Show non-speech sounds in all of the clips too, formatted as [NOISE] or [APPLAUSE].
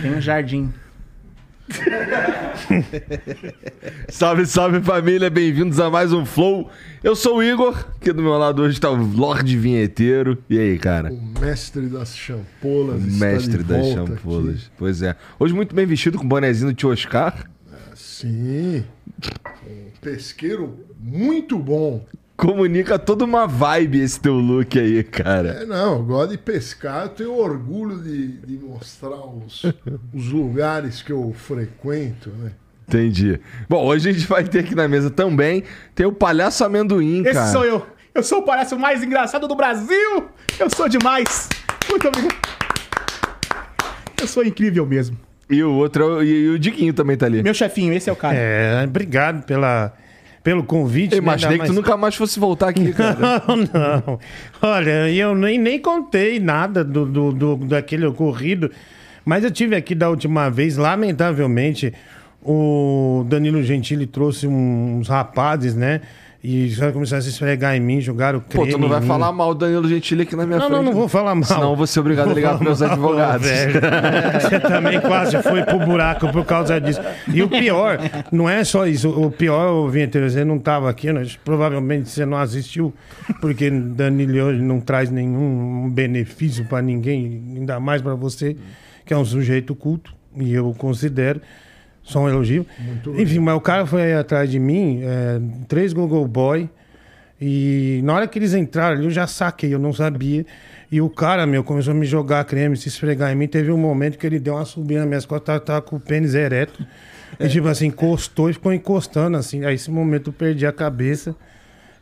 Tem um jardim. Salve, salve família, bem-vindos a mais um Flow. Eu sou o Igor, que do meu lado hoje tá o Lorde Vinheteiro. E aí, cara? O mestre das champolas. O está mestre tá de das volta champolas. Pois é. Hoje muito bem vestido com o bonezinho do tio Oscar. aqui. Sim. Um pesqueiro muito bom. Comunica toda uma vibe esse teu look aí, cara. É, não, eu gosto de pescar. Eu tenho orgulho de, de mostrar [LAUGHS] os, os lugares que eu frequento, né? Entendi. Bom, hoje a gente vai ter aqui na mesa também, tem o Palhaço Amendoim, Esse cara. sou eu. Eu sou o palhaço mais engraçado do Brasil. Eu sou demais. Muito obrigado. Eu sou incrível mesmo. E o outro, é o- e, e o Diquinho também tá ali. Meu chefinho, esse é o cara. É, obrigado pela, pelo convite. Eu né, imaginei ainda que tu mais- nunca mais fosse voltar aqui, cara. [LAUGHS] Não, não. Olha, eu nem, nem contei nada do, do, do- daquele ocorrido, mas eu tive aqui da última vez, lamentavelmente, o Danilo Gentili trouxe um- uns rapazes, né? E já começaram a se esfregar em mim, jogaram Pô, creme tu não vai em mim. falar mal do Danilo Gentili aqui na minha Não, frente. né? não, não vou falar mal. Senão eu vou ser obrigado a Vou ligar falar pros [LAUGHS] meus mal, advogados. velho. Você também quase foi pro buraco por causa disso. E o pior, não é só isso. O pior, o Vinheteiro, você não tava aqui, né? provavelmente você não assistiu, porque Danilo hoje não traz nenhum benefício pra ninguém, ainda mais pra você, que é um sujeito culto, e eu considero. Só um elogio. Enfim, mas o cara foi aí atrás de mim, é, três Google Boy, e na hora que eles entraram ali, eu já saquei, eu não sabia. E o cara, meu, começou a me jogar creme, se esfregar em mim. Teve um momento que ele deu uma subida nas minhas costas, tava, tava com o pênis ereto. E tipo assim, encostou e ficou encostando, assim. Aí, nesse momento, eu perdi a cabeça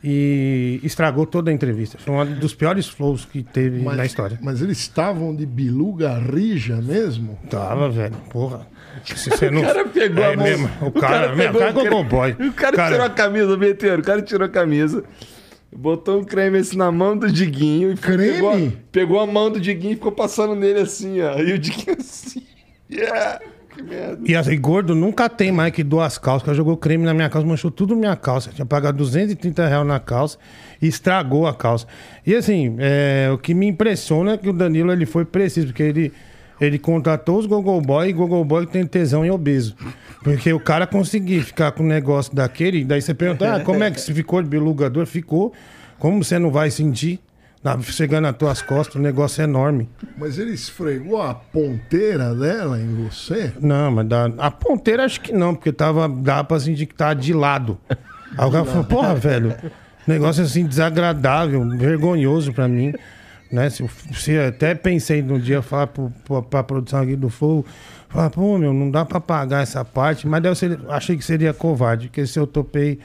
e estragou toda a entrevista. Foi um dos piores flows que teve na história. Mas eles estavam de biluga rija mesmo? Tava, velho, porra. Se você [LAUGHS] não... O cara pegou é a mão. mesmo. O cara, meu, o cara é o Google Boy. O cara, tirou a camisa, o meteiro. O cara tirou a camisa. Botou um creme assim na mão do Diguinho. E ficou- Creme? Pegou, a- pegou a mão do Diguinho e ficou passando nele assim, ó. E o Diguinho assim. [LAUGHS] Yeah. Que merda. E assim, gordo nunca tem mais que duas calças. Ela jogou creme na minha calça, manchou tudo minha calça. Tinha pago 230 reais na calça e estragou a calça. E assim, é, o que me impressiona é que o Danilo ele foi preciso, porque ele, ele contratou os Gogol Boy e Gogol Boy tem tesão e obeso. Porque o cara conseguiu ficar com um negócio daquele, daí você pergunta, ah, como é que se ficou de belugador? Ficou. Como você não vai sentir? Tá Chegando nas tuas costas, o negócio é enorme. Mas ele esfregou a ponteira dela em você? Não, mas da, a ponteira acho que não, porque tava, dava pra sentir que tava de lado. Aí o cara falou, porra, velho, negócio assim desagradável, vergonhoso pra mim. Né? Se, eu- se eu até pensei no dia falar pro, pro, pra produção aqui do Flow, falar, pô, meu, não dá pra pagar essa parte, mas daí eu seria- achei que seria covarde, porque se eu topei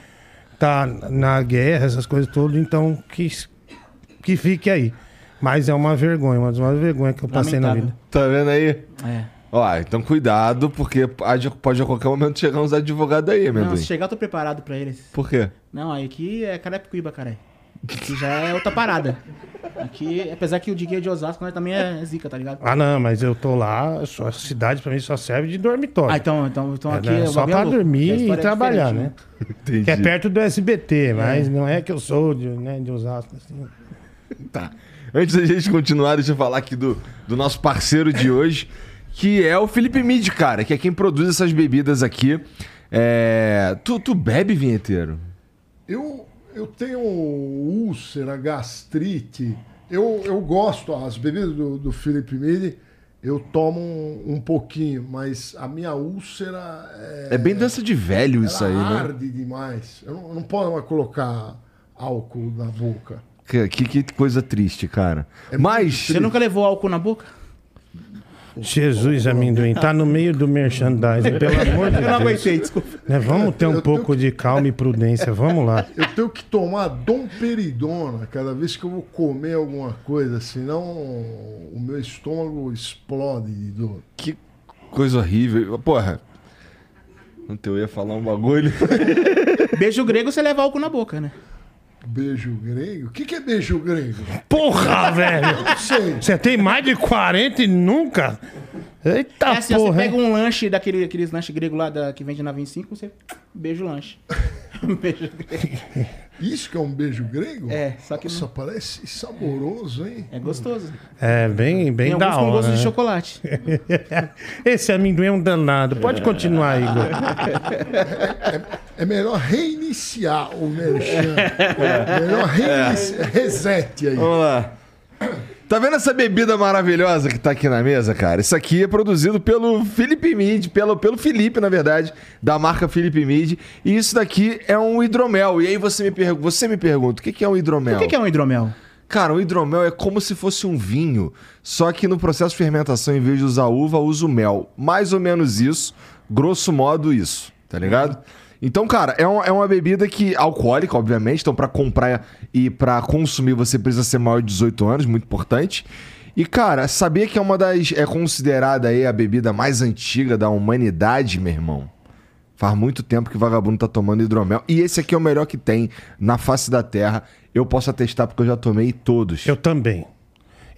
tá na guerra, essas coisas todas, então que, que fique aí. Mas é uma vergonha, uma das maiores vergonhas que eu passei na Lamentável. vida. Tá vendo aí? É. Ó, então cuidado, porque pode, pode a qualquer momento chegar uns advogados aí, Não, se amendoim. chegar, eu tô preparado pra eles. Por quê? Não, aí aqui é Carapicuíba, cara. Aqui já é outra parada. Aqui, apesar que o Diguinho é de Osasco, nós também é zica, tá ligado? Ah, não, mas eu tô lá, só- a cidade pra mim só serve de dormitório. Ah, então, então, então É, aqui né? é só pra dormir e trabalhar, né? Entendi. Que é perto do SBT, mas não é que eu sou de, né, de Osasco, assim. Tá. Antes da gente continuar, deixa eu falar aqui do, do nosso parceiro de hoje, que é o Felipe Mid, cara, que é quem produz essas bebidas aqui. É... Tu, tu bebe, vinheteiro? Eu, eu tenho úlcera, gastrite. Eu, eu gosto, ó, as bebidas do, do Felipe Mille, eu tomo um, um pouquinho, mas a minha úlcera é, É, bem dança de velho isso aí, ela né? arde demais. Eu não, eu não posso mais colocar álcool na boca. Que, que- que coisa triste, cara. Mas, Você nunca levou álcool na boca? Jesus, amendoim, tá no meio do merchandising, pelo amor de [LAUGHS] Eu não Deus. aguentei, desculpa. Né, vamos ter um Eu tô- pouco de calma e prudência, vamos lá. Eu tenho que tomar domperidona cada vez que eu vou comer alguma coisa, senão o meu estômago explode de dor. que coisa horrível. Porra. Ontem eu ia falar um bagulho. Beijo grego, você leva álcool na boca, né? Beijo grego? O que, que é beijo grego? Porra, velho! Não sei. Você tem mais de 40 e nunca? Eita é assim, ó, porra, você hein? pega um lanche daquele [LAUGHS] aqueles lanche grego lá da, que vende na 25, você beija o lanche. Beijo grego. Isso que é um beijo grego? É, só que Nossa, parece saboroso, hein? É gostoso. É, bem, bem Tem da alguns hora. com gosto de né? chocolate. Esse amendoim é um danado. Pode continuar, Igor. É melhor reiniciar o merchan. É melhor reiniciar. Reset aí. Vamos lá. Tá vendo essa bebida maravilhosa que tá aqui na mesa, cara? Isso aqui é produzido pelo Felipe Mid, pelo, pelo Felipe, na verdade, da marca Felipe Mid. E isso daqui é um hidromel. E aí você me, pergu você me pergunta, o que, que é um hidromel? O que, que é um hidromel? Cara, o hidromel é como se fosse um vinho, só que no processo de fermentação, em vez de usar uva, usa o mel. Mais ou menos isso, grosso modo isso, tá ligado? Então, cara, é, um- é uma bebida que alcoólica, obviamente. Então, pra comprar e pra consumir, você precisa ser maior de 18 anos, muito importante. E, cara, sabia que é uma das. É considerada aí a bebida mais antiga da humanidade, meu irmão? Faz muito tempo que vagabundo tá tomando hidromel. E esse aqui é o melhor que tem na face da terra. Eu posso atestar porque eu já tomei todos. Eu também.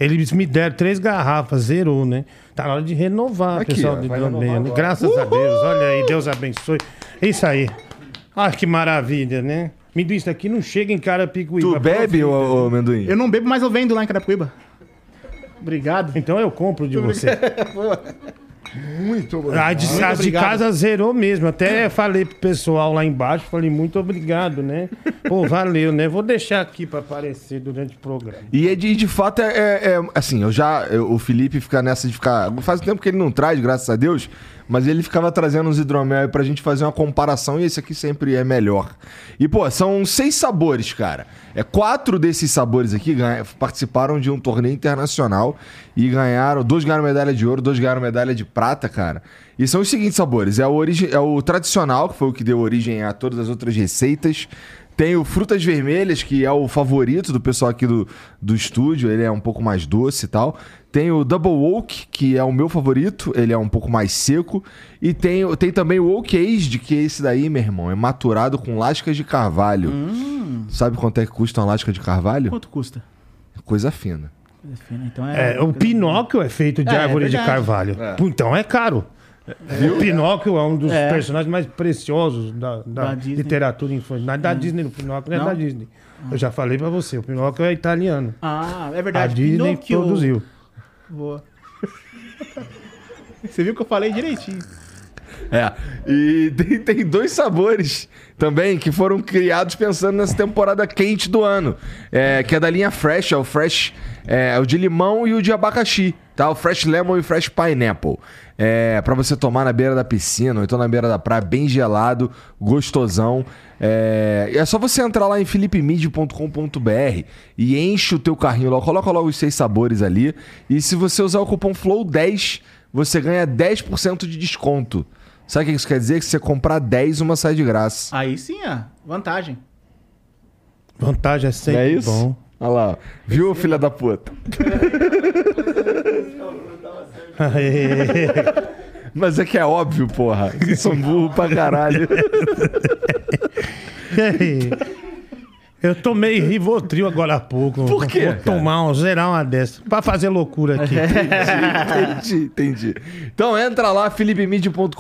Eles me deram três garrafas, zerou, né? Tá na hora de renovar, Aqui, pessoal ó, do vai Hidromel. renovar né? agora. Graças a Deus, olha aí, Deus abençoe. É Isso aí. Ah, que maravilha, né? Me diz, isso aqui não chega em Carapicuíba. Tu bebe, ô, ô Mendoim? Eu não bebo, mas eu vendo lá em Carapicuíba. Obrigado. Então eu compro de você. Muito A obrigado. de, as de obrigado. casa zerou mesmo. Até falei pro pessoal lá embaixo, falei muito obrigado, né? Pô, valeu, né? Vou deixar aqui pra aparecer durante o programa. E é de, de fato, é, é- é- Assim, eu já. eu- o Felipe fica nessa de ficar. Faz tempo que ele não traz, graças a Deus. Mas ele ficava trazendo uns hidromel aí pra gente fazer uma comparação. E esse aqui sempre é melhor. E, pô, são seis sabores, cara. É, quatro desses sabores aqui ganha- participaram de um torneio internacional e ganharam. Dois ganharam medalha de ouro, dois ganharam medalha de prata, cara. E são os seguintes sabores: é o, origi- é o tradicional, que foi o que deu origem a todas as outras receitas. Tem o Frutas Vermelhas, que é o favorito do pessoal aqui do, do estúdio, ele é um pouco mais doce e tal. Tem o Double Oak, que é o meu favorito, ele é um pouco mais seco. E tem, o- tem também o Oak Aged, que é esse daí, meu irmão, é maturado com lascas de carvalho. Sabe quanto é que custa uma lasca de carvalho? Quanto custa? Coisa fina. Então é. É, o Pinóquio é feito de É, é árvore de verdade. carvalho. Pô, Então é caro. O Pinóquio é um dos É. personagens mais preciosos da, da Da Disney. Hum. literatura infantil. Não é da Disney, o Pinóquio não é Não? da Disney. Eu já falei pra você, o Pinóquio é italiano. Ah, é A verdade. Disney Pinóquio. produziu. Boa. [LAUGHS] Você viu que eu falei direitinho. É. E [LAUGHS] tem, tem dois sabores também que foram criados pensando nessa temporada quente do ano. É, que é da linha Fresh, é o Fresh, é, é o de limão e o de abacaxi. Tá? O Fresh Lemon e o Fresh Pineapple. É, para você tomar na beira da piscina ou então na beira da praia, bem gelado, gostosão. É, é só você entrar lá em filipemid.com.br e enche o teu carrinho lá, coloca logo os seis sabores ali. E se você usar o cupom FLOW10, você ganha 10% de desconto. Sabe o que isso quer dizer? Que se você comprar 10, uma sai de graça. Aí sim, ó. Vantagem. Vantagem é Não sempre é isso? bom. [LAUGHS] Olha lá. Viu, filha da puta? Mas é que é óbvio, porra. Vocês são burro pra caralho. Eu tomei Rivotril agora há pouco. Por quê, Vou cara? tomar um, zerar uma dessa. Pra fazer loucura [LAUGHS] aqui. É. entendi, entendi. Então entra lá, filipemid.com.br,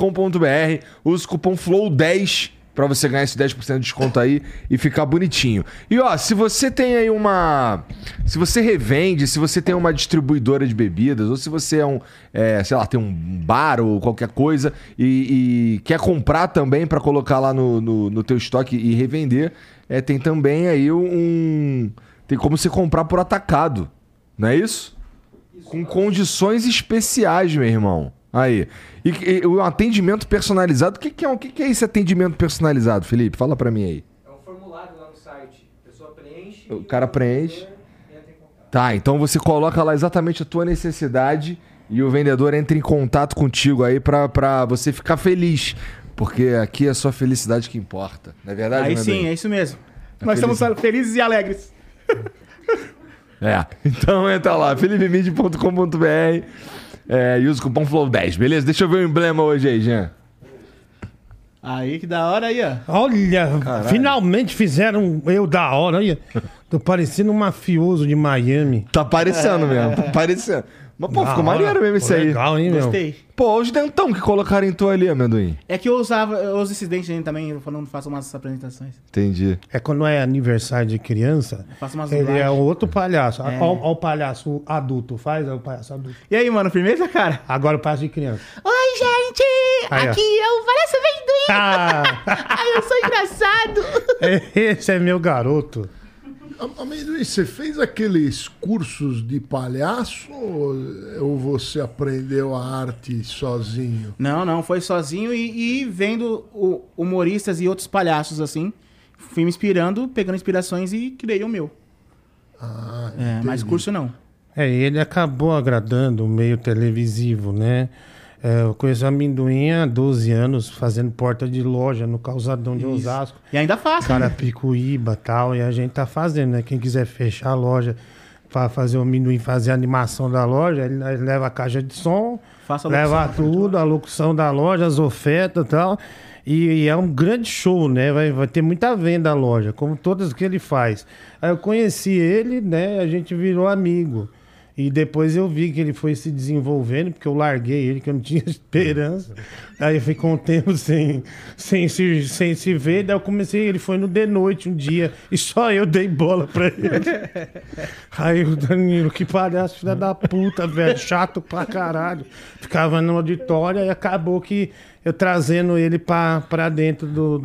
usa o cupom FLOW10 pra você ganhar esse 10% de desconto aí e ficar bonitinho. E ó, se você tem aí uma... Se você revende, se você tem uma distribuidora de bebidas, ou se você é um, é, sei lá, tem um bar ou qualquer coisa e, e quer comprar também pra colocar lá no, no, no teu estoque e revender, é, tem também aí um... Tem como você comprar por atacado, não é isso? Com condições especiais, meu irmão. Aí. E, e o atendimento personalizado. O que, que é, o que, que é esse atendimento personalizado, Felipe? Fala pra mim aí. É um formulário lá no site. A pessoa preenche. O e cara preenche. vendedor entra em contato. Tá, então você coloca lá exatamente a tua necessidade e o vendedor entra em contato contigo aí pra, pra você ficar feliz. Porque aqui é só a felicidade que importa. Não é verdade, Aí Nandanho? sim, é isso mesmo. Tá Nós feliz. estamos felizes e alegres. É. Então entra lá, filipemid.com.br é, e usa o cupom FLOW10, beleza? Deixa eu ver o emblema hoje aí, Jean. Aí que da hora aí, ó. Olha, finalmente fizeram eu da hora. Olha, tô parecendo um mafioso de Miami. Tá parecendo mesmo, tá parecendo. Mas, pô, Da ficou hora. maneiro mesmo isso aí. Legal, hein, meu? Gostei. Pô, olha os dentão que colocaram em tu ali, amendoim. É que eu usava, eu uso esses dentes ainda também, eu falando, faço umas apresentações. Entendi. É quando é aniversário de criança, Faço umas ele é lives. outro palhaço. É. Olha o palhaço adulto, faz olha o palhaço adulto. E aí, mano, firmeza, cara? Agora o palhaço de criança. [LAUGHS] Oi, gente! Aí, ó. Aqui é eu pareço amendoim! Ah, [LAUGHS] Ai, eu sou engraçado! esse é meu garoto. A- Amendoim, você fez aqueles cursos de palhaço ou ou você aprendeu a arte sozinho? Não, não, foi sozinho e, e vendo o- humoristas e outros palhaços assim. Fui me inspirando, pegando inspirações e criei o meu. Ah, É, mas curso não. É, ele acabou agradando o meio televisivo, né? É, eu conheço a Amendoim há 12 anos, fazendo porta de loja no calçadão de Osasco. E ainda faço. né? Carapicuíba e tal, e a gente tá fazendo, né? Quem quiser fechar a loja para fazer o amendoim, fazer a animação da loja, ele ele leva a caixa de som, Faça a leva locução, tudo, a locução da loja, as ofertas e tal. E, e é um grande show, né? Vai, vai ter muita venda a loja, como todas que ele faz. Aí eu conheci ele, né? A gente virou amigo. E depois eu vi que ele foi se desenvolvendo, porque eu larguei ele, que eu não [LAUGHS] tinha esperança. Aí eu fiquei um tempo sem, sem, se, sem se ver. Daí eu comecei, ele foi no de noite um dia, e só eu dei bola pra ele. Aí o Danilo, que palhaço, filha da puta, velho, chato pra caralho. Ficava no auditório e acabou que eu trazendo ele pra, pra dentro do.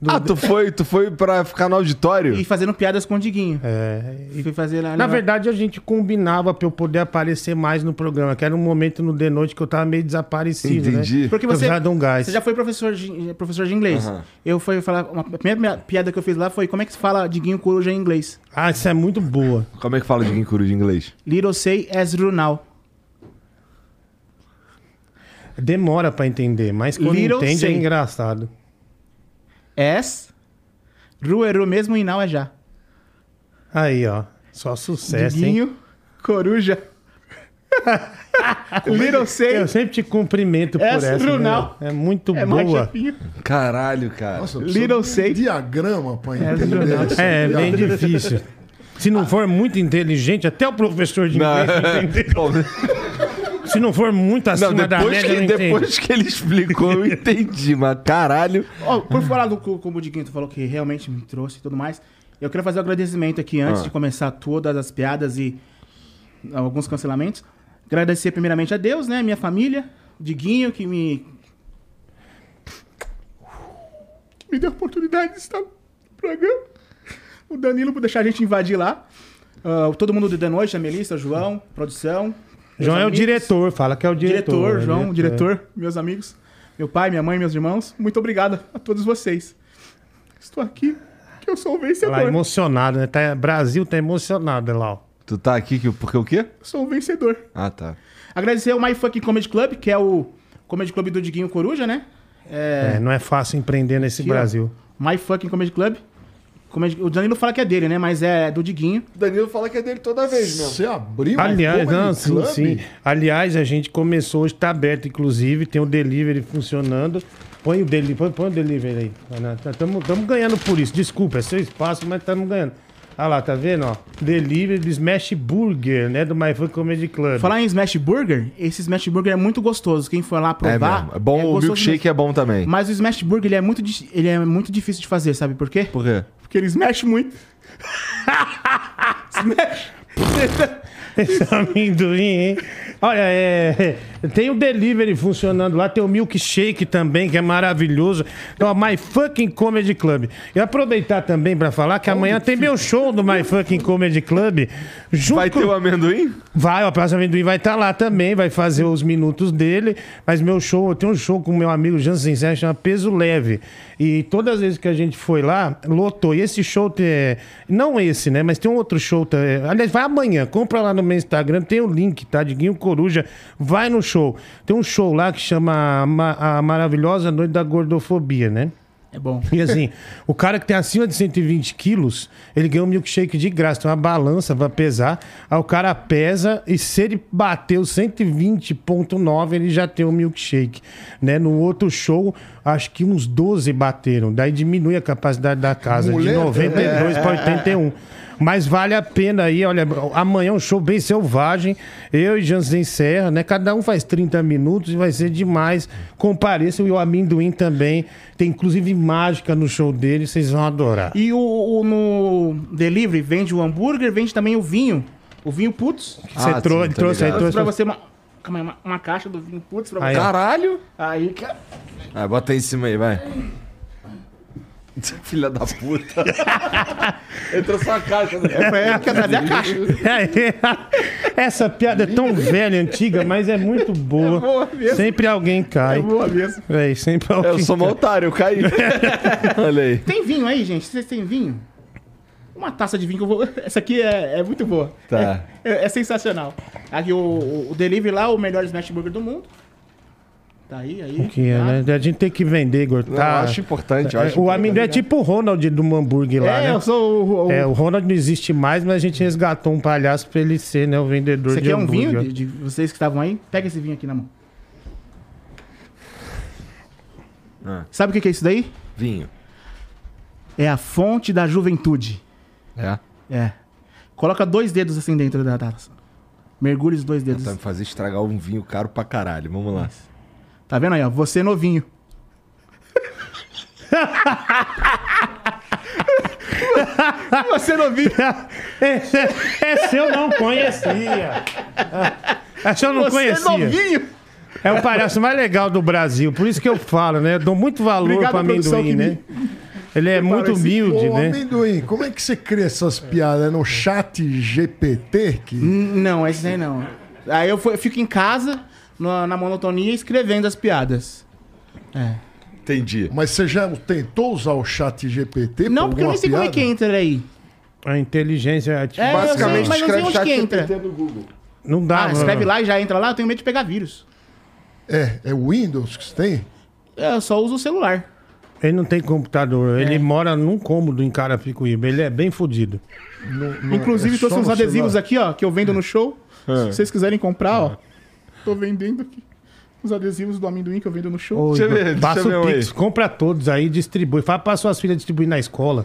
do Ah, tu foi, tu foi pra ficar no auditório? E fazendo piadas com o Diguinho. É, E fui fazer lá. Na lá- verdade, a gente combinava pra eu poder aparecer mais no programa, que era um momento no The Noite que eu tava meio desaparecido, Entendi. né? Porque você, Eu já dou um gás. você já foi professor de, professor de inglês. Eu fui falar. Uma, a primeira piada que eu fiz lá foi como é que se fala Diguinho Coruja em inglês? Ah, isso é muito boa. Como é que fala de Ginkuru de inglês? Little say as runal. Demora pra entender, mas quando Little entende é Saint. engraçado. As. Rueru mesmo e now é já. Aí, ó. Só sucesso, hein? Diguinho, coruja. [LAUGHS] Little say. é Eu sempre te cumprimento por Essa, essa. né? Brunão. É muito É mais boa. chapinha. Caralho, cara. Nossa, Little Little Saint. um diagrama pra entender. essa É, piada. bem difícil. Se não for muito inteligente, até o professor de Não, inglês não entendeu. Se não for muito acima [LAUGHS] não, da depois, média, que, não entende. depois que ele explicou, eu entendi, mas caralho. Ó, por falar do cu- como o Diguinho tu falou que realmente me trouxe e tudo mais, eu quero fazer um agradecimento aqui Ah. antes de começar todas as piadas e alguns cancelamentos. Agradecer primeiramente a Deus, né? Minha família, Diguinho, que me. Me deu a oportunidade de estar no programa. O Danilo por deixar a gente invadir lá. Ah, todo mundo do The Noite, a Melissa, João, produção. meus João é o amigos. diretor, fala que é o diretor. Diretor, é João, diretor, meus amigos, meu pai, minha mãe, meus irmãos, muito obrigado a todos vocês. Estou aqui, que eu sou o Tá lá vencedor. emocionado, né? Tá, Brasil tá emocionado, Lau. Tu tá aqui que- porque o quê? Sou o vencedor. Ah, tá. Agradecer ao My Fucking Comedy Club, que é o Comedy Club do Diguinho Coruja, né? É, É. não é fácil empreender nesse Aqui, ó. Brasil. My Fucking Comedy Club. Comedy- O Danilo fala que é dele, né? Mas é do Diguinho. O Danilo fala que é dele toda vez mesmo. Você abriu Aliás, comedy não, sim, club? sim. Aliás, a gente começou hoje, tá aberto, inclusive, tem o delivery funcionando. Põe o delivery, põe, põe o delivery aí. Estamos ganhando por isso. Desculpa, é seu espaço, mas estamos ganhando. Olha lá, tá vendo? Ó? Delivery do Smash Burger, né? Do My Fun Comedy Club. Falar em Smash Burger, esse Smash Burger é muito gostoso. Quem for lá É provar. mesmo. É bom, o gostoso milkshake é bom também. mesmo. Mas o Smash Burger ele é, muito, di- ele é muito difícil de fazer, sabe por quê? Por quê? Porque eles mexem muito. Smash. Esse é um amendoim, hein? Olha, é, tem o delivery funcionando lá, tem o milkshake também, que é maravilhoso. Então, ó, My Fucking Comedy Club. E aproveitar também pra falar que amanhã tem meu show do My Fucking Comedy Club. Junto Vai ter o amendoim? Vai, ó, o próximo amendoim vai estar lá também, vai fazer os minutos dele. Mas meu show, eu tenho um show com meu amigo Jansen Serra, chama Peso Leve. E todas as vezes que a gente foi lá, lotou. E esse show, é, não esse, né? Mas tem um outro show. tá, é, Aliás, vai amanhã, compra lá no meu Instagram, tem o link, tá? Diguinho Coruja, vai no show. Tem um show lá que chama Ma- A Maravilhosa Noite da Gordofobia, né? É bom. E assim, o cara que tem acima de 120 quilos, ele ganha um milkshake de graça. Tem uma balança, vai pesar. Aí o cara pesa e se ele bateu 120,9, ele já tem um milkshake. Né? No outro show, acho que uns 12 bateram. Daí diminui a capacidade da casa Mulher, de 92 para 81. Mas vale a pena aí, olha, amanhã é um show bem selvagem. Eu e Jansen Serra, né? Cada um faz 30 minutos e vai ser demais. Compareça e o Amendoim também. Tem inclusive mágica no show dele, vocês vão adorar. E o, o- no delivery vende o hambúrguer, vende também o vinho. O vinho putz. Que Você Ah, trou- sim, tô trouxe aí, ligado. Trouxe trouxe. pra você uma, calma aí, uma, uma caixa do vinho putz pra Aí, você. ó. Caralho! Aí, cara. Ah, bota aí em cima aí, vai. Filha da [LAUGHS] puta. Ele trouxe uma caixa. Né? É, quer trazer a caixa. [LAUGHS] Essa piada é tão velha, antiga, mas é muito boa. boa mesmo. Sempre alguém cai. É boa mesmo. É, sempre alguém Eu sou um cai. otário, eu caí. Olha aí. Tem vinho aí, gente? Vocês têm vinho? Uma taça de vinho que eu vou. [LAUGHS] Essa aqui é, é muito boa. Tá. É, é- é sensacional. Aqui o, o, o delivery lá, o melhor smash burger do mundo. Tá aí, aí. Que é, tá. né? A gente tem que vender, Igor. Não, tá? eu acho importante. eu É, acho o amendoim é tipo o Ronald do hambúrguer lá, É, né? eu sou o. o- É, o Ronald não existe mais, mas a gente resgatou um palhaço pra ele ser, né, o vendedor Você de quer um hambúrguer. vinho de, de vocês que estavam aí? Pega esse vinho aqui na mão. Ah. Sabe o que que é isso daí? Vinho. É a fonte da juventude. É. É. Coloca dois dedos assim dentro da taça. Mergulha os dois dedos. Tá me fazer estragar um vinho caro pra caralho. Vamos lá. Tá vendo aí, ó? Você novinho. Você novinho. Esse, esse eu É [LAUGHS] não conhecia. Essa eu não Você é conhecia. novinho. É o palhaço mais legal do Brasil. Por isso que eu falo, né? Eu dou muito valor Obrigado, pro produção, amendoim, que né? Ele é muito esse humilde, Ô, né? amendoim, como é que você cria essas piadas? É no chat GPT? Que... N- Não, esse aí não. Aí eu, fui- eu fico em casa, na, na monotonia, escrevendo as piadas. Entendi. Mas você já tentou usar o chat GPT? Não, porque eu nem sei como é que é. entra aí. A inteligência É, artificial. eu sei, Basicamente, mas eu não sei escreve onde que chat entra. GPT no Google. Não dá, Ah, mano. escreve lá e já entra lá, eu tenho medo de pegar vírus. É, é o Windows que você tem? Eu só uso o celular. Ele não tem computador. É. Ele mora num cômodo em Carapicuíba. Ele é bem fodido. Inclusive, é trouxe só uns no adesivos celular. aqui, ó, que eu vendo no show. Se vocês quiserem comprar, ó, tô vendendo aqui. Os adesivos do amendoim que eu vendo no show. Deixa eu ver, deixa Passa eu o ver um Pix, aí. compra todos aí, distribui. Fala para suas filhas distribuir na escola.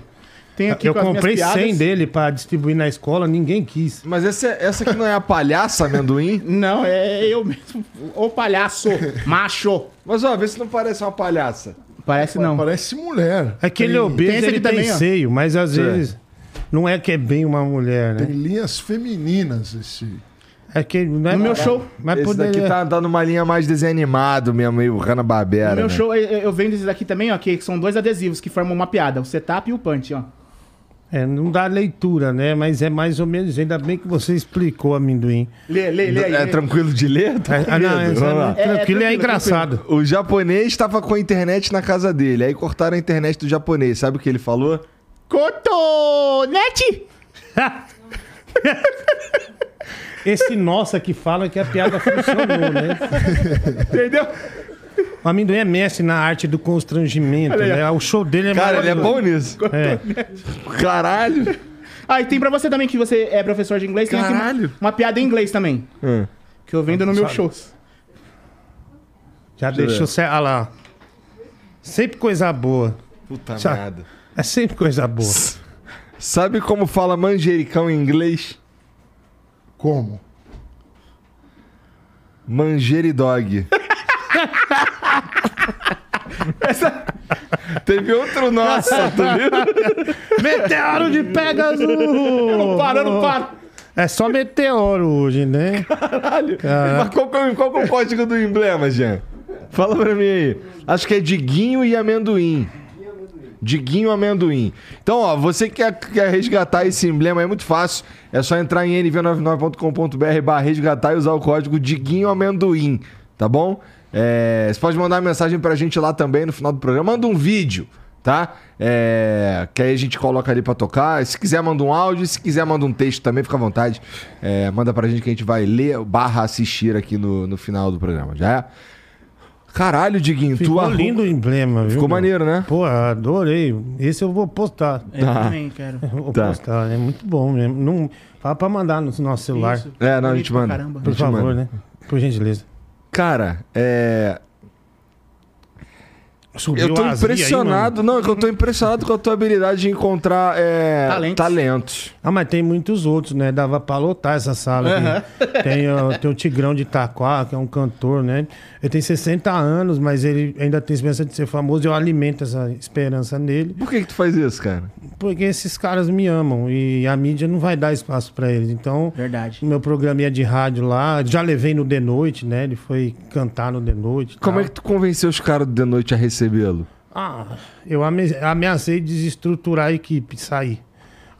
Tem aqui eu com as minhas comprei 100 piadas. dele pra distribuir na escola, ninguém quis. Mas essa, essa aqui não é a palhaça, amendoim? Não, é eu mesmo. Ô palhaço, macho. Mas ó, vê se não parece uma palhaça. Parece não. Parece mulher. Aquele tem, obeso tem esse É ele aqui tem também, ó. seio, mas às Sim. vezes não é que é bem uma mulher, tem né? linhas femininas esse. É que não é No meu show, mas Esse poderia- daqui tá, tá numa linha mais desanimado mesmo, meio Hanna-Barbera. No meu né? show, eu, eu vendo esses aqui também, ó, que são dois adesivos que formam uma piada, o setup e o punch, ó. É, não dá leitura, né? Mas é mais ou menos, ainda bem que você explicou, amendoim. Lê, lê, lê aí. É lê. tranquilo de ler? Tá Ah, não, é, medo? Vamos lá. É, é tranquilo, tranquilo, é engraçado. O japonês estava com a internet na casa dele, aí cortaram a internet do japonês. Sabe o que ele falou? Cotonete! Esse nossa que fala que a [LAUGHS] piada funcionou, né? Entendeu? O amendoim é mestre na arte do constrangimento, Olha aí, né? O show dele é Cara, ele é bom maravilhoso. nisso. É. Caralho. [LAUGHS] Ah, e tem pra você também que você é professor de inglês, tem aqui Caralho. uma, uma piada em inglês também. Hum. Que eu vendo no meus shows. Já deixou. Olha ah lá. Sempre coisa boa. Puta Sa- merda. É sempre coisa boa. Sabe como fala manjericão em inglês? Como? [LAUGHS] Manjeridog. Teve outro [LAUGHS] nossa, tu viu? Meteoro [LAUGHS] de Pegasus! Parando, para! É só meteoro hoje, né? Mas qual, que é o- qual que é o código do emblema, Jean? Fala pra mim aí. Acho que é diguinho e amendoim. Diguinho amendoim. Então, ó, você que quer, quer resgatar esse emblema é muito fácil. É só entrar em nv99.com.br barra resgatar e usar o código Diguinho Amendoim, tá bom? É, você pode mandar uma mensagem pra gente lá também no final do programa. Manda um vídeo, tá? É, que aí a gente coloca ali pra tocar. Se quiser, manda um áudio. Se quiser, manda um texto também, fica à vontade. É, manda pra gente que a gente vai ler barra assistir aqui no, no final do programa, já é? Caralho, Diguinho, tu Ficou arruma- lindo o emblema, viu? Ficou meu? maneiro, né? É. Pô, adorei. Esse eu vou postar. É, Eu também quero. Vou Tá. postar. É muito bom mesmo. Não... Fala pra mandar no nosso celular. Isso. É, não, a Bonito gente pra manda. caramba. Por A gente favor, manda. né? Por gentileza. Cara, é. Subiu Eu tô a azia aí, impressionado, mano. não, é que eu tô impressionado com a tua habilidade de encontrar é, Talentos. talentos. Ah, mas tem muitos outros, né? Dava pra lotar essa sala aqui. [LAUGHS] Tem, ó, tem o Tigrão de Itaquá, que é um cantor, né? Ele tem 60 anos, mas ele ainda tem esperança de ser famoso e eu alimento essa esperança nele. Por que que tu faz isso, cara? Porque esses caras me amam e a mídia não vai dar espaço pra eles. Então, Verdade. o meu programinha de rádio lá, já levei no The Noite, né? Ele foi cantar no The Noite. e Como tal. é que tu convenceu os caras do The Noite a recebê-lo? Ah, eu ame- ameacei desestruturar a equipe, sair.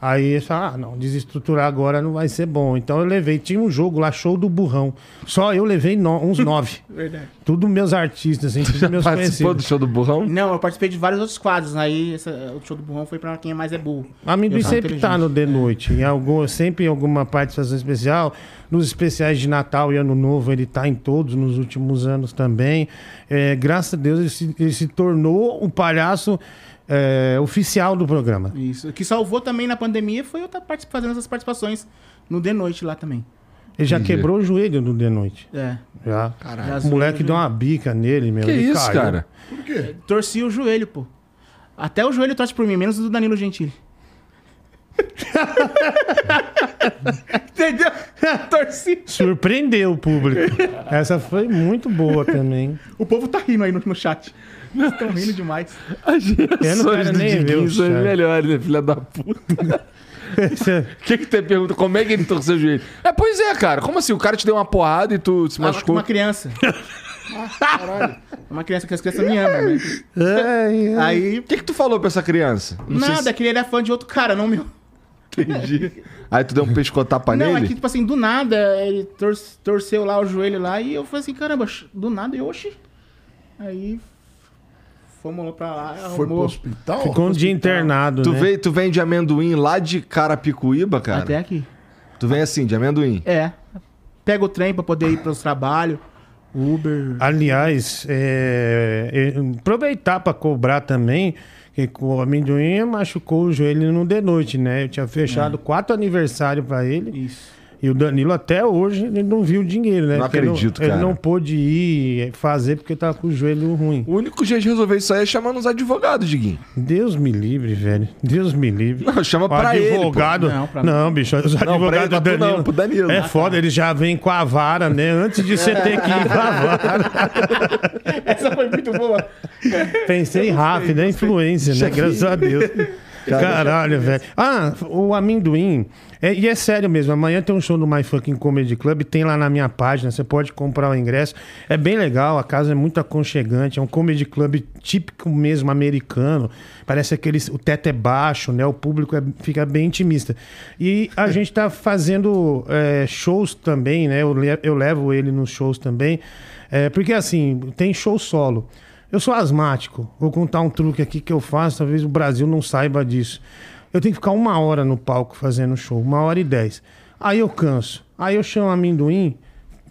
Aí eles falaram, ah, não, desestruturar agora não vai ser bom. Então eu levei, tinha um jogo lá, show do burrão. Só eu levei no- [LAUGHS] uns nove. Verdade. Tudo meus artistas, assim, tudo meus Participou do conhecidos. show do Burrão? Não, eu participei de vários outros quadros. Aí essa- o show do burrão foi pra quem mais é burro. Amendoim Eu sou sempre tá inteligente. no The Noite. Em algum, sempre em alguma participação especial. Nos especiais de Natal e Ano Novo, ele tá em todos, nos últimos anos também. É, graças a Deus, ele se, ele se tornou o palhaço é, oficial do programa. Isso. O que salvou também na pandemia foi eu estar particip- fazendo essas participações no The Noite lá também. Ele já Entendi. quebrou o joelho no The Noite. É. Já. Já O zoei moleque o deu uma bica nele, meu. Que ele isso, caiu. cara? Por quê? joelho. Torci o joelho, pô. Até o joelho torce por mim, menos o do Danilo Gentili. Entendeu? [LAUGHS] Torci. Surpreendeu o público. [LAUGHS] Essa foi muito boa também. O povo tá rindo aí no, no chat. Estão rindo demais. As reações quero do nem ver Diguinho o são as chat. melhores, né, filha da puta? [LAUGHS] Essa- O que que tu pergunta? Como é que ele torceu o joelho? É, pois é, cara. Como assim? O cara te deu uma porrada e tu Ah, se machucou? Uma é criança. Uma criança, que as crianças me amam, né? Ai, ai. Aí. O que que tu falou pra essa criança? Não sei Nada, que ele era fã de outro cara, não meu. se entendi. Aí tu deu um pescotapa Não, é que, nele? tipo assim, do nada, ele tor- torceu lá o joelho lá e eu falei assim, caramba, sh- do nada, eu, oxi. Aí fomos lá pra lá, Foi pro arrumou hospital? Ficou um dia internado, Tu, né? veio, tu vem de amendoim lá de Carapicuíba, cara? até aqui. Tu vem assim, de amendoim. É. Pega o trem pra poder ir pros trabalhos, Uber. Aliás, é, é, aproveitar para cobrar também que o amendoim machucou o joelho no de noite, né? Eu tinha fechado quatro aniversários para ele. Isso. E o Danilo até hoje ele não viu o dinheiro, né? Não Porque ele acredito, ele cara. não pôde ir fazer porque tava com o joelho ruim. O único jeito de resolver isso aí é chamando os advogados, Diguinho. Deus me livre, velho. Deus me livre. Não, chama O pra ele, pô. advogado... Não, pra mim. Não, bicho, os pra ele, advogados pra do tu não, Danilo. pro Danilo. É Ah, tá. foda, ele já vem com a vara, né? Antes de você ter que ir com a [LAUGHS] vara. [LAUGHS] Essa foi muito boa. Pensei rápido, é influência, né? Graças a Deus. Caralho, velho. Ah, o amendoim. é- e é sério mesmo, amanhã tem um show no My Fucking Comedy Club, tem lá na minha página, você pode comprar o ingresso. É bem legal, a casa é muito aconchegante, é um comedy club típico mesmo americano. Parece aquele. O teto é baixo, né? O público é- fica bem intimista. E a gente tá fazendo é, shows também, né? Eu, le- eu levo ele nos shows também. É, porque assim, tem show solo. Eu sou asmático. Vou contar um truque aqui que eu faço, talvez o Brasil não saiba disso. Eu tenho que ficar uma hora no palco fazendo show, uma hora e dez. Aí eu canso. Aí eu chamo amendoim,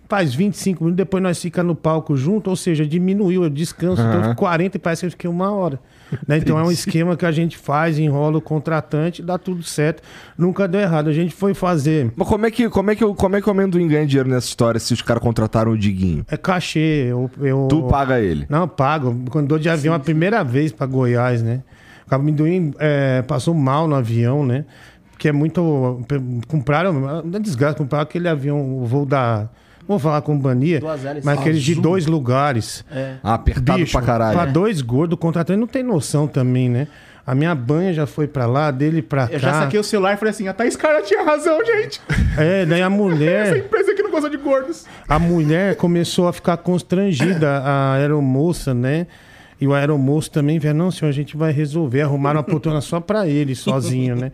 faz 25 minutos, depois nós ficamos no palco junto, ou seja, diminuiu, eu descanso, então eu fico 40 e parece que eu fiquei uma hora. né? Então é um esquema que a gente faz, enrola o contratante, dá tudo certo. Nunca deu errado. A gente foi fazer. Mas como é que, como é que, o- como é que o amendoim ganha dinheiro nessa história se os caras contrataram o Diguinho? É cachê, eu. eu- Tu paga ele. Não, eu pago. Quando dou de avião a primeira vez pra Goiás, né? O amendoim é, passou mal no avião, né? Porque é muito. Compraram. Não é desgraça, compraram aquele avião, o voo da. Vou falar a companhia, Do Azelis. mas aqueles de Azul. dois lugares. É. Ah, apertado Bicho, pra caralho. pra dois gordos, o contratante não tem noção também, né? A minha banha já foi pra lá, a dele pra cá. Eu já saquei o celular e falei assim, a Thaís Cara tinha razão, gente. É, daí a [LAUGHS] Essa mulher. empresa aqui não gosta de gordos. A mulher começou a ficar constrangida, a aeromoça, né? E o aeromoço também veio, não, senhor, a gente vai resolver. Arrumaram uma poltrona só pra ele, sozinho, né?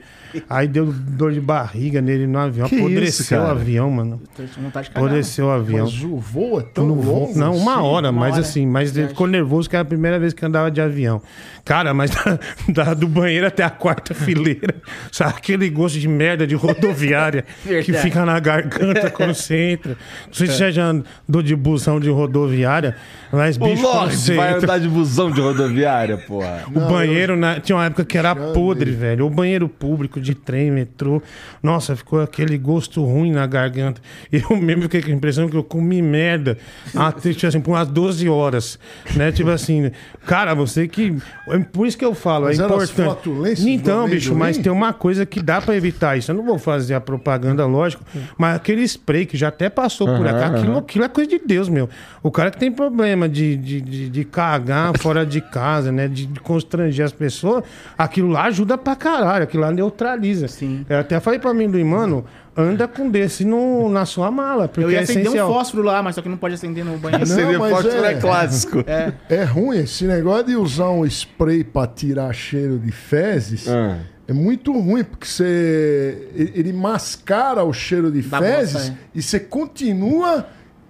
Aí deu dor de barriga nele no avião. Que isso, Apodreceu o cara? avião, mano. Tô com vontade tá de cagar. Apodreceu o avião. Mas o voo é tão Não, vou- longo. não, uma assim? hora, uma mas hora. assim, mas ele ficou nervoso que era a primeira vez que andava de avião. Cara, mas [LAUGHS] da, da- do banheiro até a quarta [LAUGHS] fileira, sabe aquele gosto de merda [LAUGHS] de rodoviária que Verdade. fica na garganta quando você entra. É. Não sei se você já andou de busão de rodoviária, mas bicho, quando Lorde você vai entra, andar de confusão de rodoviária, porra. O banheiro, na- tinha uma época que era podre, velho. O banheiro público de trem, metrô. Nossa, ficou aquele gosto ruim na garganta. [LAUGHS] Eu mesmo fiquei com a impressão que eu comi merda até, tipo assim, por umas 12 horas. Né? Tipo assim, cara, você que. é Por isso que eu falo, Mas é eram as importante. flatulências do Então, bicho, amendoim? mas tem uma coisa que dá pra evitar isso. Eu não vou fazer a propaganda, lógico, mas aquele spray que já até passou por aqui, aquilo, aquilo é coisa de Deus, meu. O cara que tem problema de, de, de, de cagar [LAUGHS] fora de casa, né? De, de constranger as pessoas, aquilo lá ajuda pra caralho, aquilo lá neutraliza. Sim. Eu até falei pra mim, mano, anda com desse no, na sua mala, porque Eu ia é acender um essencial. fósforo lá, mas só que não pode acender no banheiro. Não, Seria mas fósforo é- é clássico. É ruim esse negócio de usar um spray pra tirar cheiro de fezes. Ah. É muito ruim, porque você. e- Ele mascara o cheiro de Da fezes bosta, é. e você continua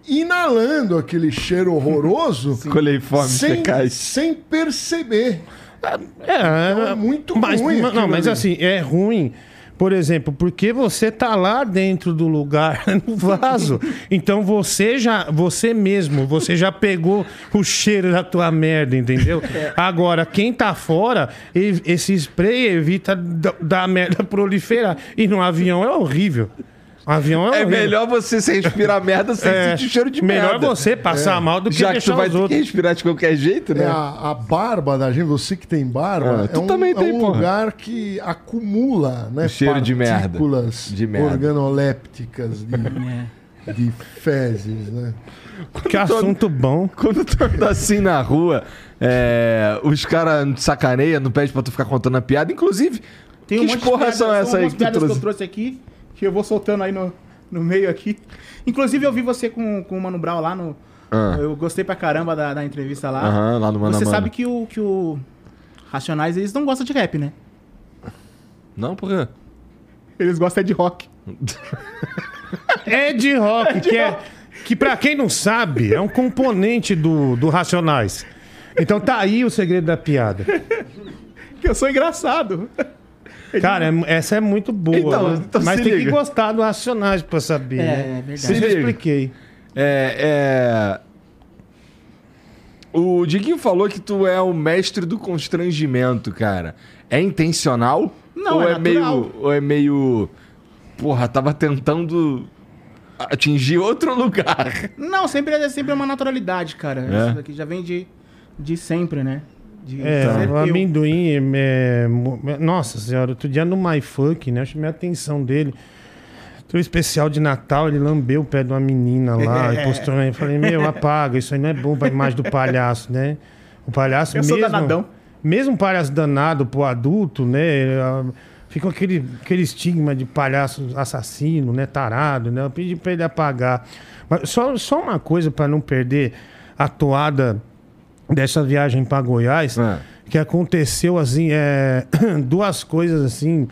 inalando aquele cheiro horroroso. Coleiformes sem, fecais. sem perceber. né? É, É muito mas, ruim mas- Não, aquilo mas ali. assim, é ruim. Por exemplo, porque você tá lá dentro do lugar, [LAUGHS] no vaso. Então você já, você mesmo, você já pegou o cheiro da tua merda, entendeu? É. Agora, quem tá fora, e- esse spray evita da, da merda proliferar. E no avião é horrível. Avião é, É horrível. melhor você se respirar merda sem É, sentir cheiro de melhor merda. você passar mal do que Já que deixar tu vai os ter que outros. respirar de qualquer jeito, né? É a, a barba da gente, você que tem barba, Ah, é tu um, também é tem, um porra. lugar que acumula né, Cheiro de merda. partículas De merda. organolépticas de, de fezes. Né? Que assunto bom. Quando tu anda assim na rua, é, os caras sacaneiam, não pede pra tu ficar contando a piada. Inclusive, Tem um que monte de porra piadas- são essa aí umas que tu piadas que eu trouxe? trouxe aqui, que eu vou soltando aí no, no meio aqui. Inclusive, eu vi você com, com o Mano Brown lá no... Ah. Eu gostei pra caramba da, da entrevista lá. Aham, lá no Mano a Você Mano. sabe que o, que o Racionais, eles não gostam de rap, né? Não, porra. Eles gostam é de rock. É de rock, que é. Que pra quem não sabe, é um componente do, do Racionais. Então tá aí o segredo da piada. Que eu sou engraçado. Cara, é mu- essa é muito boa. Então, né? então Mas se tem que liga. gostar do Racionais pra saber. É, né? é verdade. Isso eu Se já liga. expliquei. É, é... O Diguinho falou que tu é o mestre do constrangimento, cara. É intencional? Não, ou é é, meio. natural. Ou é meio. Porra, tava tentando atingir outro lugar. Não, sempre é sempre é uma naturalidade, cara. É? Isso daqui já vem de, de sempre, né? De É, ser o eu. amendoim. é, mo- nossa senhora, outro dia no MyFunk, né? Eu chamei a atenção dele. Tem um especial de Natal, ele lambeu o pé de uma menina [LAUGHS] lá e postou. Eu falei, meu, apaga, isso aí não é bom pra imagem do palhaço, né? O palhaço Eu sou mesmo. danadão. Mesmo um palhaço danado pro adulto, né? ah, Fica aquele, aquele estigma de palhaço assassino, né? Tarado, né? Eu pedi pra ele apagar. Mas só, só uma coisa pra não perder a toada dessa viagem pra Goiás É. que aconteceu assim, é, [CLEARS THROAT] duas coisas assim.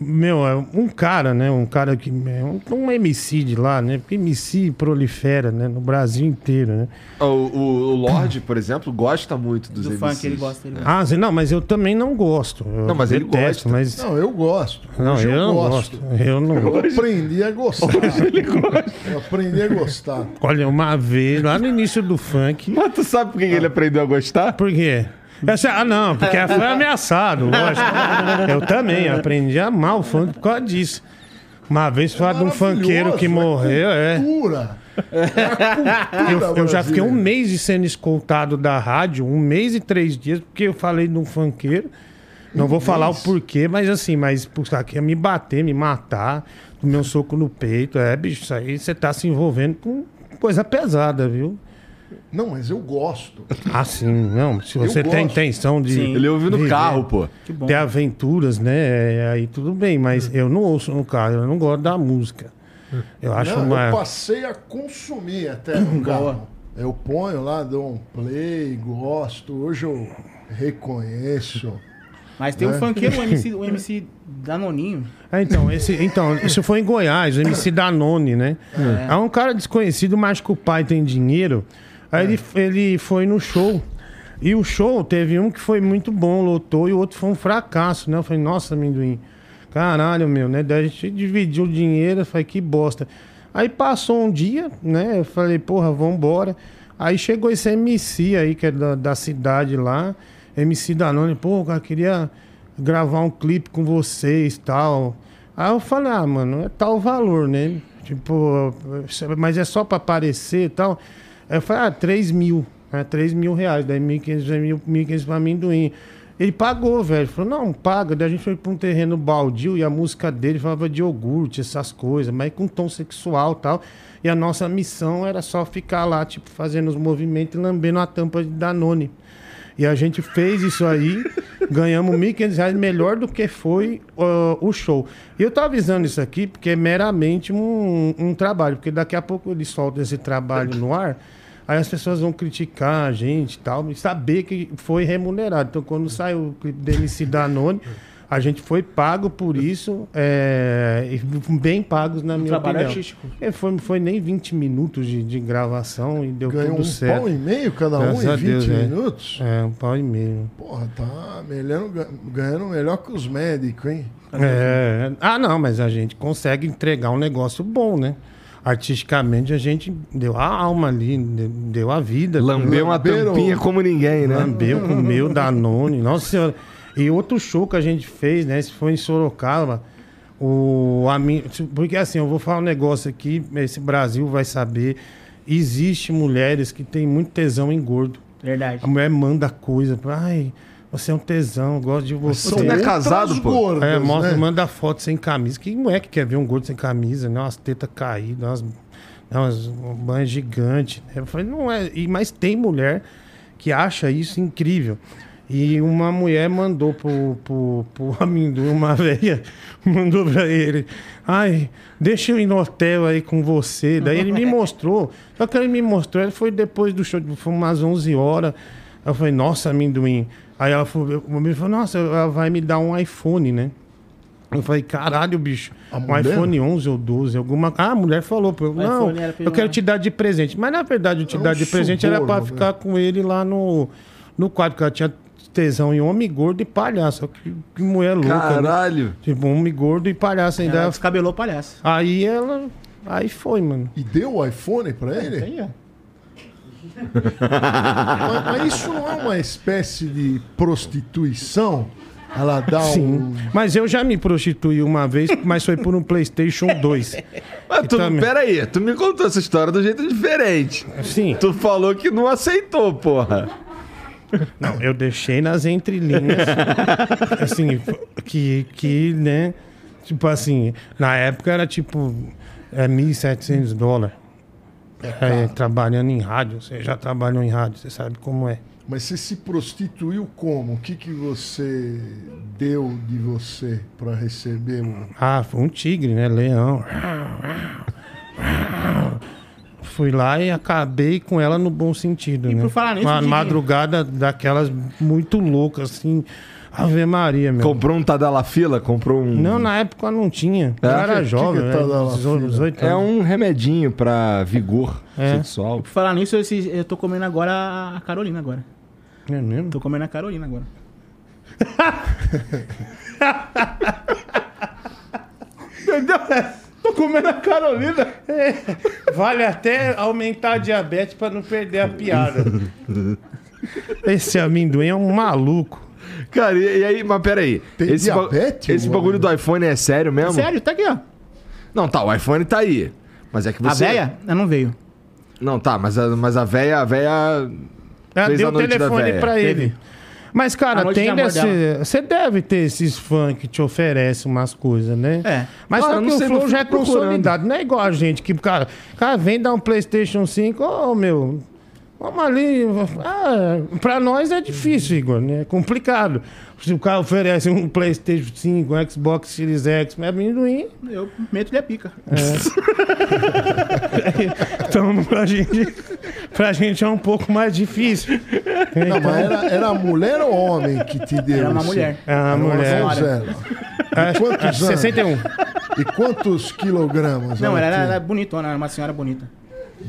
Meu, é um cara, né? Um cara que. é Um, um MC de lá, né? Porque MC prolifera, né? No Brasil inteiro, né? O, o, o Lorde, por exemplo, gosta muito dos Do MCs. funk, ele gosta. Ele gosta. Ah, assim, não, mas eu também não gosto. Eu É. Não, mas ele gosta. Mas, Não, eu gosto. não, Hoje eu, não gosto. Eu não gosto. Eu aprendi a gostar. Eu aprendi a gostar. Olha, uma vez, lá no início do funk. Mas tu sabe por que ele aprendeu a gostar? Por quê? Essa, ah, não, porque foi ameaçado, lógico. Eu também aprendi a amar o funk por causa disso. Uma vez falar de um funkeiro que morreu, é. Cultura. É Eu, eu já brasileira. fiquei um mês de sendo escoltado da rádio, um mês e três dias, porque eu falei de um funkeiro. Não vou falar o porquê, mas assim, mas por aqui ia me bater, me matar, tomei um soco no peito. É, bicho, isso aí você tá se envolvendo com coisa pesada, viu? Não, mas eu gosto. Assim, não, se Eu você tem gosto. intenção de. Sim. Ele ouviu no Viver. carro, pô. Que bom. Hum. ter aventuras, né? É, Aí tudo bem, mas eu não ouço no carro, eu não gosto da música. Eu acho Não, uma. Eu passei a consumir até no carro. Eu ponho lá, dou um play, gosto. Hoje eu reconheço. Mas tem um funkeiro, o MC, o MC Danoninho. Ah, então, esse, então, isso foi em Goiás, o MC Danone, né? É. um cara desconhecido, mas que o pai tem dinheiro. Aí ele, ele foi no show. E o show teve um que foi muito bom, lotou, e o outro foi um fracasso, né? Eu falei, nossa, amendoim, caralho, meu, né? Daí a gente dividiu o dinheiro, eu falei, que bosta. Aí passou um dia, né? Eu falei, porra, vambora. Aí chegou esse MC aí, que é da, da cidade lá, MC Danone, pô, cara, queria gravar um clipe com vocês e tal. Aí eu falei, ah, mano, é tal valor, né? Tipo, mas é só pra aparecer e tal. Aí eu falei, ah, 3 mil, né? 3 mil reais, daí 1.500, 1.500 pra amendoim. Ele pagou, velho. Falou, não, paga. Daí a gente foi pra um terreno baldio e a música dele falava de iogurte, essas coisas, mas com tom sexual e tal. E a nossa missão era só ficar lá, tipo, fazendo os movimentos e lambendo a tampa de Danone. E a gente fez isso aí, ganhamos 1.500 reais, melhor do que foi ó, o show. E eu tô avisando isso aqui porque é meramente um, um trabalho, porque daqui a pouco eles soltam esse trabalho no ar, aí as pessoas vão criticar a gente e tal, e saber que foi remunerado. Então quando saiu o clipe do MC Danone, a gente foi pago por isso, é, e bem pagos na minha trabalho opinião. artístico. É, Foi, foi nem 20 minutos de, de gravação e deu Ganhou tudo um certo. pau e meio cada um Graças a em 20 Deus, né? minutos. É, um pau e meio. Porra, tá melhor, ganhando melhor que os médicos, hein? É, ah, não, mas a gente consegue entregar um negócio bom, né? Artisticamente a gente deu a alma ali, de- deu a vida. Lambeu uma Lamberam- tampinha como ninguém, né? Lambeu, comeu, Danone, nossa senhora. E outro show que a gente fez, né? Esse foi em Sorocaba. O, a mim- porque assim, eu vou falar um negócio aqui, esse Brasil vai saber. Existe mulheres que têm muito tesão em gordo. Verdade. A mulher manda coisa. Ai, você é um tesão, eu gosto de você. Você não é casado, Outras pô. gordas, É, mostra, né? manda foto sem camisa. Que mulher que quer ver um gordo sem camisa, né? Umas tetas caídas, umas, né? umas uma banha gigante. né? Eu falei, não é. E, mas tem mulher que acha isso incrível. E uma mulher mandou pro, pro, pro [LAUGHS] amendoim, uma velha, [LAUGHS] mandou pra ele. Ai, deixa eu ir no hotel aí com você. Daí ele me mostrou. Só que ele me mostrou, ele foi depois do show, tipo, foi umas 11 horas. Aí eu falei, nossa, amendoim. Aí ela falou, o amendoim falou, nossa, ela vai me dar um iPhone, né? Eu falei, caralho, bicho, A um mulher? iPhone 11 ou 12, alguma... Ah, a mulher falou, pô, não, iPhone era pra eu quero ele- te dar de presente. Mas, na verdade, eu te É um dar de presente era pra suborno, né? ficar com ele lá no, no quadro, porque ela tinha tesão em homem gordo e palhaço. Que, que mulher louca, né? Caralho. Tipo, homem gordo e palhaço ainda. Ela descabelou o palhaço. Aí ela... Aí foi, mano. E deu o iPhone pra ele? Aí, é. ó. Mas, mas isso não é uma espécie de prostituição? Ela dá Sim. um. Mas eu já me prostituí uma vez, mas foi [LAUGHS] por um PlayStation 2. Mas tu, também- peraí, tu tá me contou essa história do jeito diferente. Sim. Tu falou que não aceitou, porra. Não, eu deixei [LAUGHS] nas entrelinhas, assim, que, que, né, tipo assim, na época era tipo é, 1.700 dólares. É, trabalhando em rádio, você já trabalhou em rádio, você sabe como é. Mas você se prostituiu como? O que, que você deu de você pra receber? o- Ah, foi um tigre, né, leão. Fui lá e acabei com ela no bom sentido, né? por falar nisso, Uma Diguinho- madrugada daquelas muito louca, assim, Ave Maria, meu. Comprou um Tadalafila, comprou um. Não, na época não tinha. Eu É? era Que- que jovem, que tá né? lá, 18, filho? 18 É anos. um remedinho pra vigor sexual. Por falar nisso, esse- eu tô comendo agora a Carolina agora. um- É mesmo? Tô comendo a Carolina agora. Tô comendo a Carolina. É. Vale até aumentar a diabetes pra não perder a piada. Esse amendoim é um maluco. Cara, e, e aí, mas peraí. Tem esse ba- diabetes, esse mano? bagulho do iPhone é sério mesmo? Sério, tá aqui, ó. Não, tá, o iPhone tá aí. Mas é que A você. véia? Ela não veio. Não, tá, mas a, mas a véia, a véia. Ah, Fez deu a o noite da telefone véia. pra ele. Mas, A cara, noite de tem amor desse... Você deve ter esses fãs que te oferecem umas coisas, né? É. Mas Cara, eu só não que sei, não o Flow fico já é procurando. consolidado. Não é igual a gente que, cara, cara vem dar um PlayStation 5, ô meu. Vamos ali. Ah, pra nós é difícil, Igor, né? É complicado. Se o cara oferece um PlayStation 5, um Xbox Series X, mas é amendoim. Eu meto-lhe a pica. [LAUGHS] Então, pra gente, pra gente é um pouco mais difícil. Não, mas era, era mulher ou homem que te deu? Então- Era uma isso? mulher. É uma Era uma mulher. donzela. É. E quantos anos? 61. E quantos quilogramas? Não, ela ela era, tinha? era bonitona, era uma senhora bonita.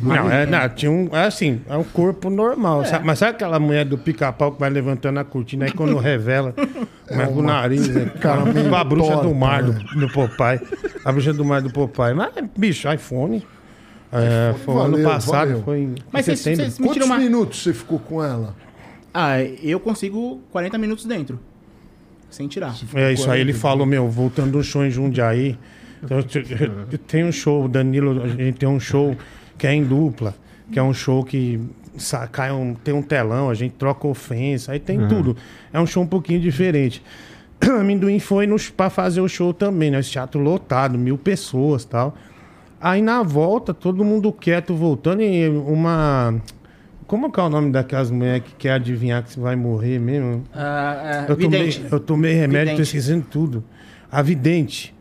Não, é, então. não, tinha um. é Assim, é um corpo normal. sabe? Mas sabe aquela mulher do pica-pau que vai levantando a cortina aí [LAUGHS] quando revela? Como é com o nariz, né? cara meio Com a bruxa torta, do mar do, né? do Popeye. A bruxa do mar do Popeye. Mas, bicho, iPhone. É, foi o ano Valeu, passado, valeu. foi em Mas vocês setembro. vocês me tiram Quantos uma. minutos você ficou com ela? Ah, eu consigo 40 minutos dentro. Sem tirar. É isso aí, ele falou, meu, voltando um show em Jundiaí. Então, eu- eu- eu- tem um show, o Danilo, a gente tem um show que é em dupla, que é um show que sa- cai um, tem um telão, a gente troca ofensa, aí tem tudo. É um show um pouquinho diferente. [CLEARS THROAT] Amendoim foi nos, pra fazer o show também, né? Esse teatro lotado, mil pessoas tal. Aí na volta, todo mundo quieto, voltando, e uma. Como que é o nome daquelas mulheres que quer adivinhar que você vai morrer mesmo? Ah, ah, Eu tomei, vidente. eu tomei remédio, tô Vidente. esquecendo tudo. A vidente.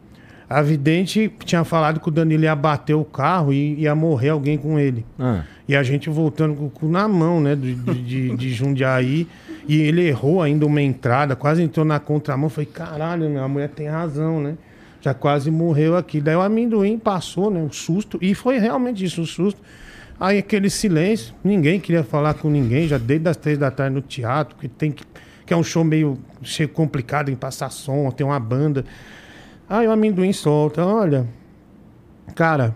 A vidente tinha falado que o Danilo ia bater o carro e ia morrer alguém com ele. Ah. E a gente voltando com o cu na mão, né? De, de, de- de Jundiaí. E ele errou ainda uma entrada, quase entrou na contramão. Falei, caralho, meu, a mulher tem razão, né? Já quase morreu aqui. Daí o amendoim passou, né? O susto. E foi realmente isso, o susto. Aí aquele silêncio, ninguém queria falar com ninguém, já desde as três da tarde no teatro, que tem que. Que é um show meio cheio complicado em passar som, tem uma banda. Aí o amendoim solta, olha. Cara,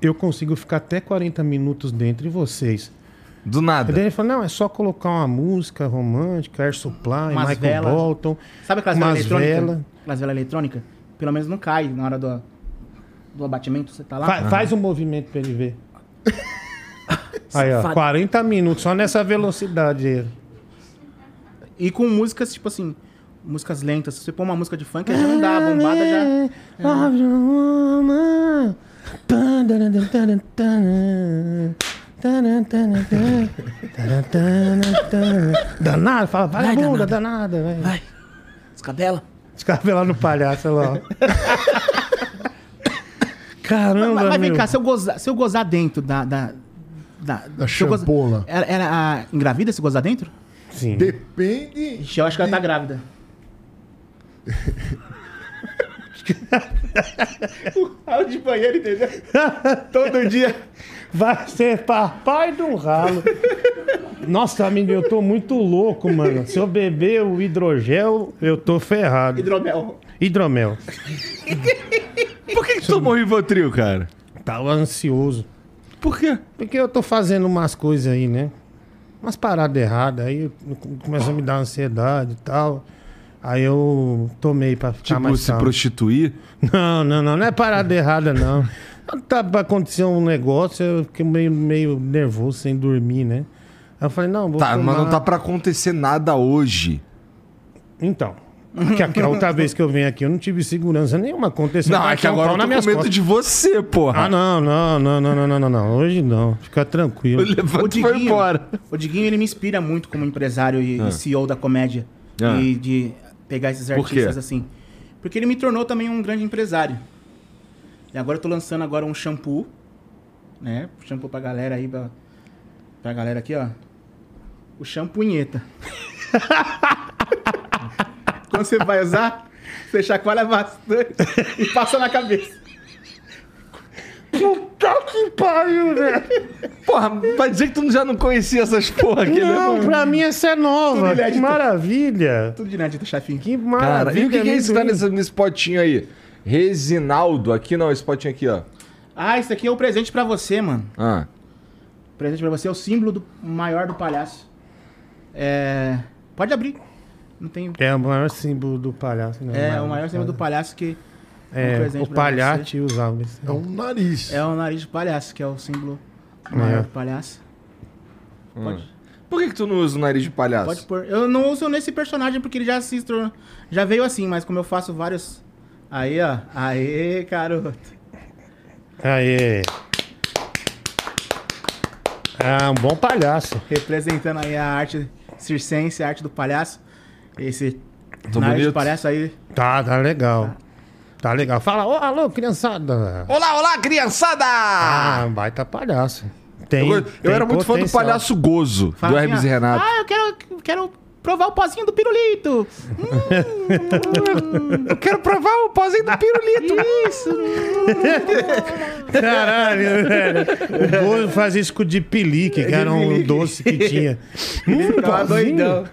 eu consigo ficar até 40 minutos dentro de vocês. Do Aí daí nada. ele falou, não, é só colocar uma música romântica, Air Supply, Umas Michael velas. Bolton. Sabe aquelas velas umas eletrônicas? velas. Aquelas velas eletrônicas? Pelo menos não cai na hora do, do abatimento, você tá lá. Fa- Faz um movimento pra ele [LAUGHS] ver. aí, ó, 40 minutos, só nessa velocidade aí. E com músicas, tipo assim, músicas lentas. Se você pôr uma música de funk, aí já não dá, a bombada já. Danada, fala, vagabunda, danada, velho. Vai. Descabela. Descabelado no palhaço, olha lá. Caramba, Mas, mas vem meu. cá, se eu gozar, se eu gozar dentro da. Da, da, se eu gozar- champola. Era, era a engravida se gozar dentro? Sim. Depende. Ixi, eu acho que ela tá grávida. [LAUGHS] o de banheiro, entendeu? Todo dia vai ser papai do ralo. Nossa, menino, eu tô muito louco, mano. Se eu beber o hidrogel, eu tô ferrado. Hidromel. Hidromel. Por que, que tomou Rivotril, cara? Tava ansioso. Por quê? Porque eu tô fazendo umas coisas aí, né? Umas paradas erradas. Aí eu- começa a me dar ansiedade e tal. Aí eu tomei pra ficar Tipo, mais se calmo. prostituir? Não, não, não. Não é parada errada, não. Tá, aconteceu um negócio, eu fiquei meio, meio nervoso, sem dormir, né? Aí eu falei, não, vou Tá, tomar... mas não tá pra acontecer nada hoje. Então, que a, que a outra vez que eu venho aqui, eu não tive segurança nenhuma. Aconteceu não, é que bateu um agora pau eu tô com medo de você, porra. Ah, não, não, não, não, não, não, não, não. Hoje não. Fica tranquilo. O [LAUGHS] Levanta e Diguinho, [LAUGHS] foi embora. o Diguinho, ele me inspira muito como empresário e, e CEO da comédia. Ah. E de pegar esses Por quê? artistas assim. Porque ele me tornou também um grande empresário. E agora eu tô lançando agora um shampoo. Né? Shampoo pra galera aí. Pra, pra galera aqui, ó. O champunheta. [LAUGHS] Quando você vai usar, você chacoalha bastante e passa na cabeça. Puta que pariu, velho. Porra, vai dizer que tu já não conhecia essas porra aqui, né? Não, mano? pra mim essa é nova. Tudo Que inédito. maravilha. Tudo de inédito, chefinho. Que Cara, maravilha. e o que, que é isso que tá amendoim. nesse, nesse potinho aí? Resinaldo, aqui não, esse potinho aqui, ó. Ah, isso aqui é um presente pra você, mano. Ah. presente pra você é o símbolo do maior do palhaço. É, Pode abrir. Não tem. É o maior símbolo do palhaço, né? É o maior símbolo do palhaço que é um É, presente o pra palhaço usava isso. É um nariz. é o nariz do palhaço, que é o símbolo maior É. do palhaço. Pode, Por que, que tu não usa o nariz de palhaço? pode pôr. Eu não uso nesse personagem porque ele já se tornou- já veio assim, mas como eu faço vários. Aí, ó. Aê, garoto. Aê. Ah, um bom palhaço. Representando aí a arte circense, a arte do palhaço. Esse Tô nariz bonito. do palhaço aí. Tá, tá legal. Tá legal. Fala, ô, alô, criançada. Olá, olá, criançada! Ah, baita palhaço. Tem, eu eu tem era muito fã do potencial. palhaço gozo, Fala do assim, Hermes ó, e Renato. Ah, eu quero, eu quero provar o pozinho do [LAUGHS] pirulito. Eu quero provar o pozinho do pirulito. Isso. Caralho, velho. O Bozo faz isso com o de pilique, que era um pilique. doce que tinha. Tá doidão.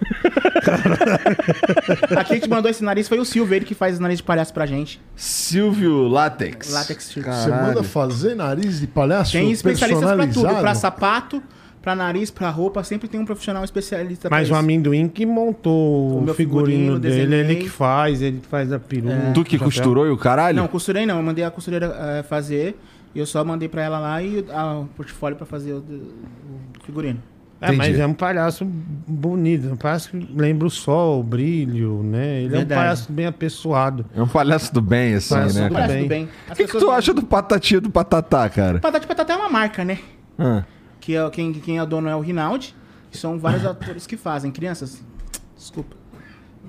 A quem te mandou esse nariz foi o Silvio, ele que faz o nariz de palhaço pra gente. Silvio Látex. Látex Chips. Você Caralho. manda fazer nariz de palhaço Tem especialistas pra tudo, personalizado? pra sapato, pra nariz, pra roupa, sempre tem um profissional especialista Mas o pra isso. amendoim que montou O o, meu figurino, figurino, dele, desenhei. É. ele que faz, ele que faz a peruca. Tu que costurou e o caralho? Não, costurei não, eu mandei a costureira eh, fazer e eu só mandei pra ela lá e ah, o portfólio pra fazer o, o figurino. É, mas Entendi. é um palhaço bonito, um palhaço que lembra o sol, o brilho, né? Ele é um Verdade. palhaço bem apessoado. É um palhaço do bem, assim, Palhaço né? do cara? Parece bem. tudo bem. As O que, que pessoas tu não- acha do patatinha do patatá, cara? Patati Patata é uma marca, né? Ah. Que é, quem, quem é o dono é o Rinaldi. que São [COUGHS] vários atores que fazem. Crianças, desculpa.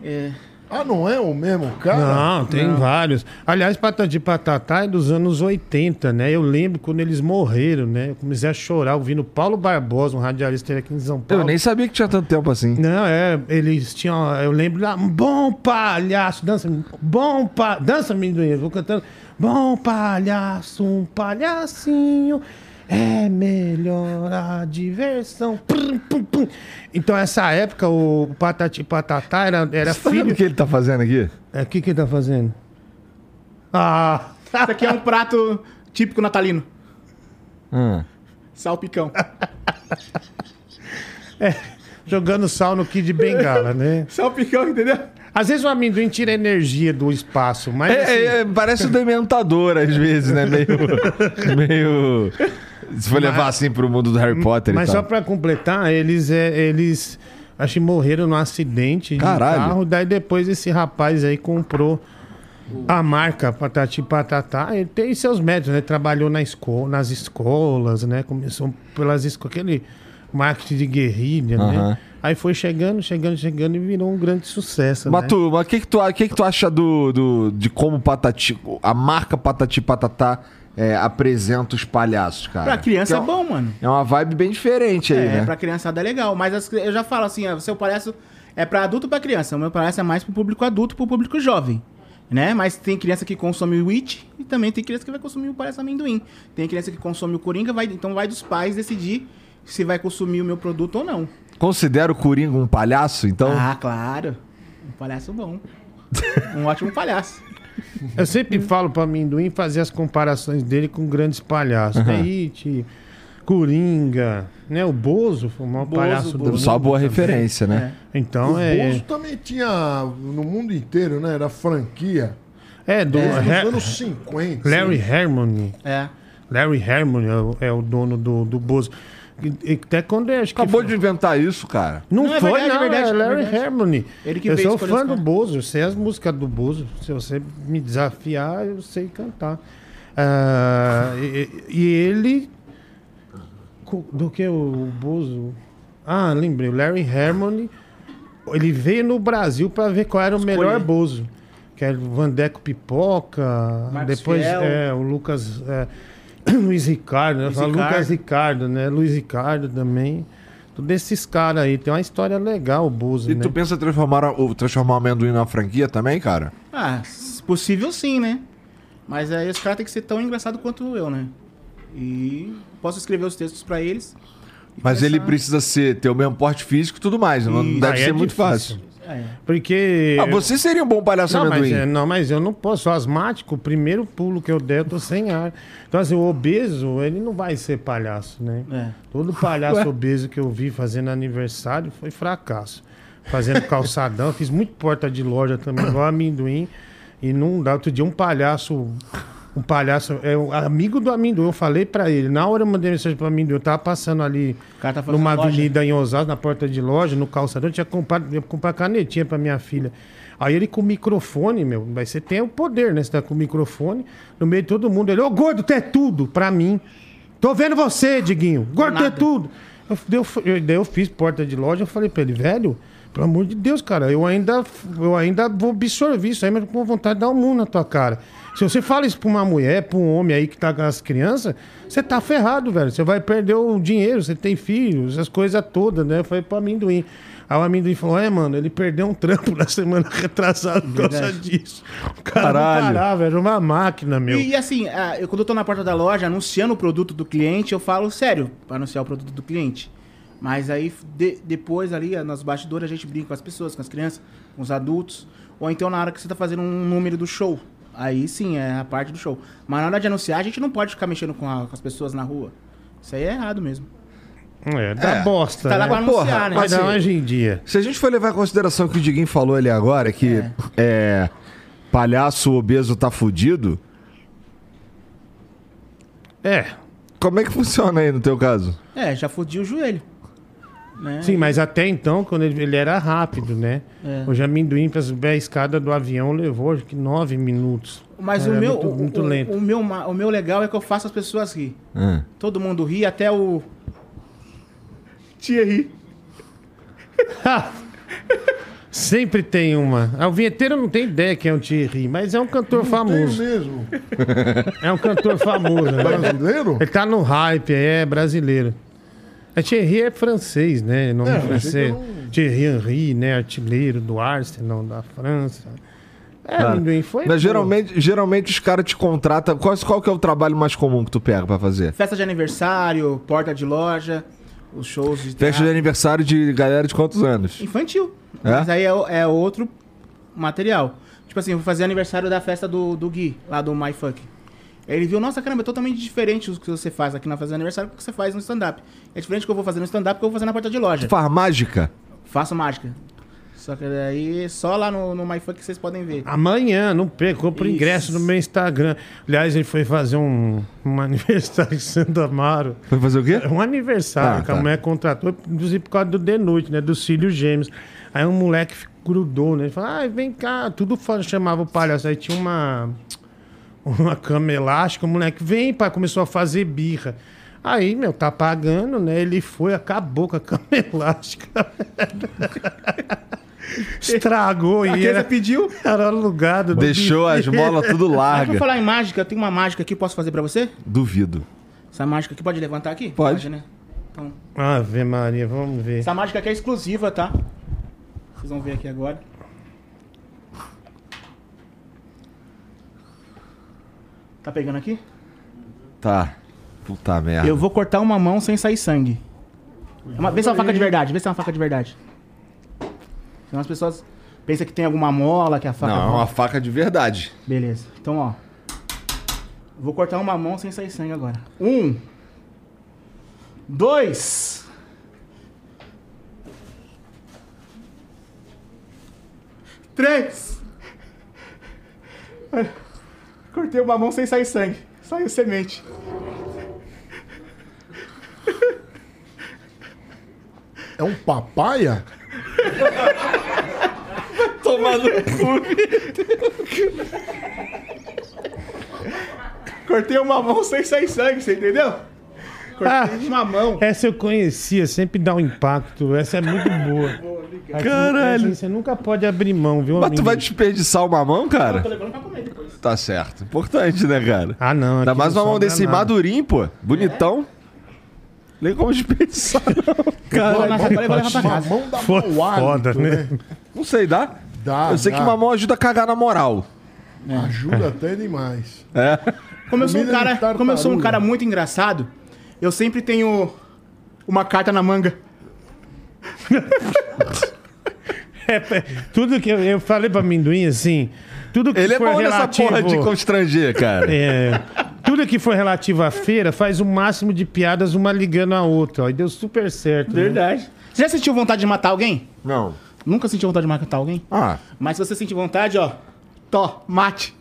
É, Ah, não é o mesmo cara? não, tem vários. Aliás, Patati Patatá é dos anos 80, né? Eu lembro quando eles morreram, né? Eu comecei a chorar ouvindo Paulo Barbosa, um radialista aqui em São Paulo. Eu nem sabia que tinha tanto tempo assim. Não, é, eles tinham. Eu lembro lá, um bom palhaço, dança, bom pa, dança, amendoim. Eu vou cantando, bom palhaço, um palhacinho. É melhor a diversão. Pum, pum, pum. Então, essa época, o Patati Patatá era, era Você tá vendo filho. o que ele tá fazendo aqui? É, O que, que ele tá fazendo? Ah! Isso aqui é um prato típico natalino. Ah. Salpicão. Jogando sal no Kid Bengala, né? Salpicão, entendeu? Às vezes o amendoim tira energia do espaço, mas. É, assim, é, é, parece o Dementador, às vezes, né? [LAUGHS] Meio. meio... Se for levar assim pro mundo do Harry Potter Mas e só tal. pra completar, eles é, eles acho que morreram num acidente Caralho. de carro, daí depois esse rapaz aí comprou a marca Patati Patatá, ele tem seus métodos, né? Trabalhou na escola, nas escolas, né? Começou pelas escolas, aquele marketing de guerrilha, Aham. né? Aí foi chegando, chegando, chegando e virou um grande sucesso, né? Mas tu, mas o que, que tu, a- que, que tu acha do, do- de como o Patati, a marca Patati Patatá é, apresenta os palhaços, cara? Pra criança é Porque bom, mano. É uma vibe bem diferente aí, É, Ah, né? pra criançada é legal. Mas as cri- eu já falo assim, ó, o seu palhaço é pra adulto ou pra criança? O meu palhaço é mais pro público adulto, pro público jovem. Né? Mas tem criança que consome o It e também tem criança que vai consumir o palhaço amendoim. Tem criança que consome o Coringa, vai, então vai dos pais decidir se vai consumir o meu produto ou não. Considera o Coringa um palhaço, então? Ah, claro. Um palhaço bom. Um ótimo palhaço. Eu sempre falo para amendoim fazer as comparações dele com grandes palhaços. Né? It, Coringa, né? O Bozo foi o maior Bozo, palhaço do Bozo. mundo. Só boa também. referência, né? Então o é. Bozo também tinha no mundo inteiro, né? Era franquia. É, do Nos Har- anos 50. Larry Harmon. É. Larry Harmon é o, é o dono do, do Bozo. E- e Até quando eu acho que. Acabou foi- de inventar isso, cara. Não, Não, é foi, verdade, é não, verdade, é é Larry verdade. Harmon. Ele que eu fez sou escolher fã os do caras. Bozo, eu sei as músicas do Bozo. Se você me desafiar, eu sei cantar. Ah, e, e ele. co- Do que o Bozo? Ah, lembrei, o Larry Harmon. Ele veio no Brasil para ver qual era o melhor Bozo. Que era o Vandeco Pipoca, Marcos depois Fiel. é, o Lucas. é, [CLEARS THROAT] Luiz Ricardo, né? Luiz Fala Ricardo. Lucas Ricardo, né? Luiz Ricardo também. Todos esses caras aí. Tem uma história legal, o Bozo, E né? tu pensa em transformar, a- o- transformar o amendoim numa franquia também, cara? Ah, se possível sim, né? Mas aí os caras têm que ser tão engraçado quanto eu, né? E posso escrever os textos pra eles. e Mas pensar- ele precisa ser, ter o mesmo porte físico e tudo mais. Não E- deve Aí ser é muito difícil. fácil. É. Porque... Ah, você seria um bom palhaço Não mas, amendoim. é, não, mas eu não posso. Sou asmático, o primeiro pulo que eu der, eu tô sem ar. Então, assim, o obeso, ele não vai ser palhaço, né? É. Todo [LAUGHS] palhaço obeso que eu vi fazendo aniversário foi fracasso. Fazendo calçadão, fiz muito porta de loja também, igual amendoim. E não dá. Outro dia um palhaço. Um palhaço, é um amigo do amendoim, eu falei pra ele. Na hora eu mandei mensagem pro amendoim, eu tava passando ali O cara tá fazendo numa loja. avenida em Osasco, na porta de loja, no calçadão, eu tinha comprado, eu comprar canetinha pra minha filha. Aí ele com o microfone, meu, mas você tem o poder, né? Você tá com o microfone, no meio de todo mundo, ele, ô gordo, tu é tudo pra mim. Tô vendo você, Diguinho, gordo, tu é Nada. tudo. Eu, daí eu, daí eu fiz porta de loja, eu falei pra ele, velho, Pelo amor de Deus, cara, eu ainda, eu ainda vou absorver isso aí, mas com vontade de dar um mundo na tua cara. Se você fala isso pra uma mulher, pra um homem aí que tá com as crianças, você tá ferrado, velho. Você vai perder o dinheiro, você tem filhos, essas coisas todas, né? Foi pro amendoim. Aí o amendoim falou: é, mano, ele perdeu um trampo [LAUGHS] na semana retrasada por causa disso. O cara Caralho. não parar, velho. é Uma máquina, meu. E, e assim, ah, eu, quando eu tô na porta da loja anunciando o produto do cliente, eu falo sério pra anunciar o produto do cliente. Mas aí de- depois ali, ah, nas bastidores, a gente brinca com as pessoas, com as crianças, com os adultos. Ou então na hora que você tá fazendo um número do show. Aí sim, é a parte do show. Mas na hora de anunciar, a gente não pode ficar mexendo com, a- com as pessoas na rua. Isso aí é errado mesmo. É, dá bosta. Tá lá né? pra Porra, anunciar, né? Mas assim, hoje em dia. Se a gente for levar em consideração o que o Diguinho falou ali agora, que é. palhaço obeso tá fudido, É. como é que funciona aí no teu caso? É, já fodiu o joelho. Né? Sim, mas até então, quando ele, ele era rápido, né? É. Hoje amendoim pra subir a escada do avião levou acho que nove minutos. Mas Era o meu. É, muito- o- muito o, lento. O meu, ma- o meu legal é que eu faço as pessoas rir. Ah. Todo mundo ri, até o. Thierry. Sempre tem uma. Ah, O vinheteiro não tem ideia quem é o Thierry, mas é um Tenho cantor né? famoso. mesmo. É um cantor famoso. né? Brasileiro? Ele tá no hype, é brasileiro. A Thierry é francês, né? Nome É, eu achei francês. que eu não- Thierry Henry, né? Artilheiro do Arsenal, da França. É, amendoim foi. Mas pô. geralmente, geralmente os caras te contratam. Qual, qual que é o trabalho mais comum que tu pega pra fazer? Festa de aniversário, porta de loja, os shows de Festa de Ah. aniversário de galera de quantos anos? infantil. É? Mas aí é, o- é outro material. Tipo assim, eu vou fazer aniversário da festa do, do Gui, lá do My Funk. Ele viu, nossa caramba, é totalmente diferente o que você faz aqui na festa de aniversário do que você faz no stand-up. É diferente do que eu vou fazer no stand-up do que eu vou fazer na porta de loja. Farmágica? Faço mágica. Só que daí, só lá no, no My Funk vocês podem ver. Amanhã, não perca, compra o Isso. ingresso no meu Instagram. Aliás, ele foi fazer um, [LAUGHS] um aniversário em Santo Amaro. Foi fazer o quê? É um aniversário Ah, que a tá. mulher contratou, inclusive por causa do The Noite, né? Dos cílios gêmeos. Aí um moleque fi- grudou, né? Ele falou, ai, vem cá. Tudo fa- chamava o palhaço. Aí tinha uma, uma cama elástica, o moleque, vem, pai, começou a fazer birra. Aí, meu, tá pagando, né? Ele foi, acabou com a [LAUGHS] cama elástica. Estragou A e criança era, pediu? era alugado. do Deixou as molas [LAUGHS] tudo Mas pra larga. falar em mágica, tem uma mágica aqui, posso fazer pra você? Duvido. Essa mágica aqui, pode levantar aqui? Pode. né? Então, Ave Maria, vamos ver. essa mágica aqui é exclusiva, tá? Vocês vão ver aqui agora. Tá pegando aqui? Tá. Puta merda. Eu vou cortar uma mão sem sair sangue. É uma- vê se é uma faca de verdade, vê se é uma faca de verdade. Senão as pessoas pensam que tem alguma mola, que a faca... Não, é uma faca de verdade. Beleza. Então, ó. Vou cortar uma mão sem sair sangue agora. Um. Dois. Três. Ai, Cortei uma mão sem sair sangue. Saiu semente. É um papaya? Cortei uma mão sem sair sangue, você entendeu? Ah, Cortei uma mão. essa eu conhecia, sempre dá um impacto. Essa é muito boa. Aqui, Caralho. essa Você nunca pode abrir mão, viu, Mas tu amigo? vai desperdiçar uma mão, Tô cara? levando pra comer depois. Tá certo. Importante, né, cara? Ah, não. Ainda aqui mais não uma mão sobra desse nada. madurinho, pô. Bonitão. Nem como [LAUGHS] desperdiçar, não. Vou Cara, na sacola e vou levar pra casa. Mamão da Foi mau hálito, foda, né? não sei, dá? Dá, Eu sei dá. que mamão ajuda a cagar na moral. Ajuda até demais. É. Como eu, sou um Comida de cara, tartaruga. como eu sou um cara muito engraçado, eu sempre tenho uma carta na manga. É, é, tudo que eu, eu falei pra amendoim, assim. Tudo que Ele é for bom relativo, nessa porra de constranger, cara. [LAUGHS] é, Tudo que for relativo à feira faz o máximo de piadas, uma ligando a outra. ó, E deu super certo. né? Verdade. Você já sentiu vontade de matar alguém? Não. Nunca sentiu vontade de matar alguém? Ah, Mas se você sentir vontade, ó. Tó, mate.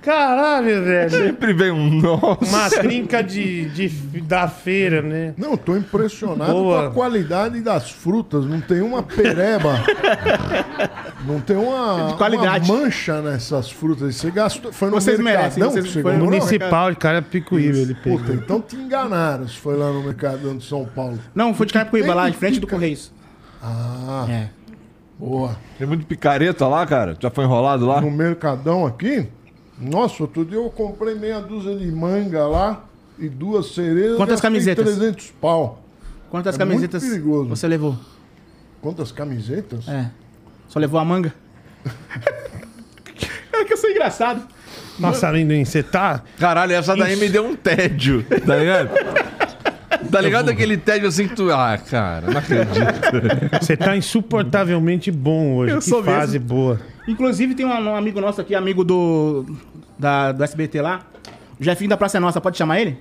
Caralho, [LAUGHS] velho. sempre vem um. Nossa. Uma trinca de, de- da feira, né? Não, eu tô impressionado Boa. com a qualidade das frutas. Não tem uma pereba. Não tem uma, De qualidade. uma mancha nessas frutas. Você gastou. Foi no Vocês mercadão merecem, vocês que você foram- comprou? né, Municipal de Carapicuíba, ele pegou. Puta, então te enganaram se foi lá no Mercadão de São Paulo. Não, foi de Carapicuíba, tem lá que em frente do fica- Correios. Ah, É. boa. Tem muito picareta lá, cara. Já foi enrolado lá? No Mercadão aqui, nossa, outro dia eu comprei meia dúzia de manga lá e duas cerejas. Quantas gastei camisetas? 300 pau. Quantas É camisetas muito perigoso. você levou? Quantas camisetas? É. Só levou a [LAUGHS] manga? é que eu sou engraçado. Passarinho encetar? Caralho, essa daí me deu um tédio, tá ligado? Tá ligado aquele tédio assim que tu. Ah, cara, não acredito. Você tá insuportavelmente bom hoje. Eu que sou fase boa. Inclusive, tem um, um amigo nosso aqui, amigo do, da, do SBT lá. O Jefinho da Praça é Nossa, pode chamar ele?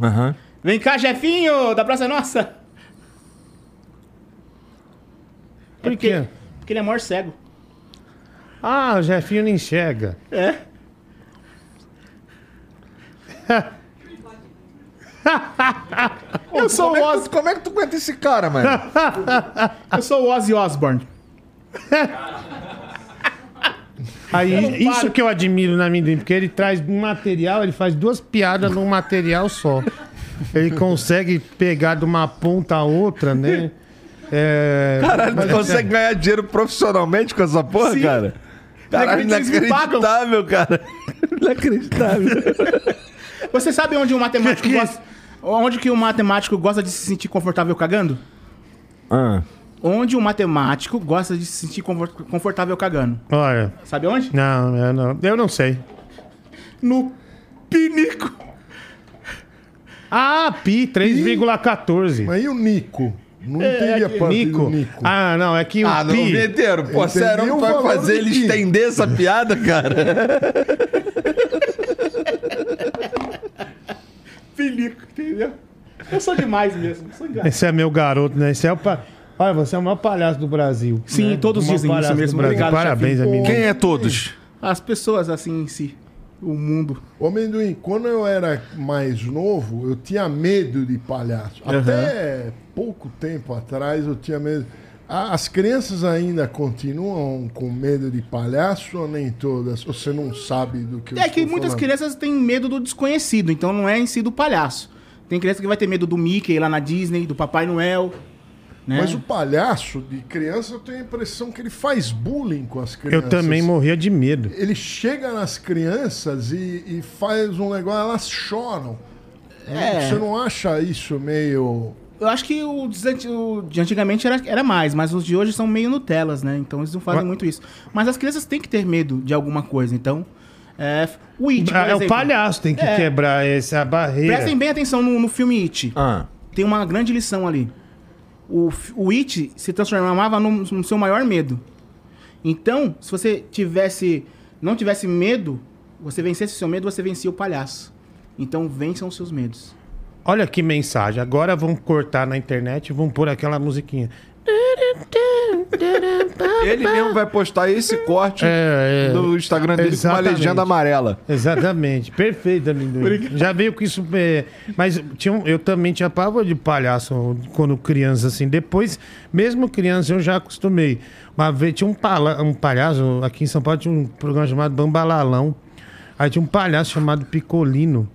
Aham. Vem cá, Jefinho, da Praça é Nossa. Por quê? Porque ele é maior cego. Ah, o Jefinho não enxerga. É. eu sou o Ozzy, Como é que tu aguenta esse cara, mano? eu sou o Ozzy Osbourne. é Aí, isso que eu admiro na Amendoim, porque ele traz um material, ele faz duas piadas num material só. Ele consegue pegar de uma ponta a outra, né? É, Caralho, tu consegue ganhar dinheiro profissionalmente com essa porra, Sim. cara? Caralho, Eles me pagam. inacreditável, cara. Inacreditável. Você sabe onde o matemático gosta. Onde que o matemático gosta de se sentir confortável cagando? Ah, Onde o matemático gosta de se sentir confor- confortável cagando? olha, Sabe onde? não, eu não, eu não sei. No pinico. Ah, pi, 3,14. Mas e o Nico? Não É, entendi a parte do Nico. Nico. Ah, não, é que o ah não, pi... vinheteiro. Pô, Entendi sério, é o tu vai valor fazer do ele dia. estender essa piada, cara? Pinico, entendeu? Eu sou demais mesmo, eu sou engraçado. Esse é meu garoto, né? Esse é o... Pa... Olha, você é o maior palhaço do Brasil. Sim, né? todos O dizem maior isso palhaço do mesmo. Brasil. Obrigado, Parabéns, chefinho. amigo. é todos? As pessoas assim em si, o mundo. Ô, amendoim, quando eu era mais novo, eu tinha medo de palhaço. Até pouco tempo atrás eu tinha medo. A- As crianças ainda continuam com medo de palhaço ou nem todas? Você não sabe do que eu É que estou muitas falando. crianças têm medo do desconhecido, então não é em si do palhaço. Tem criança que vai ter medo do Mickey lá na Disney, do Papai Noel. Né? É. Mas o palhaço de criança, eu tenho a impressão que ele faz bullying com as Eu crianças. também morria de medo. Ele chega nas crianças e, e faz um negócio, elas choram. É. Você não acha isso meio. Eu acho que o de anti- o de antigamente era, era mais, mas os de hoje são meio Nutelas, né? Então eles não fazem Mas- muito isso. Mas as crianças têm que ter medo de alguma coisa, então. É, o It, por Ah, [LAUGHS] é o exemplo. palhaço, tem que É. quebrar essa barreira. Prestem bem atenção no, no filme It. Ah. Tem uma grande lição ali. O, f- o It se transformava no, no seu maior medo. Então, se você tivesse. não tivesse medo, você vencesse o seu medo, você vencia o palhaço. Então vençam os seus medos. Olha que mensagem. Agora vão cortar na internet e vão pôr aquela musiquinha. Ele mesmo vai postar esse corte É, é. no Instagram dele com Exatamente. uma legenda amarela. Exatamente. [LAUGHS] Perfeito, amendoim. Já veio com isso. é, mas tinha um- eu também tinha pavor de palhaço quando criança, assim. Depois, mesmo criança, eu já acostumei. Uma vez tinha um, pala- um palhaço, aqui em São Paulo tinha um programa chamado Bambalalão. Aí tinha um palhaço chamado Picolino.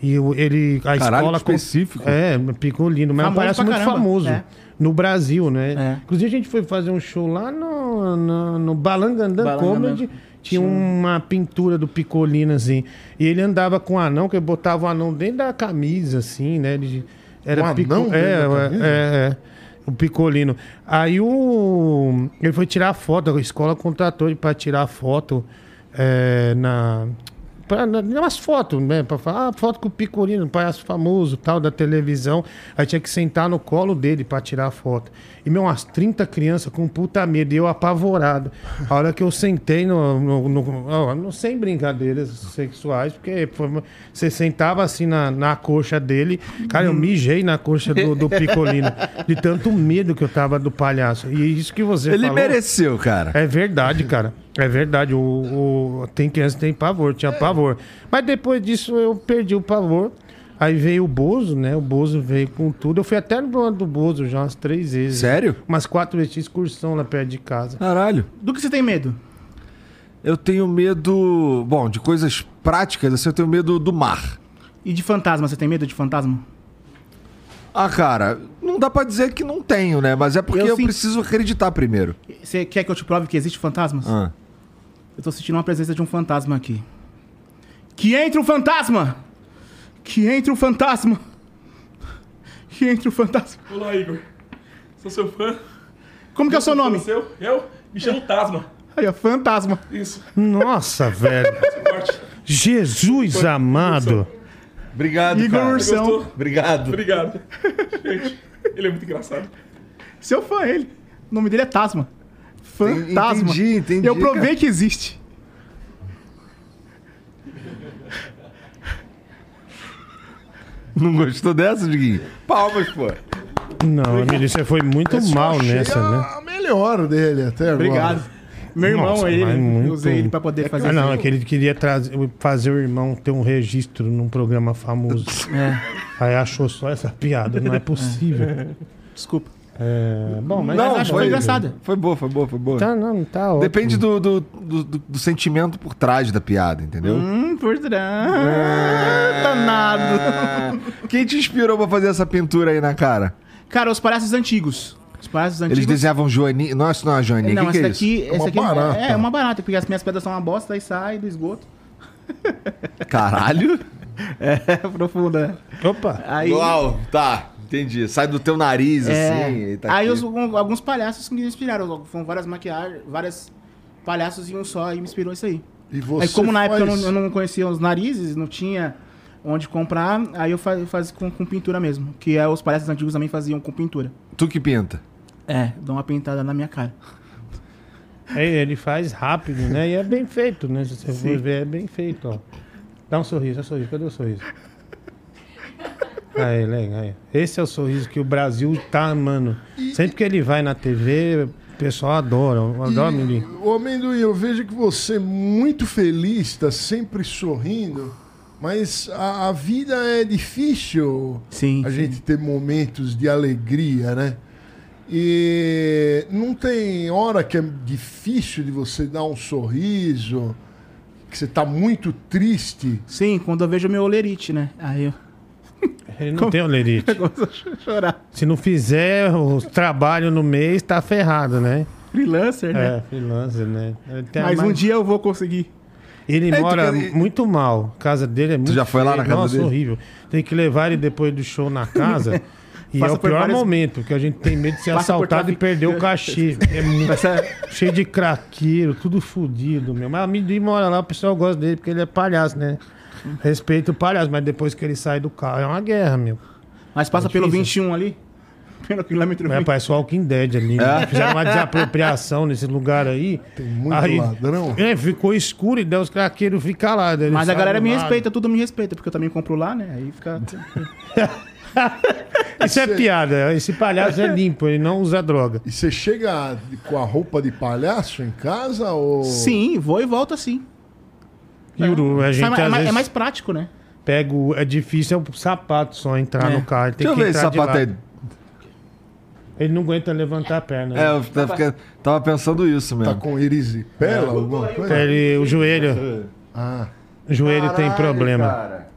E o- ele. A Caralho, escola. que específico. É, Picolino. Mas é um Famoso palhaço pra muito caramba, famoso. é. né? No Brasil, né? É. Inclusive, a gente foi fazer um show lá no, no, no Balangandã Balangandã. Comedy. Tinha uma pintura do Picolino, assim. E ele andava com o anão, que ele botava o anão dentro da camisa, assim, né? Ele era O Um anão pico- dentro é, da é, camisa? é, é. O Picolino. Aí o... ele foi tirar foto, a escola contratou ele pra tirar foto é, na... Pra, na- umas fotos, né? Pra falar, ah, foto com o Picolino, um palhaço famoso, tal, da televisão. Aí tinha que sentar no colo dele pra tirar a foto. E, meu, umas 30 crianças com puta medo, e eu apavorado. A hora que eu sentei no. no, no- ó, não sem brincadeiras sexuais, porque foi uma- você sentava assim na, na coxa dele. Cara, eu mijei na coxa do, do Picolino. De tanto medo que eu tava do palhaço. E é isso que você Ele falou. mereceu, cara. É verdade, cara. É verdade. O, o- tem criança que tem pavor, tinha pavor. Mas depois disso eu perdi o pavor. Aí veio o Bozo, né? O Bozo veio com tudo. Eu fui até no programa do Bozo já umas três vezes. Sério? Umas quatro vezes de excursão lá perto de casa. Caralho. Do que você tem medo? Eu tenho medo. Bom, de coisas práticas, assim, eu tenho medo do mar. E de fantasma, você tem medo de fantasma? Ah, cara, não dá pra dizer que não tenho, né? Mas é porque eu, Eu sim. preciso acreditar primeiro. Você quer que eu te prove que existe fantasmas? Ah. Eu tô sentindo uma presença de um fantasma aqui. Que entre o fantasma! Que entre o fantasma! [LAUGHS] Que entre o fantasma! Olá, Igor. Sou seu fã. Como que é o seu nome? Seu? Eu? Me chamo Tasma. Aí, ó, fantasma. Isso. Nossa, velho. Forte. Jesus amado. Obrigado, Igor cara. Ursão. Gostou? Obrigado. Obrigado. Gente, ele é muito engraçado. Seu fã, ele. O nome dele é Tasma. Fantasma. Entendi, entendi, Eu provei que existe. Não gostou dessa, Diguinho? Palmas, pô. Não, Emílio, você foi muito mal achei nessa, né? a melhor dele até agora. Obrigado. Meu irmão, Nossa, ele. mas Eu muito- usei ele pra poder fazer Ah, isso. não, é que ele queria trazer, fazer o irmão ter um registro num programa famoso. É. Aí achou só essa piada, não é possível. [LAUGHS] Desculpa. É, bom, mas Não, acho que foi engraçada. Foi boa, foi boa, foi boa. Tá, não, tá ótimo. Depende do, do, do, do- do sentimento por trás da piada, entendeu? Hum, por trás. Danado. Quem te inspirou pra fazer essa pintura aí na cara? Cara, os palhaços antigos. Os palhaços antigos. Eles assim- desenhavam Joaninha. Nossa, não é Joaninha. Não, Não, que essa que é isso? daqui, É essa uma aqui é- barata. é uma barata, porque as minhas pedras são uma bosta e sai do esgoto. [LAUGHS] Caralho? É [LAUGHS] profunda. né? Opa, Aí, Uau, tá. Entendi. Sai do teu nariz, é, assim. e tá aí aqui. os- um- alguns palhaços que me inspiraram. Foram várias maquiagens, várias palhaços em um só e me inspirou isso aí. E você aí É como na época eu não, faz- eu não conhecia os narizes, não tinha onde comprar, aí eu fa- fazia com, com pintura mesmo. Que é, os palhaços antigos também faziam com pintura. Tu que pinta. É, dão uma pintada na minha cara. aí ele faz rápido, né? E é bem feito, né? Se você for ver, é bem feito, ó. Dá um sorriso, dá um sorriso. Cadê o sorriso? Aí, legal. aí. Esse é o sorriso que o Brasil tá amando. Sempre que ele vai na TV, o pessoal adora. Adora, Emílio. Ô, amendoim, eu vejo que você é muito feliz, tá sempre sorrindo, mas a, a vida é difícil Sim. a sim. gente ter momentos de alegria, né? E não tem hora que é difícil de você dar um sorriso, que você tá muito triste. Sim, quando eu vejo meu olerite, né? Aí eu Ele não [LAUGHS] tem olerite. começo a chorar. Se não fizer o trabalho no mês, tá ferrado, né? Freelancer, né? É, freelancer, né? Ele tem a Mas um mania- dia eu vou conseguir. Ele tu mora quer- muito mal. A casa dele é muito. já foi lá na feia. casa Nossa, dele? horrível. Tem que levar ele depois do show na casa. E é Passa o por pior várias- momento, porque a gente tem medo de ser Passa por assaltado e trafic- perder o cachê. É muito Essa, cheio de craqueiro, tudo fodido, meu. Mas o Amendoim mora lá, o pessoal gosta dele porque ele é palhaço, né? Respeito o palhaço, mas depois que ele sai do carro é uma guerra, meu. mas passa pelo difícil. 21 ali. é [LAUGHS] Pelo quilômetro É, 20. parece o Walking Dead ali. né? Fizeram uma desapropriação nesse lugar aí. Tem muito ladrão. É, ficou escuro e daí os craqueiros ficam lá. daí eles Mas a saem galera do me lado. respeita, tudo me respeita, porque eu também compro lá, né? Aí fica. Isso é piada. Esse palhaço é limpo, ele não usa droga. E você chega de- com a roupa de palhaço em casa ou. Sim, vou e volto assim. Juro, a gente Sabe, é, às mais, vezes é mais prático, né? pega o... É difícil é o sapato só entrar É. no carro. Ele tem Deixa eu que ver esse entrar de sapato aí. lado. Ele não aguenta levantar a perna. né? É, eu tava, fica- tava pensando isso Tá mesmo. com erisipela, alguma coisa? Pra ele- o joelho, Ah. o joelho tem problema. Cara.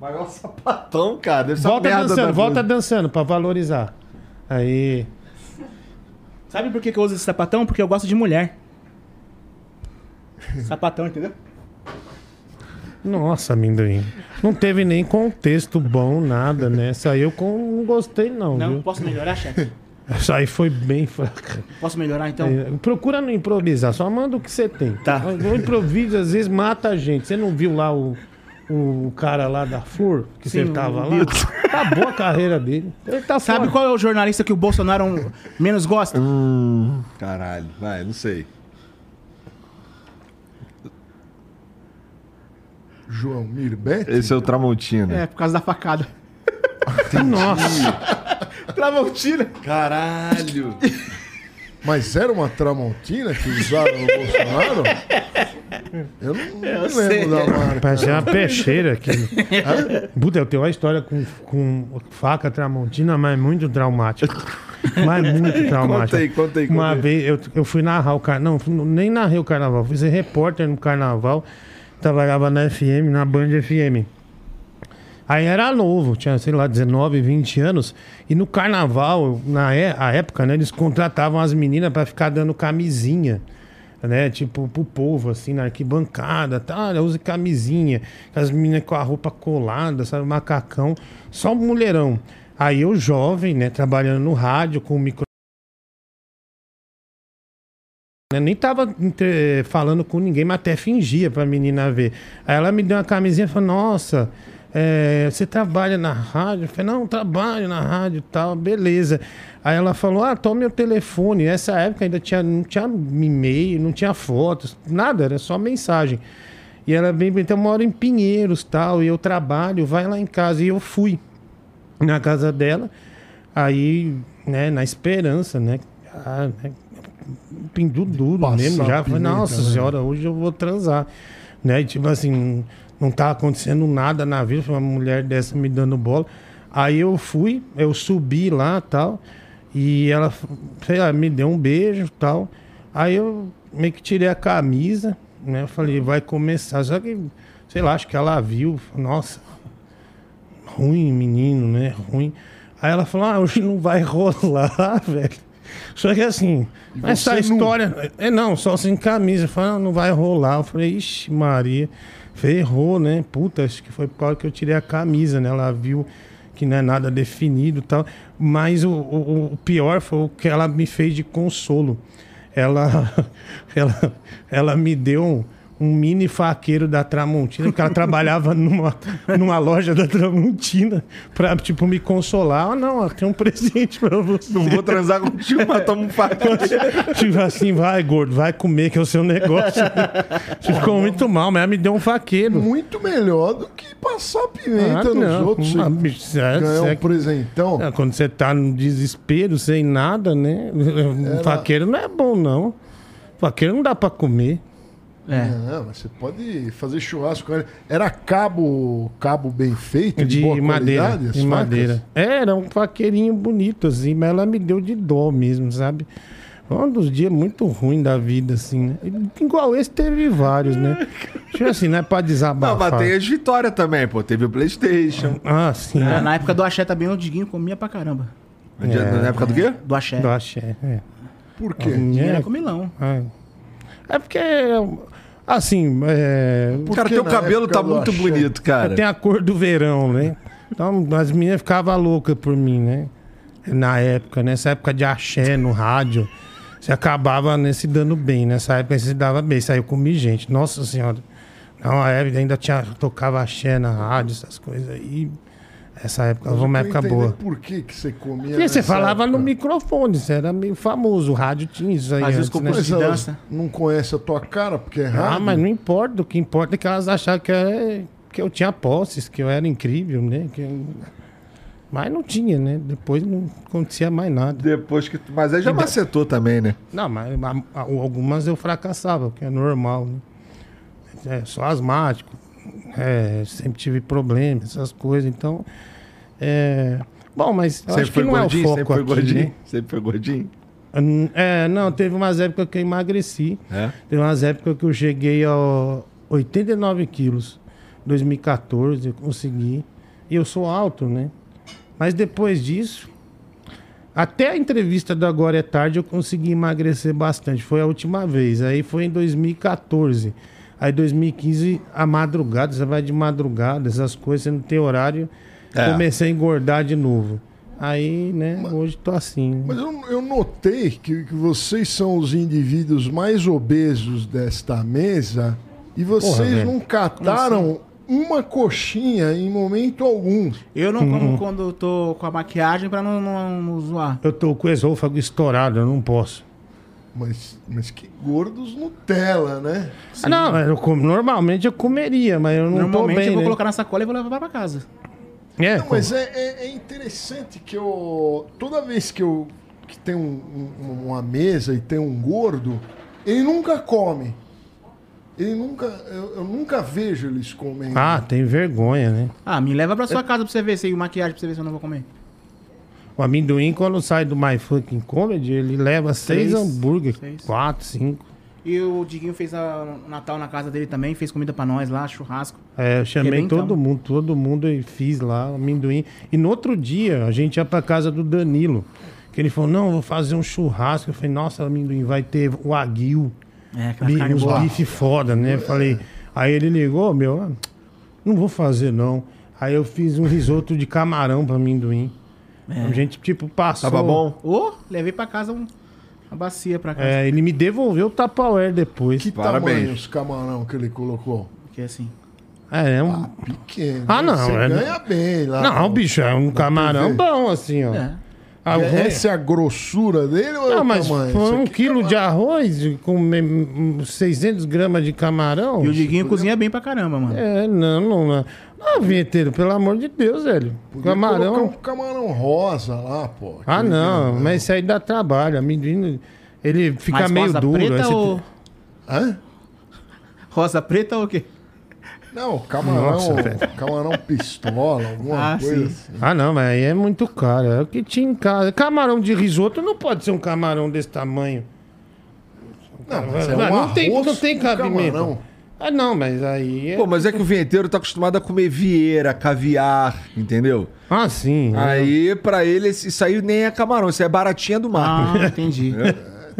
Mas é um sapatão, cara. Deve ser uma Volta merda dançando, da volta vida. dançando pra valorizar. Aí. Sabe por que, que eu uso esse sapatão? Porque eu gosto de mulher. sapatão, entendeu? Nossa, amendoim. Não teve nem contexto bom, nada, né? Saiu com. Não gostei, não, Não, viu? posso melhorar, chefe? Essa aí foi bem fraca. Posso melhorar então? É, Procura não improvisar, só manda o que você tem. Tá. O improviso às vezes mata a gente. Você não viu lá o, o cara lá da Flor, que você Sim, tava o lá? Milton. Acabou a carreira dele. Ele tá Sabe fora. qual é o jornalista que o Bolsonaro menos gosta? Uhum. Hum, caralho. Vai, não sei. João Mirbet? Esse é o Tramontina. É, por causa da facada. Nossa, [LAUGHS] Tramontina. É. Caralho. [LAUGHS] Mas era uma Tramontina que usaram no Bolsonaro? Eu não, não lembro da marca. Parece uma peixeira aquilo. Ah, Puta, eu tenho uma história com, com faca tramontina, mas muito traumática. Mas muito Conta traumática. aí, conta aí, conta Uma aí. vez eu, eu fui narrar o carnaval. Não, fui- nem narrei o carnaval. Fui ser repórter no carnaval. Trabalhava na FM, na Band FM. Aí era novo, tinha, sei lá, 19, 20 anos. E no carnaval, na é- a época, né, eles contratavam as meninas pra ficar dando camisinha. Né, tipo, pro povo, assim, na arquibancada, tá, olha, use camisinha, as meninas com a roupa colada, sabe, macacão, só mulherão. Aí eu, jovem, né, trabalhando no rádio com o micro. Eu nem tava entre- falando com ninguém, mas até fingia pra menina ver. Aí ela me deu uma camisinha e falou, nossa, é, você trabalha na rádio? Eu falei, não, trabalho na rádio e tal, beleza. Aí ela falou, ah, toma meu telefone. Nessa época ainda tinha, não tinha e-mail, não tinha fotos, nada, era só mensagem. E ela, bem, então eu moro em Pinheiros tal, e eu trabalho, vai lá em casa. E eu fui na casa dela, aí, né, na esperança, né, ah, né, pindu duro Passar mesmo, já, a falei, pimenta, nossa né?" senhora, hoje eu vou transar, né, e, tipo assim, não tá acontecendo nada na vida, foi uma mulher dessa me dando bola, aí eu fui, eu subi lá, tal, e ela, sei lá, me deu um beijo, tal, aí eu meio que tirei a camisa, né, eu falei, vai começar, só que, sei lá, acho que ela viu, nossa, ruim, menino, né? Ruim. Aí ela falou: ah, hoje não vai rolar, [LAUGHS] velho. Só que assim, essa você não- história. É não, só sem camisa. Falou, "Ah, não vai rolar. Eu falei, ixi, Maria, ferrou, né? Puta, acho que foi por causa que eu tirei a camisa, né? Ela viu que não é nada definido e tal. Mas o, o- o pior foi o que ela me fez de consolo. Ela, [LAUGHS] ela, ela me deu um, um mini faqueiro da Tramontina, porque ela trabalhava [LAUGHS] numa, numa loja da Tramontina pra, tipo, me consolar. Ah, não, ó, tem um presente pra você. [LAUGHS] Não vou transar contigo, mas [LAUGHS] toma um pacote. Tipo assim, vai, gordo, vai comer, que é o seu negócio. [LAUGHS] Você ficou muito mal, mas ela me deu um faqueiro. Muito melhor do que passar pimenta Ah, nos não. outros. Ah, e bicho, é- ganhar é- um presentão. Ah, Quando você tá no desespero, sem nada, né? Um faqueiro não é bom, não. Faqueiro não dá pra comer. É. Não, mas você pode fazer churrasco com ele. Era cabo, cabo bem feito, de, De boa madeira. qualidade, as De facas? madeira. É, Era um faqueirinho bonito, assim, mas ela me deu de dó mesmo, sabe? Foi Um dos dias muito ruim da vida, assim, né? E Igual esse teve vários, né? Tipo assim, não é pra Não, mas desabafar. tem as vitórias também, pô. Teve o Playstation. Ah, sim. Cara, né? É, na época do axé também, o Diguinho comia pra caramba. Onde- Na época do quê? Do axé. Do axé, é. Por quê? Ele É, era comilão. é. É porque, assim, é, Por cara, que teu na cabelo época tá do muito axé? bonito, cara. tem a cor do verão, né? Então as meninas ficavam loucas por mim, né? Na época, nessa época de axé no rádio, você acabava né, se dando bem. Nessa época você se dava bem, saiu comi gente. Nossa senhora. Na época ainda tinha, tocava axé na rádio, essas coisas aí. Essa época Mas foi eu uma quero época entender boa. Por que, que você comia? Porque você nessa falava época. no microfone, você era meio famoso, o rádio tinha isso aí. Às vezes antes, né? compunha Mas de elas dança. não conhece a tua cara, porque é Ah, raro. mas não importa. O que importa é que elas acharam que, era- que eu tinha posses, que eu era incrível, né? Que eu- Mas não tinha, né? Depois não acontecia mais nada. Depois que. Mas aí já macetou também, né? Não, mas a- a- algumas eu fracassava, o que é normal, né? É, sou asmático, é, sempre tive problemas, essas coisas, então. é, Bom, mas eu Sempre acho que foi não é o gordinho, sempre foco foi aqui, gordinho. né? Sempre foi gordinho. Hum, É, não, teve umas épocas que eu emagreci. É? Teve umas épocas que eu cheguei a 89 quilos. 2014 eu consegui. E eu sou alto, né? Mas depois disso, até a entrevista do Agora é Tarde eu consegui emagrecer bastante. Foi a última vez. Aí foi em 2014. Aí 2015, a madrugada, você vai de madrugada, essas coisas, você não tem horário. É. Comecei a engordar de novo. Aí, né, hoje tô assim. né? Mas eu, eu notei que, que vocês são os indivíduos mais obesos desta mesa e vocês velho. não cataram uma coxinha em momento algum. Eu não Uhum. como quando eu tô com a maquiagem pra não, não- não zoar. Eu tô com o esôfago estourado, eu não posso. Mas, mas que gordos Nutella, né? Ah, não, eu como- normalmente eu comeria, mas eu não tô Normalmente bem, eu vou né? colocar na sacola e vou levar pra casa. É, Não, mas é, é- é interessante que eu. Toda vez que eu. que tem um- um- uma mesa e tem um gordo, ele nunca come. Ele nunca, eu, eu nunca vejo eles comendo. Ah, tem vergonha, né? Ah, me leva pra sua casa pra você ver se o maquiagem pra você ver se eu não vou comer. O amendoim, quando sai do My Fucking Comedy, ele leva seis Três. hambúrguer, Seis. quatro, cinco. E o Diguinho fez a- o Natal na casa dele também, fez comida pra nós lá, churrasco. É, eu chamei Arrebentamos. todo mundo, todo mundo e fiz lá amendoim. E no outro dia, a gente ia pra casa do Danilo. Que ele falou, não, eu vou fazer um churrasco. Eu falei, nossa, amendoim, vai ter o aguil. É, Bi- aquela carne uns boa. bife foda, né? Falei. Aí ele ligou, meu, ah, não vou fazer não. Aí eu fiz um risoto de camarão pra amendoim. É. A gente, tipo, passou. Tava bom? Ô, levei pra casa um- uma bacia pra casa. É, ele me devolveu o Tupperware depois. que parabéns. tamanho os camarão que ele colocou? Porque assim. É, é um... Pequeno. Ah, não, Você é- ganha bem lá. Não, bicho, é um TV. camarão bom, assim, ó. É. Ah, o- Essa é a grossura dele ou é Não, o mas tamanho? foi Isso um aqui- quilo de arroz com me- hum, 600 gramas de camarão. E o Diguinho cozinha bem pra caramba, mano. É, não, não, não. Ah, vinheteiro, pelo amor de Deus, velho. Podia Camarão. colocar um camarão rosa lá, pô. Ah, Aquele não, grandão. mas isso aí dá trabalho. Amendoim, ele fica Mas meio rosa duro. tipo. aí preta você- ou... Hã? Rosa preta ou o quê? Não, camarão. Nossa, velho. camarão pistola, alguma Ah, coisa sim. assim. Ah, não, mas aí é muito caro. É o que tinha em casa. Camarão de risoto não pode ser um camarão desse tamanho. Não, mas é Não, um não tem- arroz não tem com cabimento. camarão. Ah, não, mas aí. É... Pô, mas é que o vinheteiro tá acostumado a comer vieira, caviar, entendeu? Ah, sim. Aí, pra ele, esse- isso aí nem é camarão, isso aí é baratinha do mar. [LAUGHS] Ah, entendi.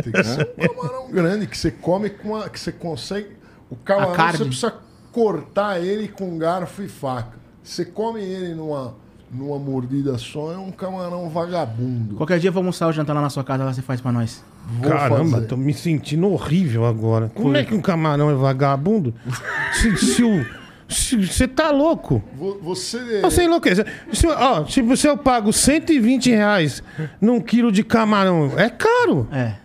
Tem que ser um camarão grande que você come com a, que você consegue. O camarão A carne. você precisa cortar ele com garfo e faca. Você come ele numa, numa mordida só, é um camarão vagabundo. Qualquer dia eu vou almoçar ou jantar lá na sua casa, lá você faz pra nós. Vou Caramba, fazer. tô me sentindo horrível agora. Como é que um camarão [LAUGHS] é vagabundo? se, se o. se- Você tá louco? Vo- Você. Você enlouquece. Se, ó, se você eu pago 120 reais num quilo de camarão, é caro. É.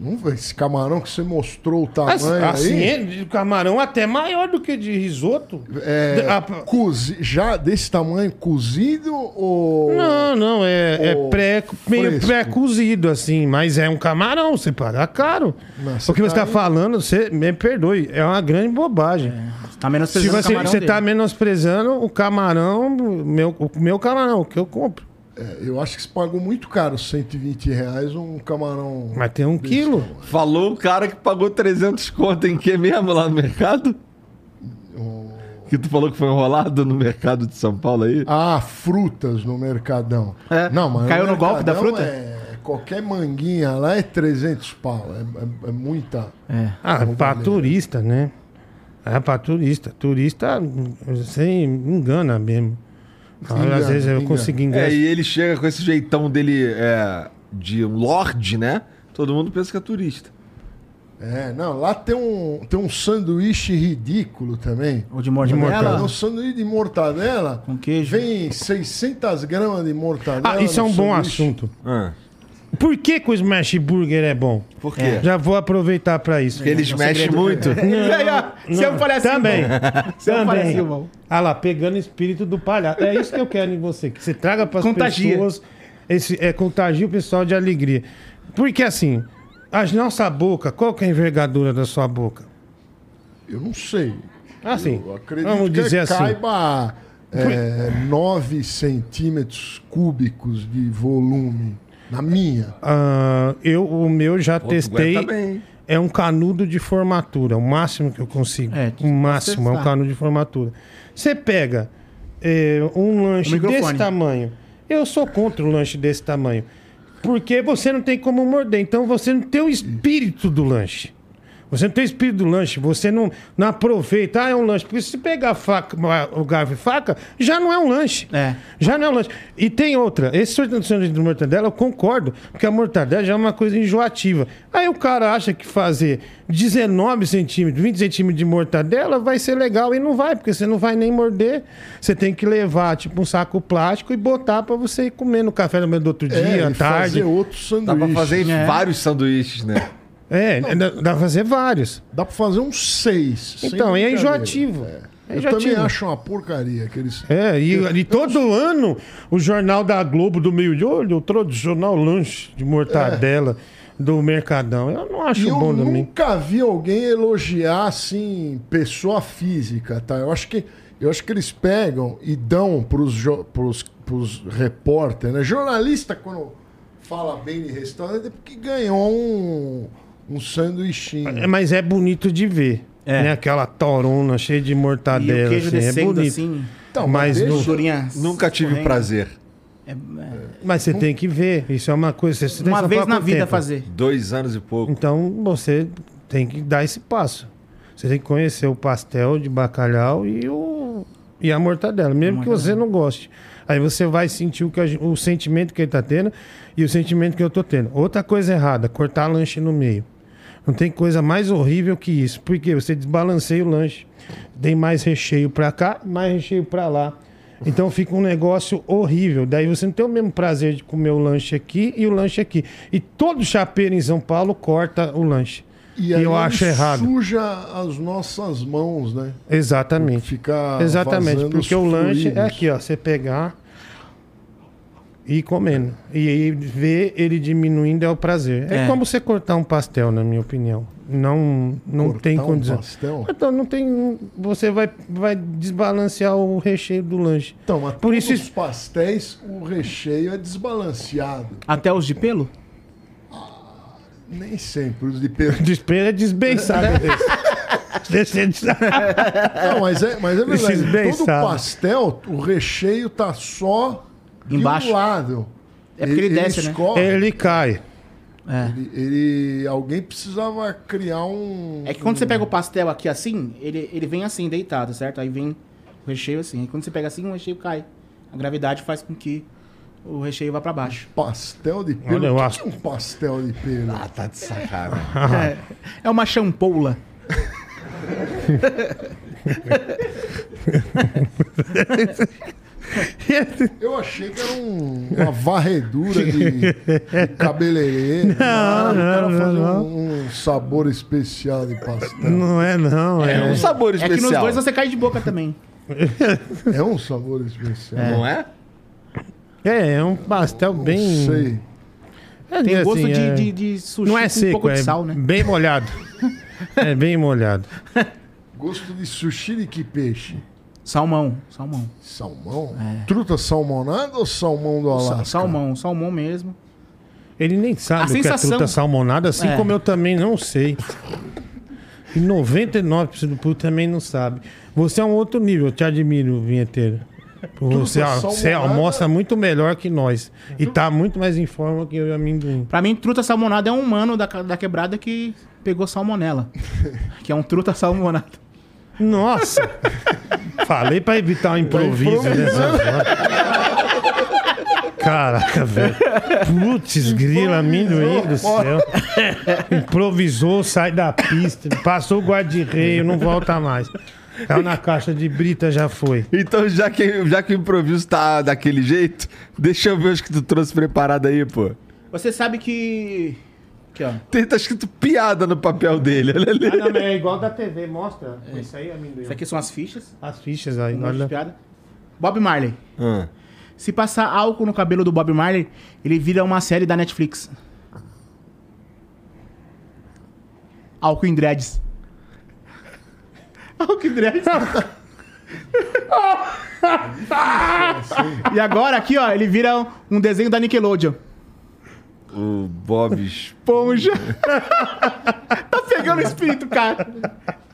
Não vê esse camarão que você mostrou o Assim, tamanho assim, aí. é, de camarão até maior do que de risoto. É, Ah, p- cozi- já desse tamanho cozido ou. Não, não, é, é Ô, pré, meio fresco. pré-cozido, assim, mas é um camarão, você paga caro. Nossa, o que você tá tá aí. falando, você me perdoe, é uma grande bobagem. Tá menos Se pesado você, camarão você dele. tá menosprezando o camarão, o meu, o meu camarão, que eu compro. É, eu acho que você pagou muito caro 120 reais um camarão. Mas tem um é quilo. [LAUGHS] Falou o cara que pagou 300 conto em que mesmo lá no mercado? Que tu falou que foi enrolado no mercado de São Paulo aí? Ah, frutas no Mercadão. É, caiu no golpe da Mercadão fruta? é- qualquer manguinha lá é 300 pau. É, é- é muita. É. Ah, pra turista, né? É pra turista. Turista, hum, você engana mesmo. Engana, Às vezes eu engana. consigo enganar. É, e ele chega com esse jeitão dele é, de um lorde, né? Todo mundo pensa que é turista. É, não, lá tem um, tem um sanduíche ridículo também. Ou de mortadela? No é. sanduíche de mortadela. Com queijo. Vem 600 gramas de mortadela. Ah, isso é no um bom sanduíche. assunto. Ah, Por que, que o Smash Burger é bom? por quê? Já vou aproveitar pra isso. Porque eles mexem muito. É. [LAUGHS] Se eu falei assim, Também. irmão. Se eu falei Também. assim, irmão. Ah lá, pegando o espírito do palhaço. É isso que eu quero em você. Que você traga para as Contagia. pessoas. Esse, é, contagia o pessoal de alegria. Porque assim, a nossa boca, qual que é a envergadura da sua boca? Eu não sei. Assim, Eu acredito vamos que dizer assim. caiba é, 9 centímetros cúbicos de volume. Na minha. ah, eu, o meu já testei. aguenta bem. É um canudo de formatura, o máximo que eu consigo. É, o máximo é um testar. canudo de formatura. Você pega é, um lanche microfone. desse tamanho. Eu sou contra o lanche desse tamanho. Porque você não tem como morder. Então você não tem o espírito do lanche. Você não tem o espírito do lanche, você não, não aproveita. Ah, é um lanche. Porque se pegar faca, o garfo e faca, já não é um lanche. É. Já não é um lanche. E tem outra. Esse sanduíche de mortadela, eu concordo, porque a mortadela já é uma coisa enjoativa. Aí o cara acha que fazer 19 centímetros, 20 centímetros de mortadela vai ser legal e não vai, porque você não vai nem morder. Você tem que levar, tipo, um saco plástico e botar pra você ir comer no café da manhã do outro É, dia, à e tarde. fazer outro Dá sanduíche. pra fazer É. vários sanduíches, né? É, dá dá pra fazer vários. Dá pra fazer uns seis. sem Então, e é brincadeira. enjoativo. É. Eu já também tive. acho uma porcaria aqueles. É, e, e todo ano o jornal da Globo do meio de olho, o tradicional lanche de mortadela do Mercadão. Eu não acho É. E eu bom também. nunca vi alguém elogiar assim pessoa física, tá? Eu acho que eu acho que eles pegam e dão pros jo- pros, pros repórter, né? Jornalista quando fala bem de restaurante é porque ganhou um um sanduichinho. É, Mas é bonito de ver. É. Né? Aquela torona cheia de E mortadela. o queijo assim, é descendo bonito. assim. Então, mas deixa- no- Jurinha Nunca tive escorrendo. prazer. É, é, Mas você tem que ver. Isso é uma coisa. Você tem uma só vez pouco na vida tempo. fazer. Dois anos e pouco. Então você tem que dar esse passo. Você tem que conhecer o pastel de bacalhau e, o, e a mortadela, mesmo que você não goste. Aí você vai sentir o, que a gen- o sentimento que ele tá tendo e o sentimento que eu tô tendo. Outra coisa errada, cortar lanche no meio. Não tem coisa mais horrível que isso, porque você desbalanceia o lanche. Tem mais recheio para cá, mais recheio para lá. Então fica um negócio horrível. Daí você não tem o mesmo prazer de comer o lanche aqui e o lanche aqui. E todo chapeiro em São Paulo corta o lanche. E, aí é um eu acho ele errado. Suja as nossas mãos, né? Exatamente. Ficar Exatamente, vazando os porque o lanche é fluidos. aqui, ó. Você pegar e ir comendo. E aí ver ele diminuindo é o prazer. É, É. como você cortar um pastel, na minha opinião. Não, não Cortar tem um condição. pastel? Então não tem. Você vai, vai desbalancear o recheio do lanche. Então, mas Por isso. os pastéis, o recheio é desbalanceado. Até os de pelo? Nem sempre os de pelo. Despeira [LAUGHS] é desbençado desse. Desse- Tá Não, mas é, mas é [LAUGHS] Esses verdade. bem Todo sabem. pastel, o recheio tá só de Embaixo. um lado. É porque ele desce, né? escorre, ele... Ele cai. É. ele- alguém precisava criar um. É que quando você pega o pastel aqui assim, ele, ele vem assim, deitado, certo? Aí vem o recheio assim. Aí quando você pega assim, o recheio cai. A gravidade faz com que o recheio vá pra baixo. pastel de Olha, eu pelo. O que acho- que é um pastel de pelo? Ah, tá de sacanagem. Ah. É, é uma champoula. Eu achei que era um- uma varredura de, de [LAUGHS] cabeleireiro. Não, o cara fazer Um, um sabor especial de pastel. Não é, não. É É. um sabor É que especial. nos dois você cai de boca também. É um sabor especial. Não é? É, é um pastel Não bem. sei. É, Tem assim, gosto de, é- de, de sushi Não é com um seco, pouco é de sal, né? bem molhado. é bem molhado. Gosto de sushi de que peixe? Salmão, salmão. Salmão? Truta salmonada ou salmão do É. Sa- Alasca? Salmão, salmão mesmo. Ele nem sabe A o que sensação- é truta salmonada, assim É. como eu também não sei. E 99% do público também não sabe. Você é um outro nível, eu te admiro, vinheteiro. Você, Truta você salmonada- almoça muito melhor que nós. E tá muito mais em forma que eu e o amendoim. Pra mim, truta salmonada é um humano da, ca- da quebrada que pegou [LAUGHS] salmonela. que é um truta salmonada. Nossa! [LAUGHS] Falei pra evitar um improviso. Tá nessas horas. Caraca, velho. Putz, grila, amendoim do céu. Improvisou, sai da pista, passou o guarda-reio, não volta mais. Caiu na caixa de brita, já foi. Então, já que, já que o improviso tá daquele jeito, deixa eu ver os que tu trouxe preparado aí, pô. Você sabe que. Aqui, ó. Tem, tá escrito piada no papel dele, olha ali. é igual da TV, mostra. Isso aí, amendoim. Isso aqui são as fichas. As fichas aí, Um monte de olha. piada. Bob Marley. Ah. Se passar álcool no cabelo do Bob Marley, ele vira uma série da Netflix. Álcool em dreads. [LAUGHS] Álcool em dreads. e agora aqui, ó, ele vira um desenho da Nickelodeon. O Bob Esp- Ponja. [LAUGHS] tá pegando o espírito, cara.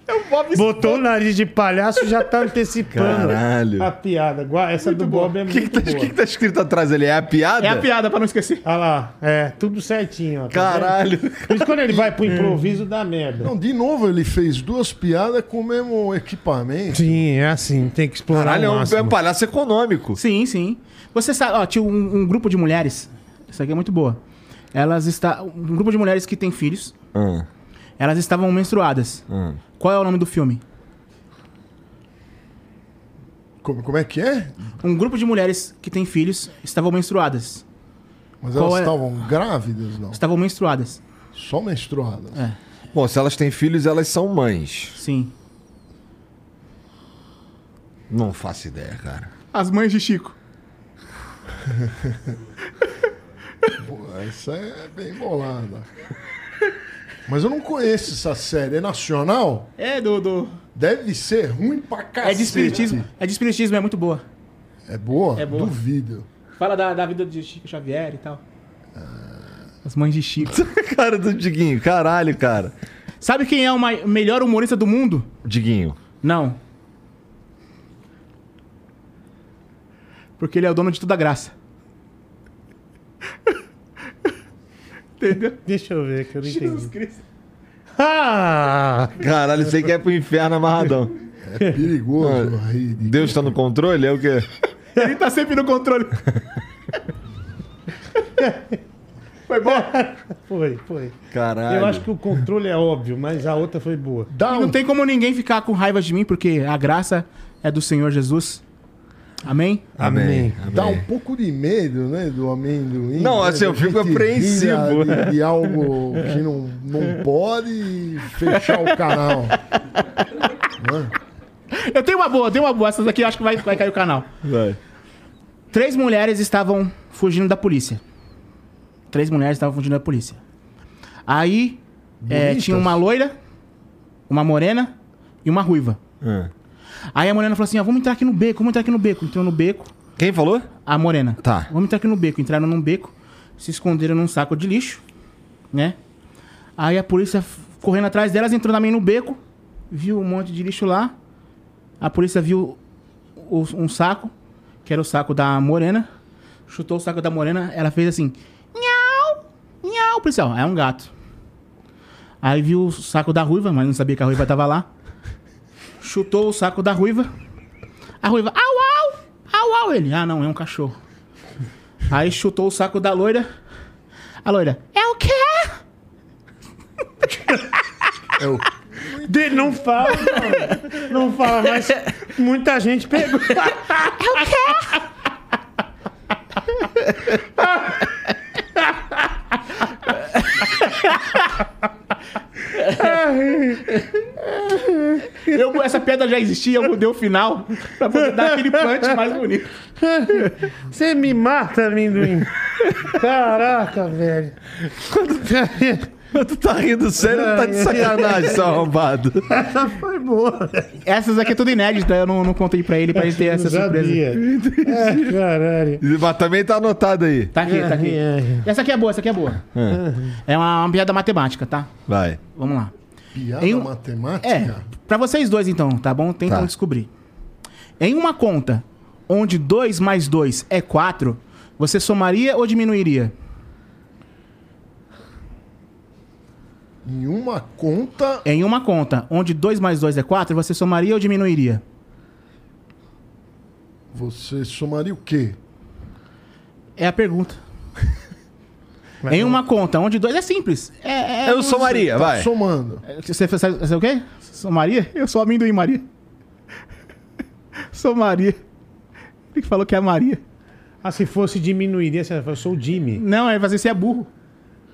É o Bob Esponja. Botou o nariz de palhaço, já tá antecipando Caralho. a piada. Gua- Essa do Bob é O muito que, que, tá, boa. que que tá escrito atrás ali? É a piada? É a piada, pra não esquecer. Olha lá, é, tudo certinho, ó. tá Caralho. vendo? Por isso quando ele vai pro improviso dá merda. Não, de novo ele fez duas piadas com o mesmo equipamento. Sim, é assim, tem que explorar Caralho, é o um, máximo. é um palhaço econômico. Sim, sim. Você sabe, ó, tinha um, um grupo de mulheres. Isso aqui é muito boa. Elas está um grupo de mulheres que tem filhos. Ah, Elas estavam menstruadas. ah. Qual é o nome do filme? Como, como é que é? Um grupo de mulheres que tem filhos estavam menstruadas. Mas Qual elas é? estavam grávidas, não. Estavam menstruadas. Só menstruadas. É. Bom, se elas têm filhos, elas são mães. Sim. Não faço ideia, cara. As mães de Chico. Pô, essa é bem bolada. Mas eu não conheço essa série. É nacional? É do. do- Deve ser ruim pra cacete. É de espiritismo. É de espiritismo, é muito boa. É boa? É boa. Duvido. Fala da, da vida de Chico Xavier e tal. Ah. As mães de Chico. [LAUGHS] cara do Diguinho, caralho, cara. Sabe quem é o mai- melhor humorista do mundo? Diguinho. Não. Porque ele é o dono de toda graça. Entendeu? Deixa eu ver que eu não Jesus entendi. Cristo. Ah! Caralho, sei que é pro inferno amarradão. [LAUGHS] É perigoso. aí. Deus tá no controle? É o quê? Ele tá sempre no controle. Foi bom? [LAUGHS] Foi, foi. Caralho. Eu acho que o controle é óbvio, mas a outra foi boa. Dá E um não tem como ninguém ficar com raiva de mim, porque a graça é do Senhor Jesus. Amém? Amém. Então, Dá Amém. um pouco de medo, né, do amendoim. Não, né, assim, eu da fico gente apreensivo. rir De, de algo que não, não pode e fechar o canal. Né? Eu tenho uma boa, eu tenho uma boa. Essas aqui eu acho que vai, vai cair o canal. Vai. Três mulheres estavam fugindo da polícia. Três mulheres estavam fugindo da polícia. Aí é, Bonitas. tinha uma loira, uma morena e uma ruiva. Ah. Aí a morena falou assim: ó, vamos entrar aqui no beco, vamos entrar aqui no beco. Entrou no beco, Quem falou? a morena. Tá. Vamos entrar aqui no beco. Entraram num beco, se esconderam num saco de lixo, né? Aí a polícia f- correndo atrás delas entrou também no beco, viu um monte de lixo lá. A polícia viu o- um saco, que era o saco da morena. Chutou o saco da morena, ela fez assim: "Nhau! Nhau, policial, é um gato". Aí viu o saco da ruiva, mas não sabia que a ruiva tava lá. Chutou o saco da ruiva. A ruiva: "Au, au! Au, au!" Ele: "Ah, não, é um cachorro". Aí chutou o saco da loira. A loira: "É o quê?" É o De, não fala, não. Não fala, mas muita gente pegou. Eu- essa pedra já existia, eu mudei o final pra poder dar aquele punch mais bonito. Você me mata, amendoim. Caraca, velho. [LAUGHS] Tu tá rindo sério ou tá de sacanagem, seu arrombado? Essa foi boa. Essas aqui é tudo inédita, eu não, não contei pra ele, pra ele ter [LAUGHS] essa Não surpresa. sabia. É, caralho. Mas também tá anotado aí. Tá aqui, tá aqui. Essa aqui é boa, essa aqui é boa. É uma, uma piada matemática, tá? Vai. Vamos lá. piada Em um- matemática. É, pra vocês dois então, tá bom? Tentam Tá. descobrir. Em uma conta onde 2 mais 2 é 4, você somaria ou diminuiria? Em uma conta, Em uma conta onde 2 mais 2 é 4, você somaria ou diminuiria? você somaria o quê? É a pergunta. [LAUGHS] em uma conta onde 2 é simples. É, é- Eu sou Maria, vai. Somando. Você fez sabe, sabe o quê? Sou Maria? Eu sou amendoim Maria. [LAUGHS] Sou Maria. Ele que falou que é a Maria. Ah, se fosse diminuiria, você eu sou o Jimmy. Não, é fazer você é burro.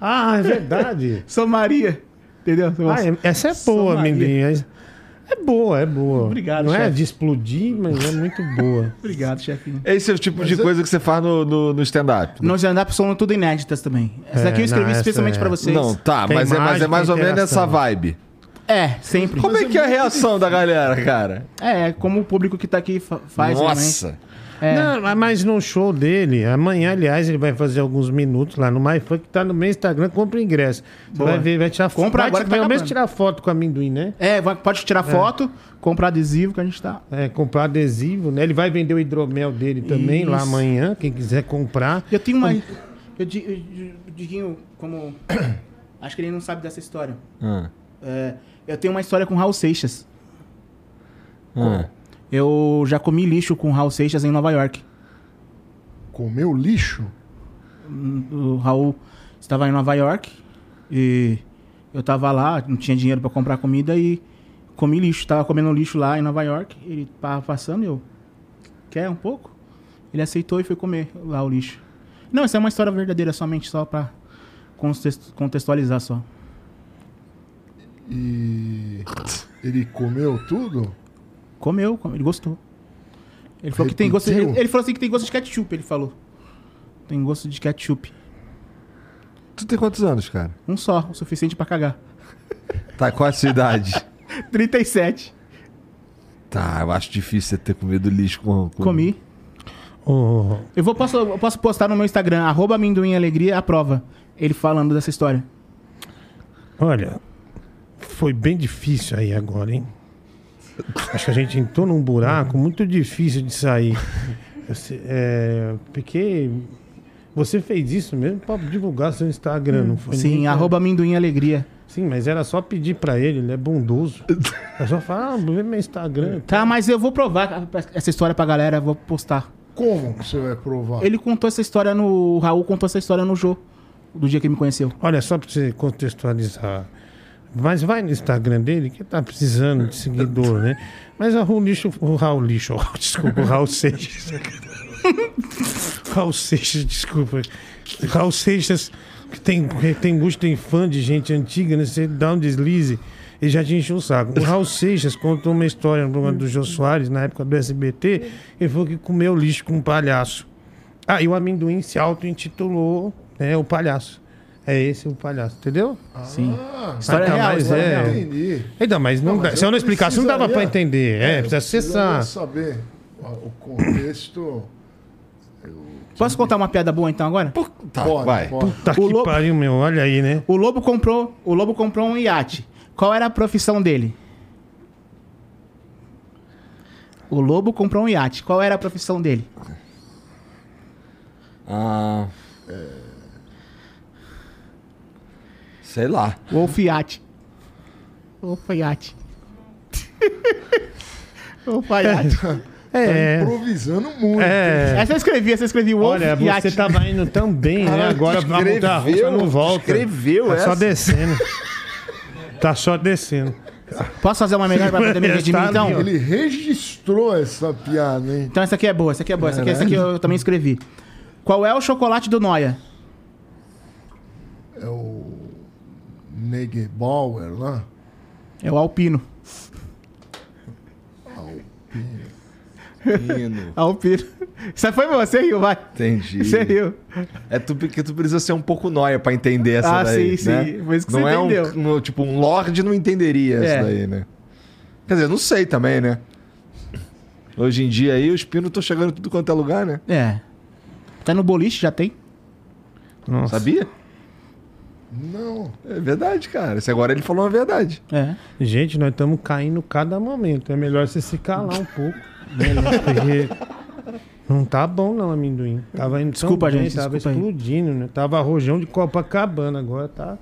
Ah, é verdade. Sou Maria. Entendeu? Sou- Ah, é- essa é boa, Somaria. amendoim. É- É boa, é boa. Obrigado, Não é chefe. de explodir, mas é muito boa. Obrigado, chefinho. Esse é o tipo de coisa que você faz no, no, no stand-up. Nos stand-up são tudo inéditas também. Essa É, daqui eu escrevi não, essa especialmente é. pra vocês. Não, tá, Tem mas é, mas é mágica, mais ou menos interação. essa vibe. É, sempre. Como é que é a reação da galera, cara? É, é como o público que tá aqui fa- faz realmente. Nossa! É. Não, mas- mas no show dele, amanhã, aliás, ele vai fazer alguns minutos lá no MyFunk, tá no meu Instagram, compra o ingresso. Você Boa. vai ver, vai tirar foto. Compra vai, agora que tá vai ao menos acabando. tirar foto com amendoim, né? É, vai- pode tirar foto, comprar adesivo que a gente tá. É, comprar adesivo, né? Ele vai vender o hidromel dele também lá Isso. amanhã, quem quiser comprar. Eu tenho uma. Eu, di- eu di- o Diguinho, como. [COUGHS] Acho que ele não sabe dessa história. Ah, É, eu tenho uma história com o Raul Seixas. ah. Eu já comi lixo com o Raul Seixas em Nova York. Comeu lixo? O Raul estava em Nova York e eu estava lá, não tinha dinheiro para comprar comida e comi lixo. Tava comendo lixo lá em Nova York. Ele tava passando e eu. Quer um pouco? Ele aceitou e foi comer lá o lixo. Não, essa é uma história verdadeira, somente só para contextualizar só. E ele comeu tudo? Comeu, come- ele gostou. Ele falou que tem gosto. Repetiu? Ele, ele falou assim que tem gosto de ketchup, ele falou. Tem gosto de ketchup. Tu tem quantos anos, cara? Um só, o suficiente pra cagar. Tá, qual a sua idade? [LAUGHS] 37. Tá, eu acho difícil você ter comido lixo com... né? com... Comi. Ô, Eu vou posso, eu posso postar no meu Instagram, arroba amendoim alegria, a prova. Ele falando dessa história. olha, foi bem difícil aí agora, hein? Acho que a gente entrou num buraco muito difícil de sair. Você, é, porque você fez isso mesmo pra divulgar seu Instagram, não foi? Sim, nem pra- arroba amendoim alegria. Sim, mas era só pedir pra ele, ele é bondoso. É só falar, ah, vê meu Instagram. Tá, mas eu vou provar essa história pra galera, eu vou postar. Como que você vai provar? Ele contou essa história no. O Raul contou essa história no Jô, do dia que ele me conheceu. Olha, só pra você contextualizar. Mas vai no Instagram dele, que tá precisando de seguidor, né? Mas o Raul Lixo, o Raul Lixo, [LAUGHS] desculpa, o Raul Seixas. [LAUGHS] Raul Seixas, desculpa. Raul Seixas, que tem, que tem gosto, tem fã de gente antiga, né? Você dá um deslize e já te enche o saco. O Raul Seixas contou uma história no programa do Jô Soares, na época do SBT, ele falou que comeu lixo com um palhaço. Ah, e o amendoim se auto-intitulou né, o palhaço. É esse o palhaço, entendeu? Sim. Ah, História Então, real, mas história é- real. entendi. Então, mas não, Não, mas dá- se eu não eu explicasse, não dava pra precisaria- entender. É, precisa acessar. Precisaria saber o contexto. Posso contar uma piada boa então agora? Tá, Pode, vai. pode. Tá que O lobo- pariu, meu, olha aí, né? O lobo comprou, o lobo comprou um iate. Qual era a profissão dele? O lobo comprou um iate. Qual era a profissão dele? Ah... Sei lá. Wolf iate. Wolf [LAUGHS] iate. Wolf iate. É. Improvisando muito. É. Essa eu escrevi, essa eu escrevi Wolf Olha, iate. você tava indo tão bem, né? Caralho, Agora a escreveu, montanha russa não volta. escreveu tá só essa. descendo. tá só descendo. Posso fazer uma melhor pra poder me rir de mim Tá então? ali, ó. Ele registrou essa piada, hein? Então essa aqui é boa, essa aqui é boa, essa aqui, essa aqui eu, também escrevi. Qual é o chocolate do Noia? É o Negebauer lá. É o Alpino. Menino. Alpino. Essa foi boa, você riu, vai. Entendi. Você riu. É tu, porque tu precisa ser um pouco nóia pra entender essa Ah, daí. sim, né? sim. Foi isso que não você é um- entendeu. no- tipo, um lorde não entenderia É. essa daí, né? Quer dizer, não sei também, né? Hoje em dia aí os pinos estão chegando em tudo quanto é lugar, né? É. Até no boliche já tem. Nossa. Sabia? Não. É verdade, cara. Esse agora ele falou a verdade. É. Gente, nós estamos caindo cada momento. É melhor você se calar um pouco. né? Porque não tá bom, não, amendoim. Tava indo tão Desculpa, bem, gente, Tava desculpa aí. explodindo, né? Tava arrojão de Copacabana. Agora tá.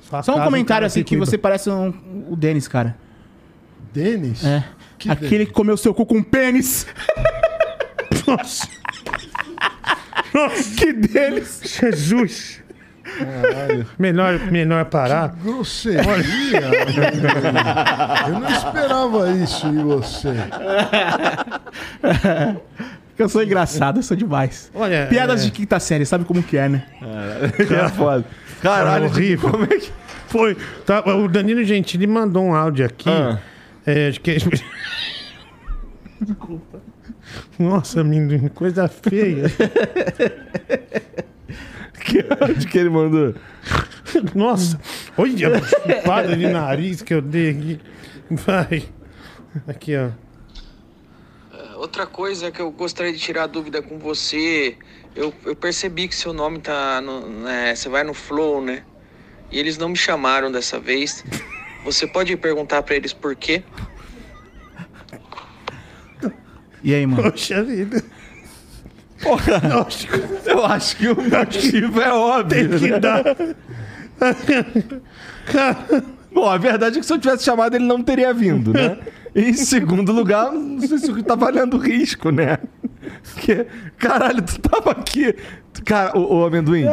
Sua Só um casa, comentário cara, assim se que cuida. você parece um, o Denis, cara. Denis? É. Que Aquele Denis? que comeu seu cu com pênis. Nossa, que Denis. Jesus! Melhor, melhor parar. Grosseria. meu. Eu não esperava isso de você. Que eu sou engraçado, eu sou demais. Olha, Piadas é- de quinta série, sabe como que é, né? É foda. É Caralho, horrível. como é que. Foi. Tá, o Danilo Gentili mandou um áudio aqui. Ah. É, acho que... Desculpa. Nossa, menino, coisa feia. que- De que ele mandou? Nossa, olha a chupada de nariz que eu dei aqui. Vai. Aqui, ó. Outra coisa que eu gostaria de tirar a dúvida com você, eu, eu percebi que seu nome tá no, né, você vai no Flow, né? E eles não me chamaram dessa vez. Você pode perguntar pra eles por quê? E aí, [LAUGHS] mano? Poxa vida. Eu acho que o motivo é óbvio. né? Que dá. Bom, a verdade é que se eu tivesse chamado, ele não teria vindo, né? E em segundo lugar, não sei se tá valendo risco, né? Porque, caralho, tu tava aqui. Tu- Cara, ô, ô, amendoim.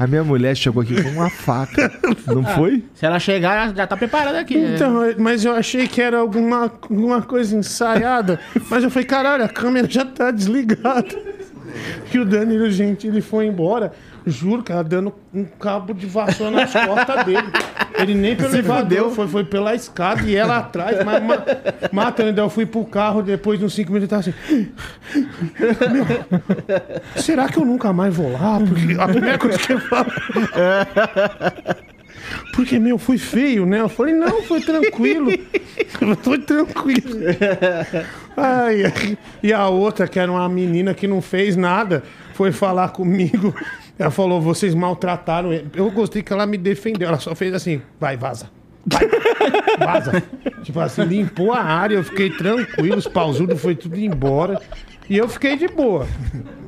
A minha mulher chegou aqui com uma faca. Não Ah, foi? Se ela chegar, já tá preparada aqui. né? Então, mas eu achei que era alguma, alguma coisa ensaiada. [LAUGHS] Mas eu falei, [LAUGHS] caralho, a câmera já tá desligada. E o Danilo Gentili foi embora. Juro, cara, dando um cabo de vassoura nas costas dele. Ele nem pelo elevador, foi, foi pela escada e ela atrás, mas ma- matando. Daí eu fui pro carro, depois de uns cinco minutos, eu tava assim. [LAUGHS] "Meu, será que eu nunca mais vou lá? Porque a primeira coisa que eu falo. Porque, meu, fui feio, né? Eu falei, não, [LAUGHS] foi tranquilo. foi tranquilo. Ai, ai. e a outra, que era uma menina que não fez nada, foi falar comigo. Ela falou, vocês maltrataram ele. Eu gostei que ela me defendeu. Ela só fez assim, vai, vaza. Vai, vaza. tipo assim, limpou a área, eu fiquei tranquilo, os pausudos foi tudo embora. E eu fiquei de boa.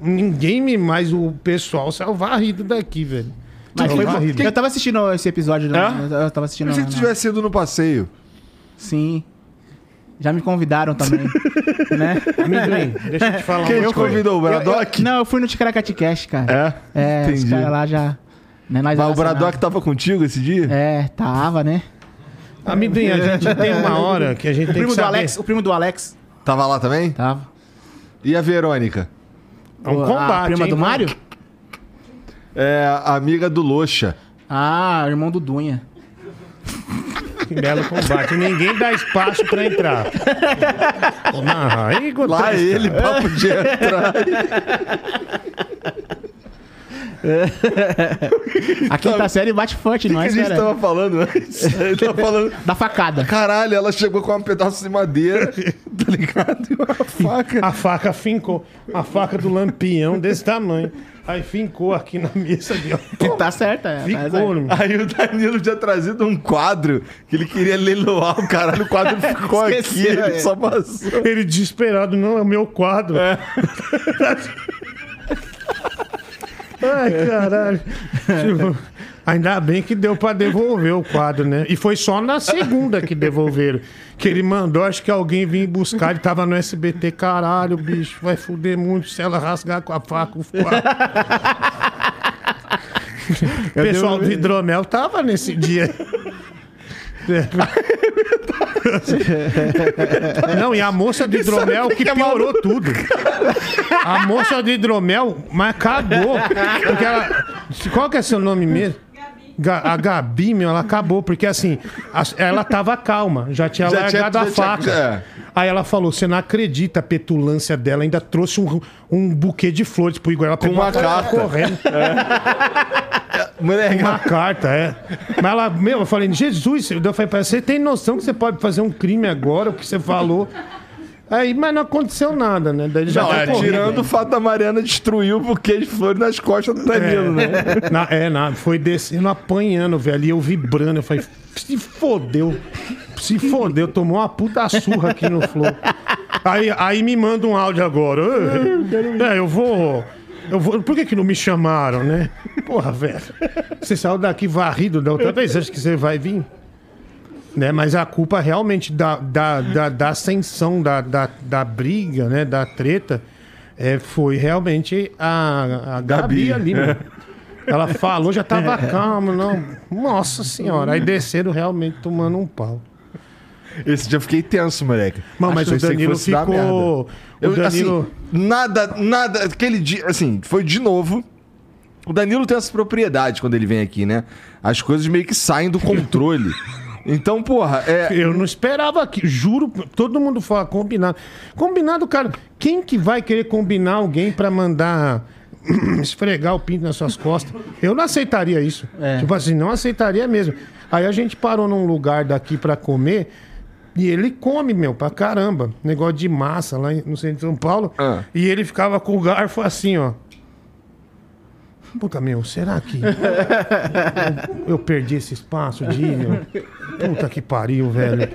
Ninguém me mais o pessoal saiu varrido daqui, velho. Mas Saiu foi bom. varrido. Eu tava assistindo esse episódio. né? É? Eu tava assistindo. Eu pensei na- que na- tivesse ido no passeio. Sim. Já me convidaram também. né? Amendoim, deixa eu te falar Quem uma te coisa. convidou? O Eu- eu- Bradock? não, eu fui no Ticaracati Cash, cara. É? É, os Entendi. caras lá já. Né, nós Mas o relacionados. Bradock tava contigo esse dia? É, tava, né? Amendoim, a [LAUGHS] gente tem uma hora que a gente O tem que primo do saber. Alex, o primo do Alex Tava lá também? tava. E a Verônica? É um O- combate, A Ah, prima hein? do Mário? É a amiga do Loxa. Ah, irmão do Dunha. Que belo combate. Ninguém dá espaço pra [LAUGHS] entrar. Ô, Marra, aí, Gotesca. Lá ele, papo de [LAUGHS] entrar. A quinta série bate forte em O que a nós, gente cara. é. tava falando antes? Ele tava falando... Da facada. Caralho, ela chegou com um pedaço de [LAUGHS] madeira, tá ligado? E uma faca. A faca fincou. A faca do lampião desse tamanho. Aí fincou aqui na [LAUGHS] mesa. ali, ó. Tá certa. é, tá certa. Ficou, né? irmão. Aí o Danilo tinha trazido um quadro que ele queria leiloar o caralho. O quadro ficou [LAUGHS] aqui, Esqueceram, ele é. só passou. Ele desesperado, não, é o meu quadro. [LAUGHS] Ai, caralho. Tipo, ainda bem que deu pra devolver o quadro, né? E foi só na segunda que devolveram. Que ele mandou, acho que alguém vinha buscar, ele tava no SBT, caralho, bicho, vai fuder muito se ela rasgar com a faca o quadro. O um pessoal do hidromel tava [LAUGHS] nesse dia. Não, e a moça de hidromel é que piorou tudo. A moça de hidromel, mas cagou. Porque ela. Qual que é seu nome mesmo? Ga- a Gabi, meu, ela acabou, porque assim, as- ela tava calma, já tinha Já tinha- largado a já tinha- faca. é. Aí ela falou: você não acredita a petulância dela, ainda trouxe um, um buquê de flores pro Igor. Ela pegou uma a flor e carta. correndo. Moleque, Uma carta, é. Mas ela, meu, eu falei, Jesus, eu falei pra ela, você tem noção que você pode fazer um crime agora, o que você falou. Aí, mas não aconteceu nada, né? Daí ele já não, tá é, correndo. tirando o fato da Mariana destruiu o buquê de flores nas costas do Danilo, né? Na- é, na, foi descendo, apanhando, velho. E eu vibrando. Eu falei, se fodeu. Se fodeu, tomou uma puta surra aqui no Flow. Aí, aí me manda um áudio agora. "Ê, É, eu vou. Eu vou. Por que, que não me chamaram, né? Porra, velho. Você saiu daqui varrido da outra vez, acha que você vai vir? Né, mas a culpa realmente da, da, da, da ascensão, da, da, da briga, né? Da treta, é, foi realmente a, a Gabi, Gabi. É. ali, mano. Ela falou, já tava calma, não. Nossa senhora. Aí desceram realmente tomando um pau. [LAUGHS] Esse dia eu fiquei tenso, moleque. Mas- mas Achei o Danilo que fosse dar ficou- merda. o Eu, assim, Danilo- nada, nada. Aquele dia, assim, foi de novo. O Danilo tem essa propriedade quando ele vem aqui, né? As coisas meio que saem do [LAUGHS] controle. Então, porra, é. Eu não esperava aqui, juro, todo mundo fala combinado. Combinado, cara, quem que vai querer combinar alguém pra mandar [CLEARS THROAT] esfregar o pinto nas suas costas? Eu não aceitaria isso. É. Tipo assim, não aceitaria mesmo. Aí a gente parou num lugar daqui pra comer e ele come, meu, pra caramba. Negócio de massa lá em- no centro de São Paulo. Ah. E ele ficava com o garfo assim, ó. Puta, meu, [LAUGHS] será que eu perdi esse espaço de ir, meu. Puta que pariu, velho.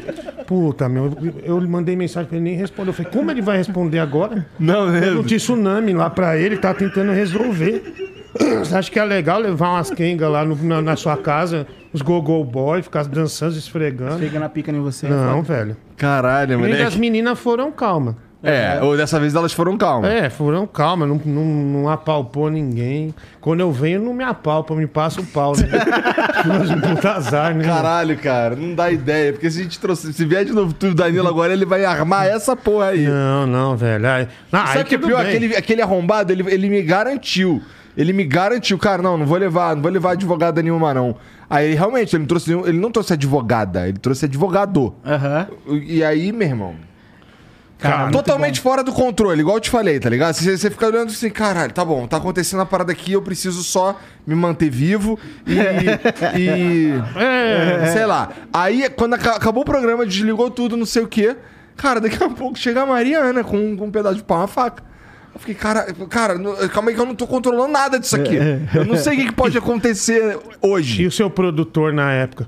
Puta, meu. Eu eu mandei mensagem pra ele, nem respondeu. Eu falei, como ele vai responder agora? Não, né? Eu tinha tsunami lá pra ele, tá tentando resolver. [CLEARS THROAT] Você acha que é legal levar umas quengas lá no- na, na sua casa, os go-go boy, ficar dançando, esfregando? Pegando a pica em você. Não, velho. Caralho, E as moleque. meninas foram calma. É, ou dessa vez elas foram calmas. É, foram calma, não, não, não apalpou ninguém. Quando eu venho, não me apalpa, me passa o pau, [LAUGHS] né? Puta azar, né? mano? Caralho, cara, não dá ideia. Porque se a gente trouxe. Se vier de novo tudo Danilo agora, ele vai armar essa porra aí. Não, não, velho. Aí, ah, é Sabe o que é pior? Aquele, aquele arrombado, ele, ele me garantiu Ele me garantiu, cara, não, não vou levar, não vou levar advogada nenhuma, não. Aí ele realmente, ele não trouxe nenhum, ele não trouxe advogada, ele trouxe advogado. Aham. E aí, meu irmão. Cara, muito totalmente fora do controle, igual eu te falei, tá ligado? Você, você fica olhando assim, caralho, tá bom, tá acontecendo a parada aqui, eu preciso só me manter vivo [LAUGHS] e. e- é, sei lá. Aí, quando aca- acabou o programa, desligou tudo, não sei o quê. Cara, daqui a pouco chega a Mariana com, com um pedaço de pau, uma faca. Eu fiquei, cara, cara, não- calma aí que eu não tô controlando nada disso aqui. É. Eu não sei o que que pode acontecer hoje. E o seu produtor na época?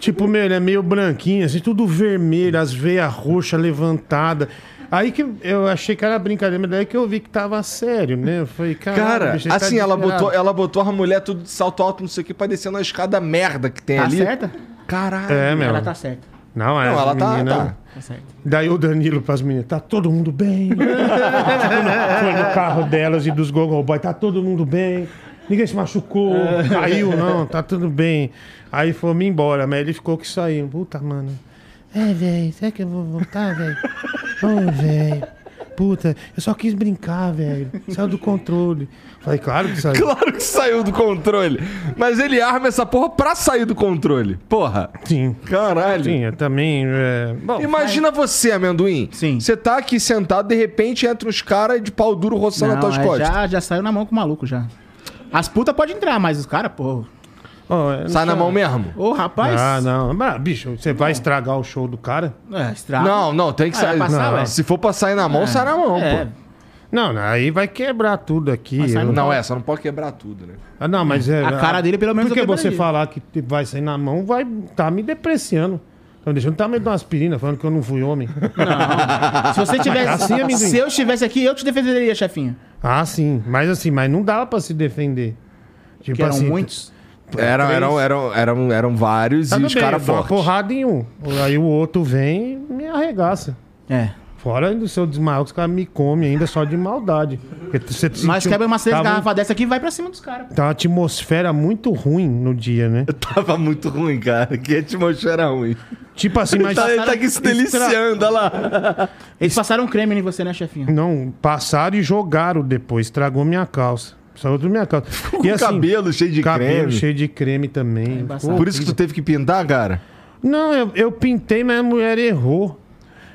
tipo, meu, ele é meio branquinho, assim, tudo vermelho, as veias roxas levantadas. Aí que eu achei que era brincadeira, mas daí que eu vi que tava sério, né? Eu falei, caralho, Cara, bicho, ele tá assim, ela desesperado. botou, ela botou a mulher tudo de salto alto, não sei o que, parecendo a escada merda que tem Tá ali. certa? Caralho. É, meu. Ela tá certa. Não, é Não, ela tá, menina- tá. Tá certa. Daí o Danilo pras meninas, tá todo mundo bem. Foi no carro delas e dos Gogol Boy, tá todo mundo bem. Ninguém se machucou, caiu não, tá tudo bem. Aí fomos embora, mas ele ficou que saiu. Puta, mano. É, velho, será que eu vou voltar, velho? Ô, velho. Puta, eu só quis brincar, velho. Saiu do controle. Falei, claro que saiu. [LAUGHS] Claro que saiu do controle. Mas ele arma essa porra pra sair do controle. Porra. Sim. Caralho. Sim, eu também. É... Bom, Imagina você, amendoim. Sim. Você tá aqui sentado, de repente entra uns caras de pau duro roçando as Não, tuas é, costas. já, já saiu na mão com o maluco já. As putas podem entrar, mas os caras, pô. ó, eu não Sai na sei- mão mesmo. Ô, rapaz. Ah, não. Mas, bicho, você vai estragar o show do cara? É, estraga. Não, não, tem que Ah, sair. vai passar, Não, ué? Se for pra sair na mão, sai na mão, É, pô. Não, não, aí vai quebrar tudo aqui. Mas sai Eu- no- Não, é, só não pode quebrar tudo, né? Ah, não, mas é, A cara dele, pelo menos, Porque eu você quebraria. falar que te- vai sair na mão, vai tá me depreciando. Tá me deixando, tá me dando aspirina, falando que eu não [LAUGHS] fui homem. Se você tivesse. Assim, amendoim. se eu estivesse aqui, eu te defenderia, chefinho. ah, sim. Mas assim, mas não dava pra se defender. Tipo Que eram assim, muitos. Eram, três. eram, eram, eram, eram vários Tá e tudo os bem, eu caras dou uma fortes. porrada em um. Aí o outro vem e me arregaça. É. Fora do seu desmaio, que os caras me comem ainda só de maldade. Porque você Mas sentiu- quebra umas três tava um- garrafas dessa aqui e vai pra cima dos caras. pô. Tá uma atmosfera muito ruim no dia, né? Tava muito ruim, cara. Que atmosfera ruim. Tipo assim, mas. Tá- ele tá aqui se deliciando, olha lá. É Eles passaram um creme em você, né, chefinho? Não, passaram e jogaram depois. Estragou minha calça. Estragou tudo minha calça. [LAUGHS] assim, Com cabelo cheio de cabelo creme. cheio de creme também. embaçado. Por isso que tu teve que pintar, cara? Não, eu, eu pintei, mas a mulher errou.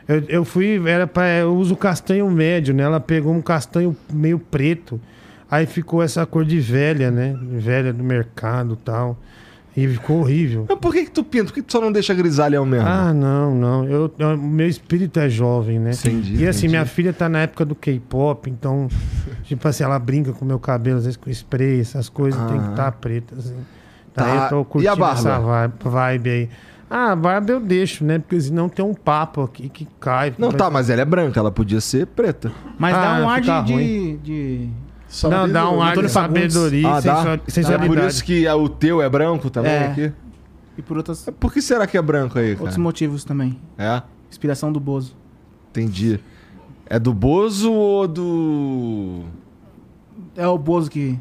Eu, eu fui, era pra, eu uso castanho médio, né? Ela pegou um castanho meio preto. Aí ficou essa cor de velha, né? Velha do mercado e tal. E ficou horrível. Mas por que, que tu pinta? Por que tu só não deixa grisalhão mesmo? Ah, não, não. Eu, eu- meu espírito é jovem, né? Entendi, E assim, entendi. minha filha tá na época do K-pop, [LAUGHS] então, tipo assim, ela brinca com meu cabelo, às vezes com spray, essas coisas, tem que estar tá preta, assim. Ah. Tá. Daí E eu a tô curtindo barba? essa vibe, vibe aí. Ah, a barba eu deixo, né? Porque senão tem um papo aqui que cai. não, tá, mas ela é branca, ela podia ser preta. Mas Ah, dá um ar fica de- de, ruim. de. Não, dá né? um ar de Antônio Fagundes. sabedoria e dá? sensu- É sensualidade. por isso que a- o teu é branco também É. aqui? E por outras, Por que será que é branco aí, cara? outros motivos também. É, Inspiração do Bozo. entendi. É do Bozo ou do... É o Bozo que.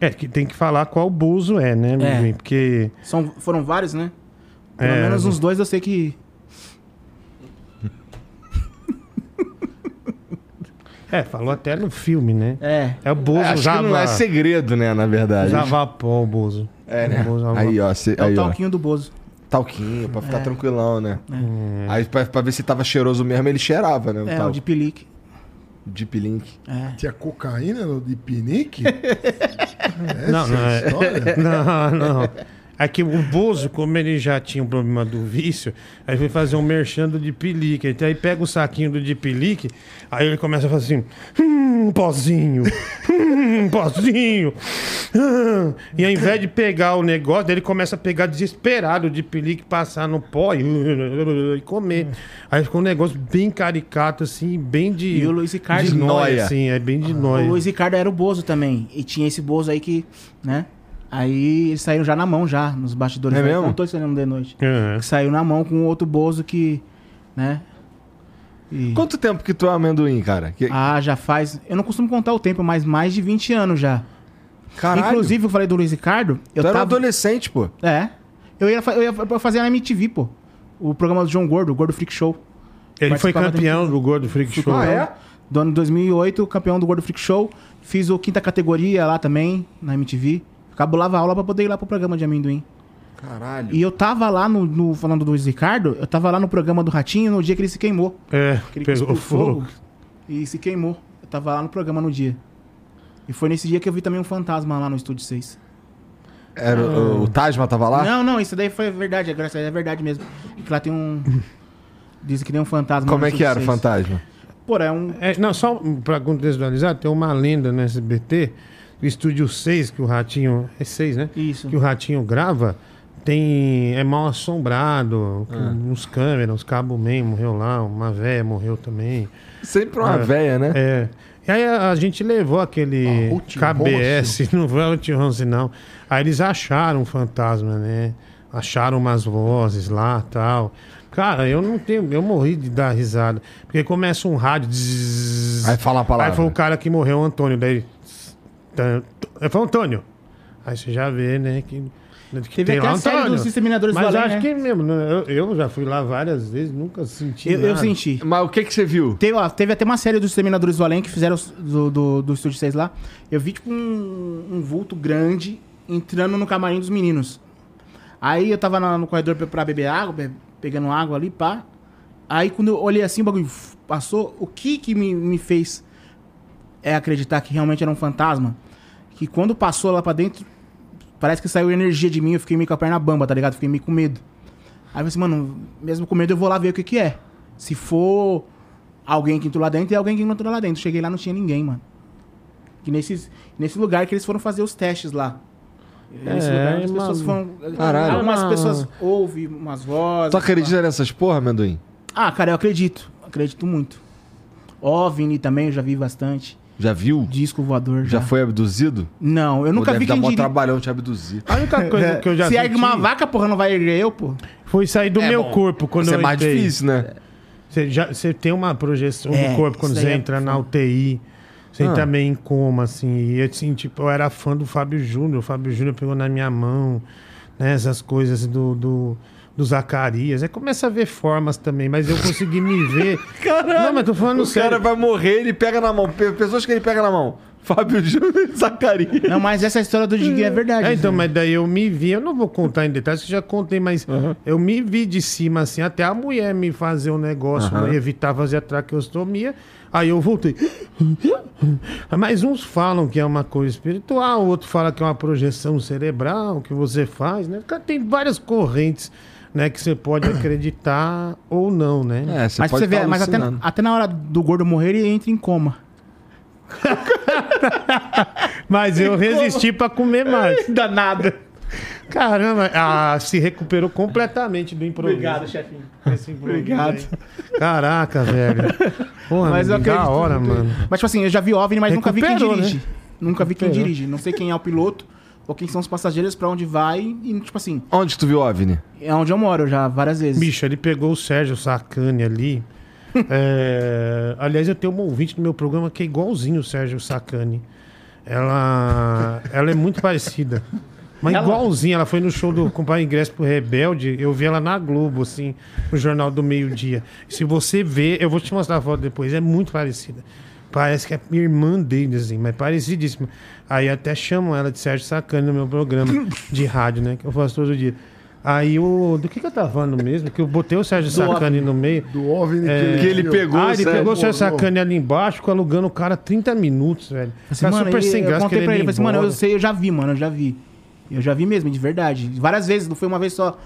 É, que tem que falar qual buzo é, né, é. Porque... São, foram vários, né? Pelo É, menos né? uns dois eu sei que. É, falou até no filme, né? É. É o Bozo É, acho já que não é segredo, né, na verdade. Javapó, o Bozo. tá É, né? Aí, ó, se- É o aí, ó. talquinho do Bozo. talquinho, pra É. ficar tranquilão, né? É. Aí pra, pra ver se tava cheiroso mesmo, ele cheirava, né? É, tal. o É. de Pelique. Deep Link. Tinha cocaína no de pinique? Não, não [LAUGHS] é. Olha, Não, não. É que o Bozo, como ele já tinha um problema do vício, aí foi fazer um merchando de pelique. Então aí pega o saquinho do de pelique, aí ele começa a fazer assim: hum, pozinho, hum, pozinho. hum." E ao invés de pegar o negócio, ele começa a pegar desesperado o de pelique, passar no pó e, e comer. Aí ficou um negócio bem caricato, assim, bem de. E o Luiz Ricardo. de Noia. noia, assim, é bem de O noia. Luiz Ricardo era o Bozo também. E tinha esse Bozo aí que, né? Aí eles saíram já na mão, já, nos bastidores. É Não mesmo? Não tô ensinando de noite. É. Que saiu na mão com outro Bozo que, né? E... Quanto tempo que tu é amendoim, cara? Que- Ah, já faz. Eu não costumo contar o tempo, mas mais de 20 anos já. Caralho, Inclusive, eu falei do Luiz Ricardo. tu Eu era um tava. adolescente, pô. É. Eu ia, fa- eu ia fa- fazer na MTV, pô. O programa do João Gordo, o Gordo Freak Show. Ele foi Participava Ah, campeão do Gordo Freak Show. é? Então, do ano 2008, campeão do World Freak Show. Fiz o quinta categoria lá também, na MTV. Cabulava aula pra poder ir lá pro programa de amendoim. Caralho. E eu tava lá no, no- Falando do Luiz Ricardo, eu tava lá no programa do Ratinho no dia que ele se queimou. É, Que ele pegou cuspiu fogo. E se queimou. Eu tava lá no programa no dia. E foi nesse dia que eu vi também um fantasma lá no Estúdio 6. Era, o, o Tasma tava lá? Ah. Não, não, isso daí foi verdade, é graça- é verdade mesmo. Que lá tem [LAUGHS] um. Dizem que tem um fantasma. Como no é que Estúdio era o 6. fantasma? Pô, é um. É, não, só pra contextualizar, tem uma lenda no SBT, o Estúdio 6, que o Ratinho. É 6, né? Isso. Que o Ratinho grava, tem. É mal assombrado. Ah. que Uns câmeras, uns cabo man morreu lá, uma véia morreu também. Sempre uma É. véia, né? É. E aí a, a gente levou aquele Ah, Ruth KBS, [LAUGHS] não foi Ruth Ronce, não. Aí eles acharam um fantasma, né? Acharam umas vozes lá tal. Cara, eu não tenho. Eu morri de dar risada. Porque começa um rádio. zzz. Aí fala né? a palavra. É. Aí foi o cara que morreu, o Antônio. Daí. zzz, tan- t- Aí foi o Antônio. Aí você já vê, né? Que. Teve que tem até lá a série Antônio. dos Exterminadores do Mas Além, acho né? que mesmo. né? Eu, eu já fui lá várias vezes, nunca senti. Eu, eu nada. senti. Mas o que que você viu? Teve, ó, teve até uma série dos Terminadores do Além que fizeram os- do, do, do Estúdio 6 lá. Eu vi, tipo, um, um vulto grande entrando no camarim dos meninos. Aí eu tava na- no corredor pra, pra beber água, be- pegando água ali, pá. Aí quando eu olhei assim, o bagulho uf, passou. O que que me, me fez é acreditar que realmente era um fantasma? Que quando passou lá pra dentro, parece que saiu energia de mim. Eu fiquei meio com a perna bamba, tá ligado? Fiquei meio com medo. Aí eu falei assim, mano, mesmo com medo eu vou lá ver o que que é. Se for alguém que entrou lá dentro e alguém que não entrou lá dentro. Cheguei lá, não tinha ninguém, mano. Que nesses, nesse lugar que eles foram fazer os testes lá. Nesse É, lugar, as mano. pessoas foram... Caralho. Algumas Ah. pessoas ouvem umas vozes. Tu acredita nessas porra, amendoim? Ah, cara, eu acredito. Acredito muito. OVNI também, eu já vi bastante. Já viu? Disco voador já. Já foi abduzido? Não, Ah. eu Pô, nunca deve vi dar quem mó diria. trabalhão te abduzir. A única [LAUGHS] coisa que eu já É, Se senti... ergue uma vaca, porra, não vai erguer eu, pô. Foi sair do meu corpo quando É Isso eu é mais entrei. difícil, né? Você, já, você tem uma projeção É, do corpo quando isso você daí é entra na foda. UTI. Você Ah. também meio em coma, assim. E eu, assim, tipo, eu era fã do Fábio Júnior. O Fábio Júnior pegou na minha mão, né? Essas coisas do... do do Zacarias, aí começa a ver formas também, mas eu consegui me [LAUGHS] ver. Caralho, não, mas tô falando O cara sério. vai morrer, ele pega na mão. Pe- Pessoas que ele pega na mão. Fábio Júnior e Zacarias. Não, mas essa história do Diguinho [LAUGHS] é verdade. É, então, né? mas daí eu me vi, eu não vou contar em detalhes, que eu já contei, mas eu me vi de cima, assim, até a mulher me fazer um negócio, né, evitar fazer a traqueostomia, aí eu voltei. [LAUGHS] mas uns falam que é uma coisa espiritual, outro fala que é uma projeção cerebral que você faz, né? Cara, Tem várias correntes, né, que você pode acreditar ou não, né? É, você mas pra pode você vê, tá mas até, alucinando. até na hora do gordo morrer, ele entra em coma. Mas eu resisti pra comer mais. [LAUGHS] Danado. Caramba, ah, se recuperou completamente do improviso. chefinho. Esse improviso Obrigado. aí. Caraca, velho. Porra, Mas eu da acredito hora, mano. Mas, tipo assim, eu já vi OVNI, mas nunca vi quem Recuperou, dirige. Nunca vi quem Recuperou. dirige. Não sei quem é o piloto ou quem são os passageiros, pra onde vai. E, tipo assim, Onde tu viu o OVNI? é onde eu moro já, várias vezes. Bicho, ele pegou o Sérgio Sacani ali. É, Aliás, eu tenho um ouvinte no meu programa que é igualzinho o Sérgio Sacani. Ela, ela é muito parecida. Mas igualzinha, ela foi no show do comprar ingresso pro Rebelde, eu vi ela na Globo, assim, no Jornal do Meio-Dia. Se você ver, eu vou te mostrar a foto depois, é muito parecida. Parece que é irmã dele, assim, mas parecidíssima. Aí até chamam ela de Sérgio Sacani no meu programa de rádio, né? Que eu faço todo dia. Aí o. Do que, que eu tava falando mesmo? Que eu botei o Sérgio Sacani no meio. Do OVNI É. Que ele pegou, ah, ele sério. pegou o Sérgio Pô, não. Sacani ali embaixo, ficou alugando o cara 30 minutos, velho. Assim, Tá mano, super e- sem eu graça contei querendo pra ele, ir falei assim, mano, eu embora. sei, eu já vi, mano, eu já vi. Eu já vi mesmo, de verdade. Várias vezes, não foi uma vez só.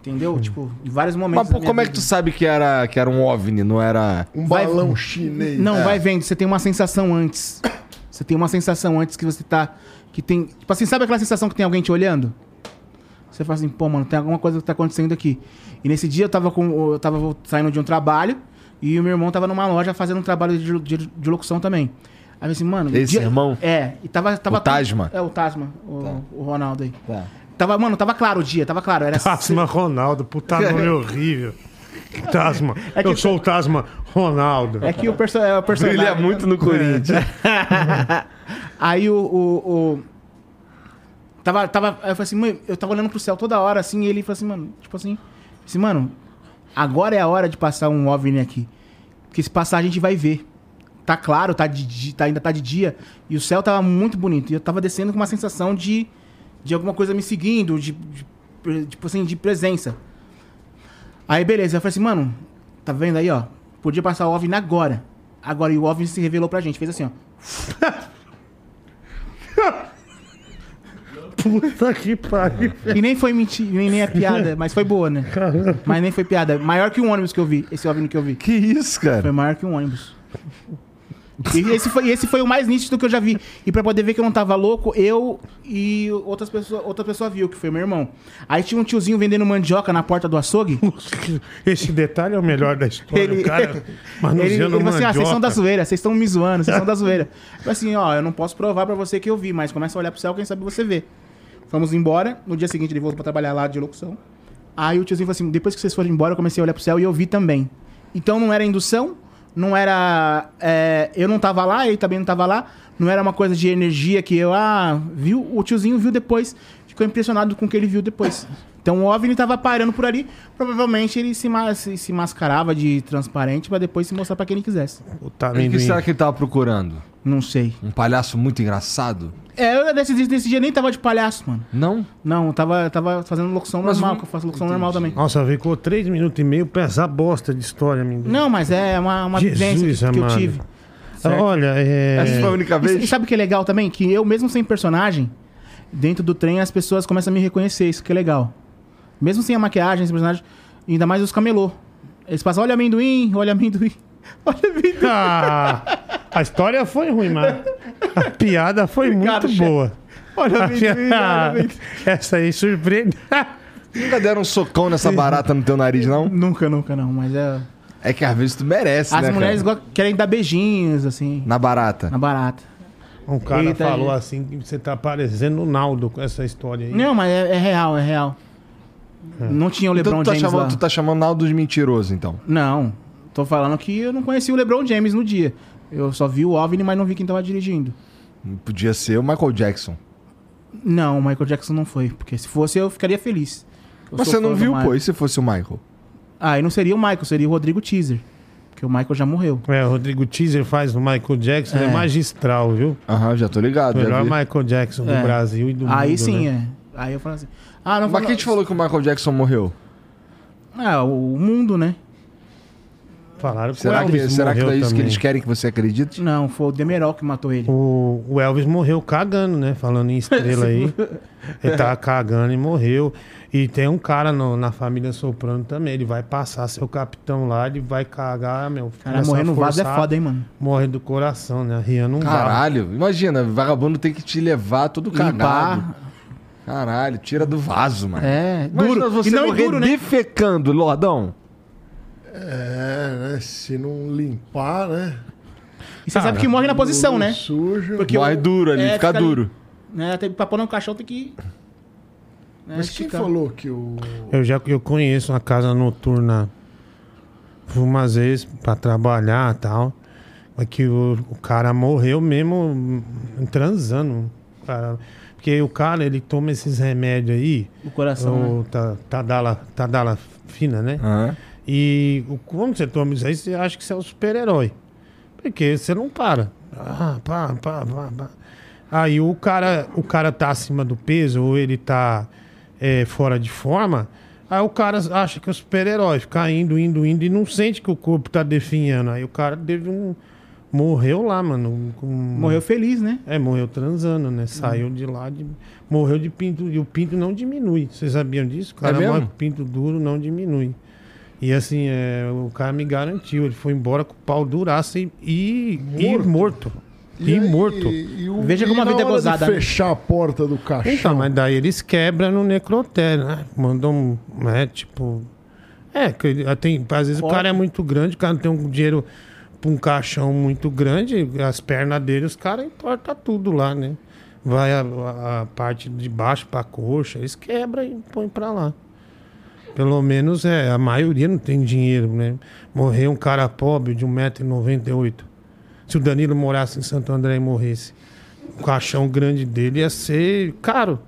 Entendeu? Tipo, em vários momentos. Mas pô, da minha como é que tu vida. sabe que era, que era um OVNI, não era... Um Vai- balão chinês. Não, É. vai vendo, você tem uma sensação antes. Você tem uma sensação antes que você tá. Que tem. Tipo assim, sabe aquela sensação que tem alguém te olhando? Você fala assim, pô, mano, tem alguma coisa que tá acontecendo aqui. E nesse dia eu tava com. Eu tava vo- saindo de um trabalho e o meu irmão tava numa loja fazendo um trabalho de, de- de locução também. Aí eu falei assim, mano. Esse irmão? É, e tava. tava O Tasma? É, o Tasma, o, o Ronaldo aí. Tava, mano, tava claro o dia, tava claro. Era Tasma [LAUGHS] Ronaldo, puta nome horrível. Tasma. É que eu sou o Tasma Ronaldo. É que o, perso é, o personagem. Brilha muito no Corinthians. Aí o. o- o- Tava, tava, aí eu falei assim, mãe, eu tava olhando pro céu toda hora, assim, e ele falou assim, mano, tipo assim, assim, mano, agora é a hora de passar um OVNI aqui. Porque se passar a gente vai ver. tá claro, tá de, di- tá- ainda tá de dia, e o céu tava muito bonito. E eu tava descendo com uma sensação de, de alguma coisa me seguindo, de, de, pre- tipo assim, de presença. Aí beleza, eu falei assim, mano, tá vendo aí, ó? Podia passar o OVNI agora. Agora, e o OVNI se revelou pra gente, fez assim, ó. Puta que pariu. E nem foi mentira, nem, nem é piada, mas foi boa, né? Mas nem foi piada. Maior que um ônibus que eu vi, esse OVNI que eu vi. Que isso, cara? Foi maior que um ônibus. E esse foi, esse foi o mais nítido que eu já vi. E pra poder ver que eu não tava louco, eu e outras pessoa, outra pessoa viu, que foi meu irmão. Aí tinha um tiozinho vendendo mandioca na porta do açougue. Esse detalhe é o melhor da [LAUGHS] história. Ele- o cara Ele, ele manuseando falou assim: ah, vocês são da mandioca. zoeira, vocês estão me zoando, vocês são da zoeira. Eu falei assim: ó, eu não posso provar pra você que eu vi, mas começa a olhar pro céu, quem sabe você vê. Fomos embora, no dia seguinte ele voltou pra trabalhar lá de locução. Aí o tiozinho falou assim: depois que vocês foram embora, eu comecei a olhar pro céu e eu vi também. Então não era indução, não era. é, eu não tava lá, ele também não tava lá, não era uma coisa de energia que eu, ah, viu? O tiozinho viu depois, ficou impressionado com o que ele viu depois. Então o OVNI tava parando por ali, provavelmente ele se, ma- se- se mascarava de transparente pra depois se mostrar pra quem ele quisesse. Puta, O que amendoim. será que ele tava procurando? Não sei. Um palhaço muito engraçado? É, eu nesse, dia- nesse dia nem tava de palhaço, mano. Não? Não, eu tava, eu tava fazendo locução Mas normal, um- que eu faço locução normal também. Nossa, ficou três minutos e meio pra essa bosta de história, amendoim. Não, mas é uma, uma Jesus, vivência que- que, eu amado. tive. Ah, Olha, é... Essa foi a única E, e [LAUGHS] vez? sabe o que é legal também? Que eu mesmo sem personagem, dentro do trem as pessoas começam a me reconhecer, isso que é legal. Mesmo sem a maquiagem, esse personagem, ainda mais os camelô. Eles passam, olha amendoim, olha amendoim, [LAUGHS] olha amendoim. Ah, a história foi ruim, mas a piada foi muito boa. Olha [LAUGHS] A amendoim, olha [LAUGHS] piada- amendoim. Essa aí surpreende. Nunca deram um socão nessa barata no teu nariz, não? Nunca, nunca não, mas é... É que às vezes tu merece, As né, mulheres cara? go- querem dar beijinhos, assim, Na barata. na barata. [LAUGHS] Um cara Eita, falou gente. assim que você tá parecendo o Naldo com essa história aí. Não, mas é, é real, é real. Não tinha o LeBron Então tu tá, um James lá. chamando, tu tá chamando Naldo de mentiroso, então. Não, tô falando que eu não conheci o LeBron James no dia. Eu só vi o OVNI, mas não vi quem tava dirigindo. Podia ser o Michael Jackson. Não, o Michael Jackson não foi, porque se fosse eu ficaria feliz. Eu Mas sou fã você não do viu, Michael. pô, e se fosse o Michael? Ah, e não seria o Michael, seria o Rodrigo Teaser. Porque o Michael já morreu. É, o Rodrigo Teaser faz o Michael Jackson, ele é É. magistral, viu? Aham, já tô ligado. Já Melhor vi. Michael Jackson do É. Brasil e do mundo. Aí sim, né? é. Aí eu falo assim. Ah, não Mas quem te falou que o Michael Jackson morreu? Ah, o o mundo, né? é. Falaram que o Será Elvis que, será que morreu é isso que também. eles querem que você acredite? Não, foi o Demerol que matou ele. O, o Elvis morreu cagando, né? Falando em estrela [LAUGHS] aí. Ele tava cagando e morreu. E tem um cara no- na família Soprano também. Ele vai passar seu capitão lá, ele vai cagar, meu. Cara, morrer no vaso é foda, hein, mano. Morre do coração, né? Rian não dá. Caralho, imagina, vagabundo tem que te levar todo cagado. Limpar. Caralho, tira do vaso, mano. É, Imagina duro. você e não e morrer duro, né? defecando, lordão. É, né? Se não limpar, né? E você sabe que morre na posição, Tudo né? Sujo. Porque Morre o- duro ali, é, fica, fica ali. duro. Né, até pra pôr no caixão tem que. né, Mas quem esticar. falou que o. Eu já eu conheço uma casa noturna. Fui umas vezes pra trabalhar e tal. Mas que o, o cara morreu mesmo hum, transando. cara. Porque o cara, ele toma esses remédios aí. O coração. né? O ta- Tadala, Tadala tá Fina, né? E o, quando você toma isso aí, você acha que você é um super-herói. Porque você não para. Ah, pá, pá, pá, pá. Aí o cara, o cara tá acima do peso, ou ele tá é, fora de forma. Aí o cara acha que é um super-herói, fica indo, indo, indo, e não sente que o corpo tá definhando. Aí o cara teve um. Morreu lá, mano. com- Morreu feliz, né? é, morreu transando, né? Saiu de lá, de- morreu de pinto. E o pinto não diminui. Vocês sabiam disso? O cara mesmo? morre com pinto duro, não diminui. E assim, é, o cara me garantiu. Ele foi embora com o pau duraço e, e e morto. E, aí- morto. e o- Veja e como a na vida é hora de gozada, né? fechar a porta do caixão. Então, mas daí eles quebram no necrotério, né? Mandam, um- né, tipo... É, que ele- tem, às vezes o cara é muito grande, o cara não tem um dinheiro pra um caixão muito grande, as pernas dele, os caras entortam tudo lá, né? Vai a, a- a parte de baixo pra coxa, eles quebram e põem pra lá. Pelo menos é, a maioria não tem dinheiro, né? Morreu um cara pobre de 1,98m. Se o Danilo morasse em Santo André e morresse, o caixão grande dele ia ser caro.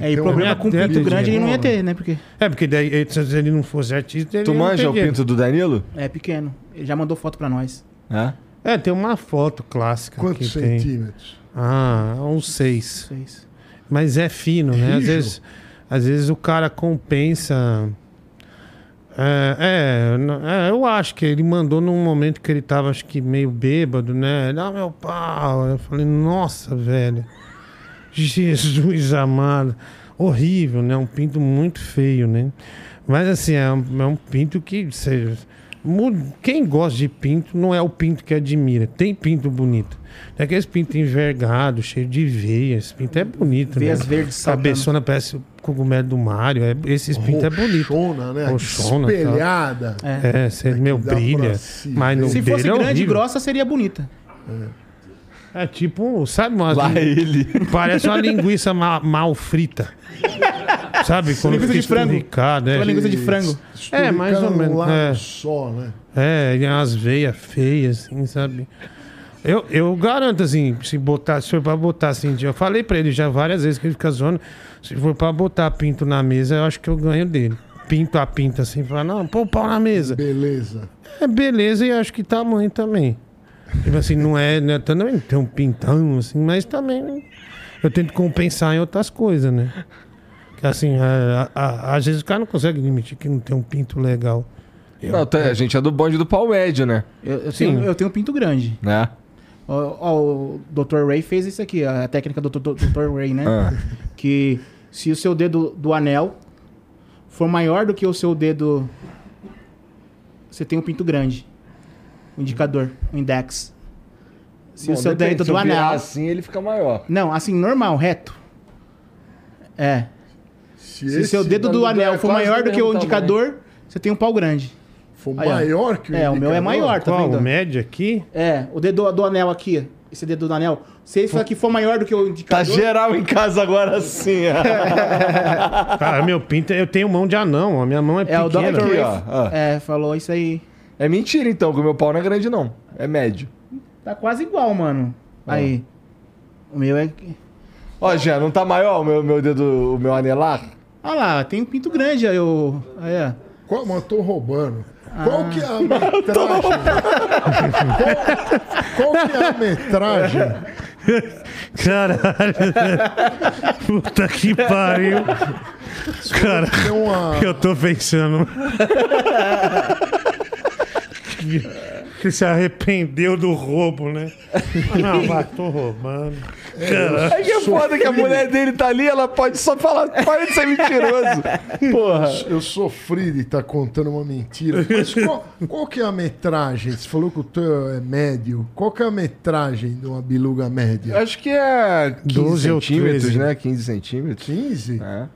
É, e tem um problema reto, com né, pinto de grande ele não ia dinheiro. ter, né? Porque É, porque daí, ele- se ele não fosse artista, ele Tu não manja tem o dinheiro. pinto do Danilo? é pequeno. Ele já mandou foto pra nós. É. É, tem uma foto clássica Quantos que tem. centímetros? Ah, uns seis. Vocês- Mas é fino, né? Às Rijo. vezes, às vezes o cara compensa. É, é, n- é, eu acho que ele mandou num momento que ele tava, acho que meio bêbado, né? Dá meu pau. Eu falei, nossa, velho. Jesus amado. Horrível, né? Um pinto muito feio, né? Mas assim, é um, é um pinto que. Você, mu- quem gosta de pinto não é o pinto que admira. Tem pinto bonito. Tem aqueles pinto envergado, cheio de veias. Esse pinto é bonito, Veias né? verdes saltando. Cabeçona parece o cogumelo do Mário. É, esse pinto é bonito. Roxona, né? Roxona, tá. Espelhada. É, você, meu, né? dá pra brilha. se Mas ver. no Se dele fosse é grande e horrível. grossa, seria bonita. É tipo, sabe, uma, Lá ele. Parece uma linguiça ma- mal frita. Sabe? Quando Linguiça de fica frango. esturricado, é. Uma linguiça de frango. É, mais ou menos, Um lado é. só, né? É, e umas veias feias, assim, sabe? Eu, eu garanto, assim, se botar, se for pra botar, assim, eu falei pra ele já várias vezes que ele fica zoando, se for pra botar pinto na mesa, eu acho que eu ganho dele. Pinto a pinto, assim, falar, não, põe o pau na mesa. Beleza. É beleza e acho que tamanho também. Tipo assim, não é, né, também tem um pintão, assim, mas também eu tento compensar em outras coisas, né? Que assim, a- a- a- às vezes o cara não consegue admitir que não tem um pinto legal. Não, tá- a gente é do bonde do pau médio, né? Eu, eu Sim. tenho, eu tenho um pinto grande. Né? Ó, ó, o Dr. Ray fez isso aqui, a técnica do Dr. Dr. Ray, né? Ah. Que se o seu dedo do anel for maior do que o seu dedo, você tem um pinto grande. Um indicador, um index. Se o Bom, seu depende, dedo se do eu virar anel. assim, ele fica maior. Não, assim, normal, reto. É. Se o seu esse dedo do da- anel é for quase maior do do que o mesmo indicador, você tem um pau grande. For Aí, ó. maior que o É, o meu é indicador? maior, tá Qual? vendo? O médio aqui? É, o dedo do anel aqui, esse dedo do anel. Se isso aqui for maior do que o Tá indicador. geral em casa agora assim, ó. Cara, meu pinto, eu tenho mão de anão, a minha mão é, É, o pequena. Dr. Aqui, Ray. ó, ó. É, falou isso aí. É mentira, então, que o meu pau não é grande, não. É médio. Tá quase igual, mano. Aí. O meu é. Ó, Jean, não tá maior o meu, meu dedo, o meu anelar? Olha lá, tem um pinto grande aí, o. Aí, ó. Qual, mas eu tô roubando. Qual que é a Ah. [LAUGHS] metragem? qual, qual que é a [LAUGHS] metragem? Caralho. [LAUGHS] Puta que pariu. Cara, Tem uma... [LAUGHS] eu tô pensando. Que- [LAUGHS] Que se arrependeu do roubo, né? Não, mas tô roubando. Caralho. É que é foda que a mulher dele tá ali, ela pode só falar, para de ser mentiroso. [LAUGHS] Porra. Eu sofri de estar contando uma mentira. Mas qual, qual que é a metragem? Você falou que o teu é médio. Qual que é a metragem de uma biluga Eu média? acho que é 15 12 ou centímetros, 13. né? 15 centímetros. 15? É,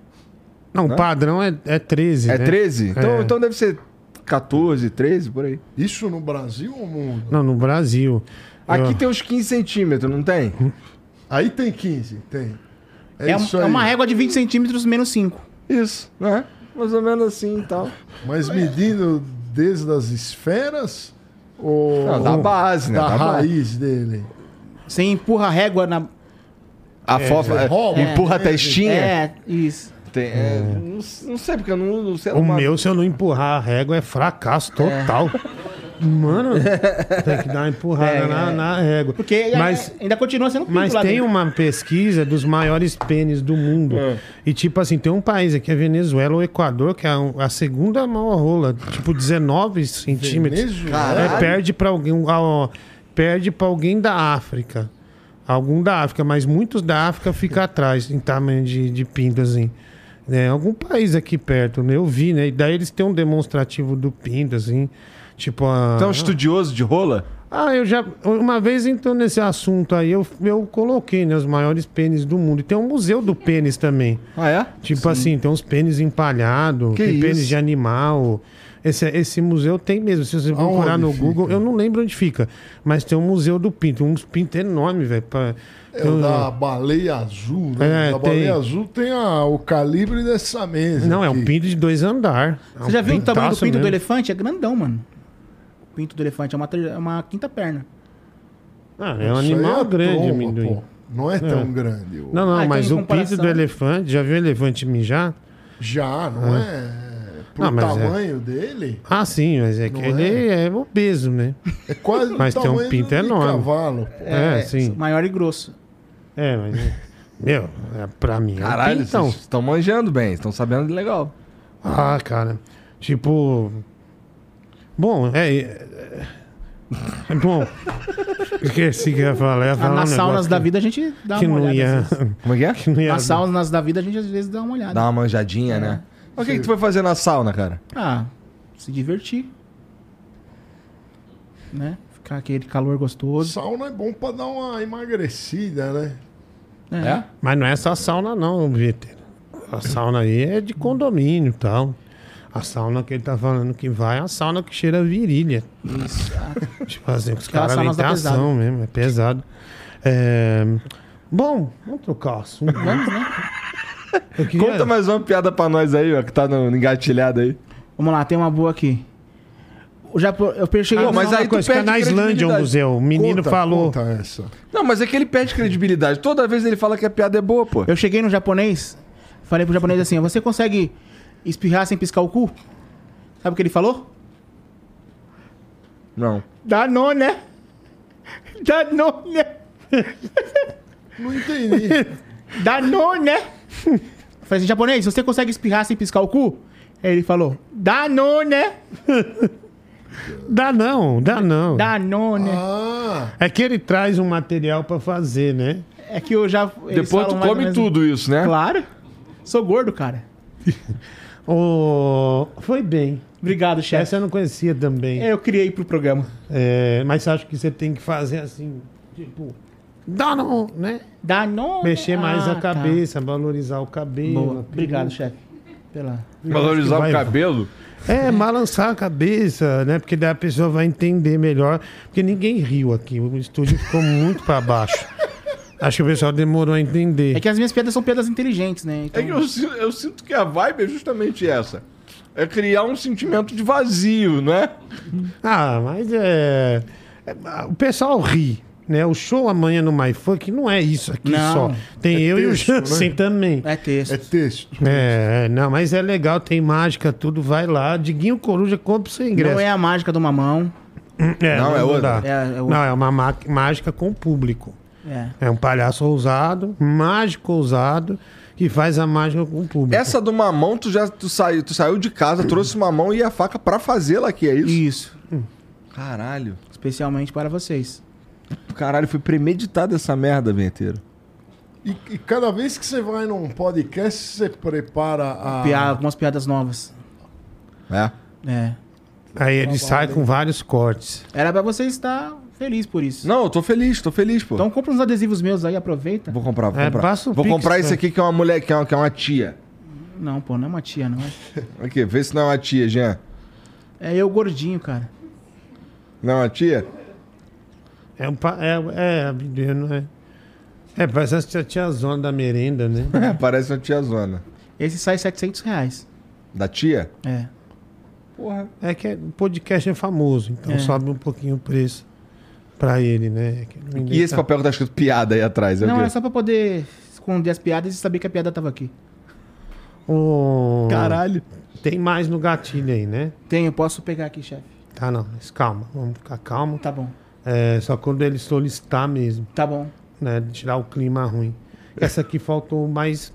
Não, o padrão é, é 13. é né? 13? Então, É. então deve ser 14, 13, por aí. Isso no Brasil ou no mundo? Não, no Brasil. Aqui Eu- tem uns 15 centímetros, não tem? Aí tem 15, tem. É, É, um- isso é aí. uma régua de 20 centímetros menos 5. Isso, né? Mais ou menos assim e tal. Mas medindo desde as esferas ou Não, da base, né? da Da base. raiz dele? Você empurra a régua na. A fofa rouba. empurra a testinha. É, isso. Tem- é, não, não sei, porque eu não, não sei. O É uma- meu, se eu não empurrar a régua, é fracasso total. É. [LAUGHS] Mano, tem que dar uma empurrada É, na, é. na régua. Porque mas, ainda continua sendo um pinto mas lá tem dentro. Ah. uma pesquisa dos maiores pênis do mundo. E tipo assim, tem um país aqui, a Venezuela ou Equador, que é a, a segunda maior rola, tipo 19 centímetros. Venezuela? É, perde para alguém, ao- perde para alguém da África. Algum da África, mas muitos da África ficam atrás em tamanho de, de pinto, assim. Né? Algum país aqui perto, né? Eu vi, né? E daí eles têm um demonstrativo do pinto, assim. Tipo, a... Então, Você é um estudioso de rola? Ah, eu já. Uma vez entrou nesse assunto aí, eu, eu coloquei, né? Os maiores pênis do mundo. E tem um museu do pênis também. Ah, é? Tipo assim, tem uns pênis empalhados, Que tem pênis isso? de animal. Esse, esse museu tem mesmo. Se você Aonde procurar no fica? Google, eu não lembro onde fica. Mas tem um museu do pinto, uns pintos enormes, velho. pra- É tem o um- da baleia azul, né? É, da baleia tem. azul tem a- o calibre dessa mesa. Não, é um aqui. pinto de dois andar. É um Você já viu o tamanho do pintaço pinto do mesmo. elefante? É grandão, mano. O pinto do elefante é uma, ter- é uma quinta perna. Ah, é um Isso aí animal a grande, tromba, amendoim. pô. Não é tão grande. o- Não, não, Ah, então, mas em o pinto comparação- do elefante, já viu o elefante mijar? Já, não é? pro Ah, mas é. tamanho dele, Ah, sim, mas é que Não ele é obeso, né? é quase Mas o tem um tamanho pinto de enorme. cavalo. pô. É, sim. Maior e grosso. É, mas. é- Meu, é, pra mim. é um Caralho, pintão. vocês estão manjando bem, estão sabendo legal. Ah, cara. Tipo. Bom, é. é- é bom. Esqueci que eu ia falar. eu ia falar um Tá nas saunas negócio da que- vida a gente dá Que uma não olhada. assim. às ia. vezes. Como é que é? [LAUGHS] Que não ia. Nas saunas da vida a gente às vezes dá uma olhada. Dá uma É. manjadinha, né? Mas o que, que tu foi fazer na sauna, cara? Ah, se divertir. Né? Ficar aquele calor gostoso. Sauna é bom pra dar uma emagrecida, né? É. Mas não é essa sauna, não, Vitor. A sauna aí é de condomínio e tal. A sauna que ele tá falando que vai é a sauna que cheira a virilha. Isso. Ah, Tipo assim, os Aquela caras sauna nem tá têm ação mesmo, é pesado. É, Bom, vamos trocar o assunto. Vamos, né? Eu queria- Conta mais uma piada pra nós aí, ó, que tá no no engatilhado aí. Vamos lá, tem uma boa aqui. O Japão, eu pe- cheguei Não, Ah, mas Uma aí tu coisa, fica perde na Islândia o credibilidade. museu. O menino Conta- falou. Conta essa. Não, mas é que ele perde credibilidade. Toda vez ele fala que a piada é boa, pô. eu cheguei no japonês, falei pro japonês assim: "Você consegue espirrar sem piscar o cu?" Sabe o que ele falou? Não. Danou, né? Danou, né? Não [LAUGHS] entendi. Danou, né? Eu falei assim, japonês, você consegue espirrar sem piscar o cu? Aí ele falou, danou, né? Dá não, dá não. Danou, né? ah, É que ele traz um material pra fazer, né? É que eu já... eles Depois tu falam mais ou come menos- tudo isso, né? Claro. Sou gordo, cara. Ô, Foi bem. Obrigado, chefe. Essa eu não conhecia também. É, eu criei pro programa. É, mas acho que você tem que fazer assim, tipo, dá não, né? Danou, né? Mexer mais Ah, a tá. cabeça, valorizar o cabelo. Boa. Obrigado, chefe. Pela... Valorizar Vai- o cabelo. É, balançar a cabeça, né? Porque daí a pessoa vai entender melhor. Porque ninguém riu aqui, o estúdio ficou muito [LAUGHS] pra baixo. Acho que o pessoal demorou a entender. É que as minhas piadas são piadas inteligentes, né? Então, É que eu, si- eu sinto que a vibe é justamente essa. É criar um sentimento de vazio, não é? Ah, mas é... é, O pessoal ri, né? O show amanhã no My Funk não é isso aqui Não. só. Tem eu e o texto, né? Jansen também. É texto. é texto. É, é, não, mas é legal, tem mágica, tudo, vai lá. Diguinho Coruja, compra o seu ingresso. Não é a mágica do mamão. É, Não, é outra. dá. É, é outra. Não, é uma ma- mágica com o público. É. É um palhaço ousado, mágico ousado, que faz a mágica com o público. Essa do mamão, tu já tu saiu, tu saiu de casa, trouxe o mamão e a faca pra fazê-la aqui, é isso? Isso. Caralho. Especialmente para vocês. Caralho, foi premeditada essa merda, vinheteiro. E, e cada vez que você vai num podcast, você prepara a. Pia- Algumas piadas novas. É. É. Aí ele sai com vários cortes. Era pra você estar feliz por isso. Não, eu tô feliz, tô feliz, pô. Então compra uns adesivos meus aí, aproveita. Vou comprar, vou É, comprar. passa o vou Pix, comprar esse né? aqui que é uma mulher, que é uma, que é uma tia. Não, pô, não é uma tia, não. Aqui, vê se não é uma tia, Jean. É eu gordinho, cara. Não é uma [LAUGHS] tia? É, um pa- é, é, é, não é. É, parece a tiazona da merenda, né? [LAUGHS] É, parece uma tia zona. Esse sai 700 reais. Da tia? É. Porra. É que é- o podcast é famoso, então É. sobe um pouquinho o preço pra ele, né? Que não E esse inventa- papel que tá escrito piada aí atrás? É o não, quê? era só pra poder esconder as piadas e saber que a piada tava aqui. Ô, Caralho. Tem mais no gatilho aí, né? Tenho, posso pegar aqui, chefe. Tá, não, mas calma, vamos ficar calmo. Tá bom. É, só quando ele solicitar mesmo, Tá bom. né? de Tirar o clima ruim. Essa aqui faltou mais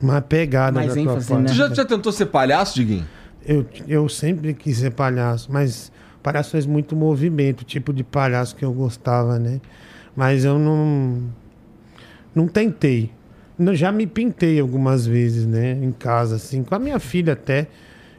uma pegada Mais da tua ênfase, parte. Tu né? já, já tentou ser palhaço, Diguinho? Eu, eu sempre quis ser palhaço, mas palhaço faz muito movimento, o tipo de palhaço que eu gostava, né? Mas eu não. Não tentei. Não, já me pintei algumas vezes, né? Em casa, assim, com a minha filha até.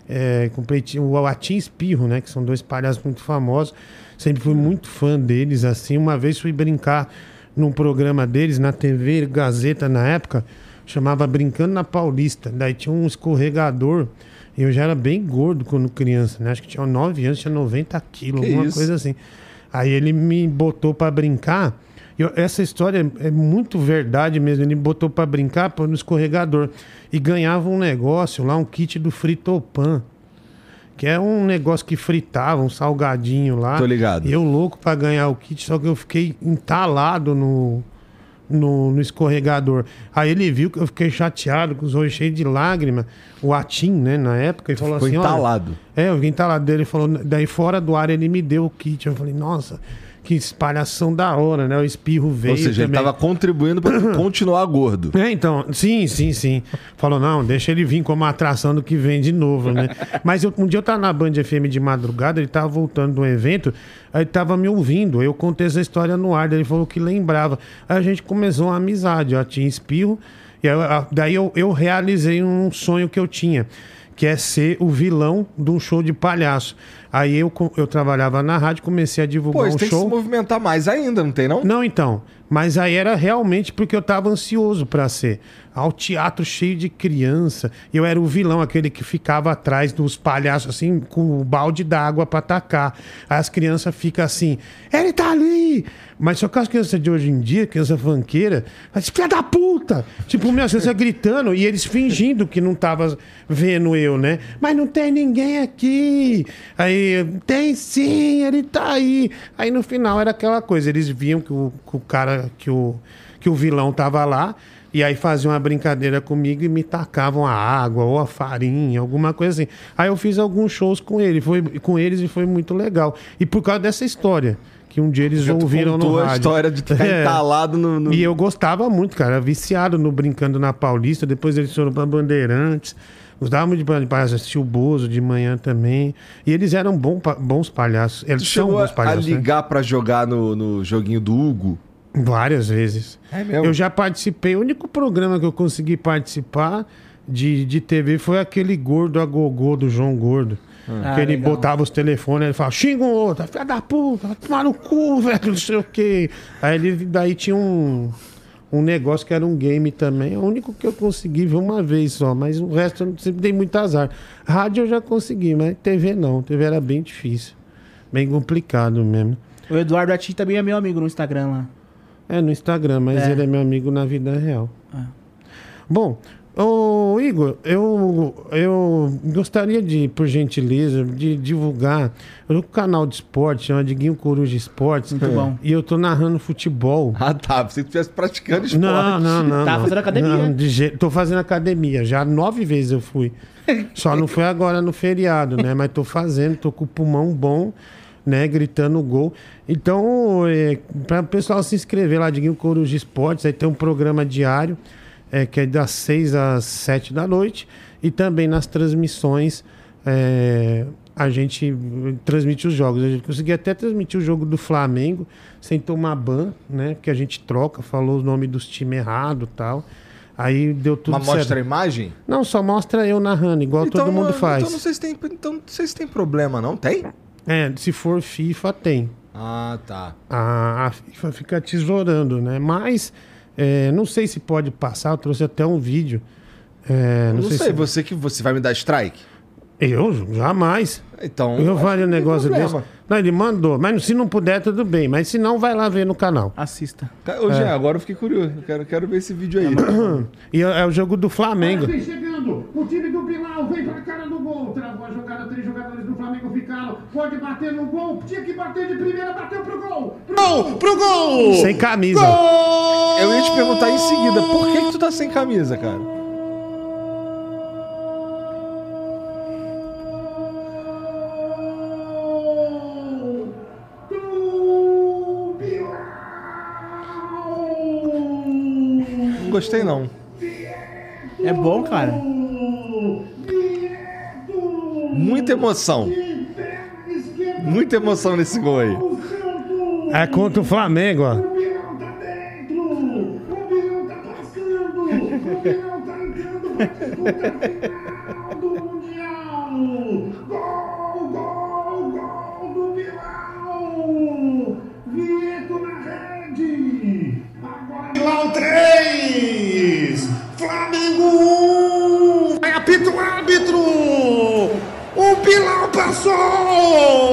É, com o Pleitinho- o Atim Espirro, né? Que são dois palhaços muito famosos. Sempre fui muito fã deles, assim. Uma vez fui brincar num programa deles, na TV Gazeta na época, chamava Brincando na Paulista. Daí tinha um escorregador. E eu já era bem gordo quando criança, né? Acho que tinha 9 anos, tinha 90 quilos, Que alguma isso? coisa assim. Aí ele me botou pra brincar. E eu- essa história é é muito verdade mesmo. Ele me botou pra brincar pô, no escorregador. E ganhava um negócio lá, um kit do Fritopan. Que é um negócio que fritava, um salgadinho lá. Tô ligado. E eu louco pra ganhar o kit, só que eu fiquei entalado no, no, no escorregador. Aí ele viu que eu fiquei chateado, com os olhos cheios de lágrima. O Atim, né, na época, e falou Ficou assim: olha, entalado. é, eu vim entalado dele, falou, daí fora do ar ele me deu o kit. Eu falei, nossa, que espalhação da hora, né? O espirro veio. Ou seja, ele também. tava contribuindo [COUGHS] pra tu continuar gordo. É, então, sim, sim, sim. Falou, não, deixa ele vir como atração do que vem de novo, né? Mas eu- um dia eu tava na Band FM de madrugada, ele tava voltando de um evento, aí ele tava me ouvindo, eu contei essa história no ar, daí ele falou que lembrava. Aí a gente começou uma amizade, ó, tinha espirro, e aí, a- daí eu, eu realizei um sonho que eu tinha, que é ser o vilão de um show de palhaço. Aí eu, co- eu trabalhava na rádio, comecei a divulgar Pô, isso um tem que show. se movimentar mais ainda, não tem não? Não, então. Mas aí era realmente porque eu tava ansioso pra ser. Ao teatro cheio de criança. Eu era o vilão, aquele que ficava atrás dos palhaços, assim, com o balde d'água pra atacar. Aí as crianças ficam assim, ele tá ali! Mas só que as crianças de hoje em dia, criança fanqueira, as filha da puta! Tipo, minhas crianças gritando e eles fingindo que não tava vendo eu, né? Mas não tem ninguém aqui! Aí, tem sim, ele tá aí. Aí no final era aquela coisa, eles viam que o, que o cara, que o, que o vilão tava lá, e aí faziam uma brincadeira comigo e me tacavam a água ou a farinha, alguma coisa assim. Aí eu fiz alguns shows com ele, foi com eles e foi muito legal. E por causa dessa história, que um dia eles Já tu ouviram no contou a rádio. É. história de ficar entalado no- no- E eu gostava muito, cara, era viciado no brincando na Paulista, depois eles foram pra Bandeirantes. Gostava muito de pra- pra assistir o Bozo de manhã também. E eles eram bom pa- bons palhaços. Eles Tu são chegou a, bons palhaços. a né? ligar pra jogar no, no joguinho do Hugo? [LAUGHS] Várias vezes. É mesmo? Eu já participei. O único programa que eu consegui participar de, de TV foi aquele gordo a gogô do João Gordo. Que Ah, ele legal. botava os telefones, ele falava, xinga um outro, filha da puta, vai tomar no cu, [LAUGHS] velho, não sei o quê. Aí ele, daí tinha um, um negócio que era um game também, é o único que eu consegui ver uma vez só, mas o resto eu sempre dei muito azar. Rádio eu já consegui, mas TV não, TV era bem difícil, bem complicado mesmo. O Eduardo Ati também é meu amigo no Instagram lá. É, no Instagram, mas É. ele é meu amigo na vida real. Bom, ô Igor, eu, eu gostaria de, por gentileza, de divulgar o canal de esporte, chama Diguinho Coruja Esportes. Muito bom. E eu tô narrando futebol. Ah, tá. Você estivesse praticando esporte. Não, não, não. Tá não. fazendo academia. Não, de jeito- tô fazendo academia. Já nove vezes eu fui. Só não fui agora no feriado, né? Mas tô fazendo, tô com o pulmão bom, né? Gritando gol. Então, é, para o pessoal se inscrever lá, Diguinho Coruja Esportes, aí tem um programa diário, é, que é das seis às sete da noite. E também nas transmissões. é, a gente transmite os jogos. A gente conseguiu até transmitir o jogo do Flamengo sem tomar ban, né? Porque a gente troca, falou o nome dos times errado e tal. Aí deu tudo Mas mostra a certo. imagem? Não, só mostra eu narrando, igual todo mundo não- faz. Então não, sei se tem, então não sei se tem problema, não. Tem? É, se for FIFA, tem. Ah, tá. A, a FIFA fica tesourando, né? Mas é, não sei se pode passar, eu trouxe até um vídeo. É, não, não, sei, sei, se... você que você vai me dar strike? Eu? Jamais. Então. Eu acho que faria um não tem negócio problema. desse. Não, ele mandou. Mas se não puder, tudo bem. Mas se não, vai lá ver no canal. Assista. Ca- Ô, É. Jean, agora eu fiquei curioso. Eu quero, quero ver esse vídeo aí. Tá E é é o jogo do Flamengo. Vem chegando, o time do Bilal vem pra cara do gol. Travou a jogada, três jogadores do Flamengo ficaram. Pode bater no gol, tinha que bater de primeira, bateu pro gol. Pro gol! Pro gol! Sem camisa. eu ia te perguntar em seguida, por que, que tu tá sem camisa, cara? Do Bilal! Não gostei, não. É bom, cara. Neto! Muita emoção. Em pé esquerdo, Muita emoção nesse gol aí. o centro. É contra o Flamengo, ó. O Bilal tá dentro! O Bilal tá passando! O Bilal tá entrando pra disputa final do Mundial! Gol, gol, gol do Bilal! Vieto na rede! Agora Bilal 3! Flamengo 1! Vai apita o árbitro! O Bilal passou!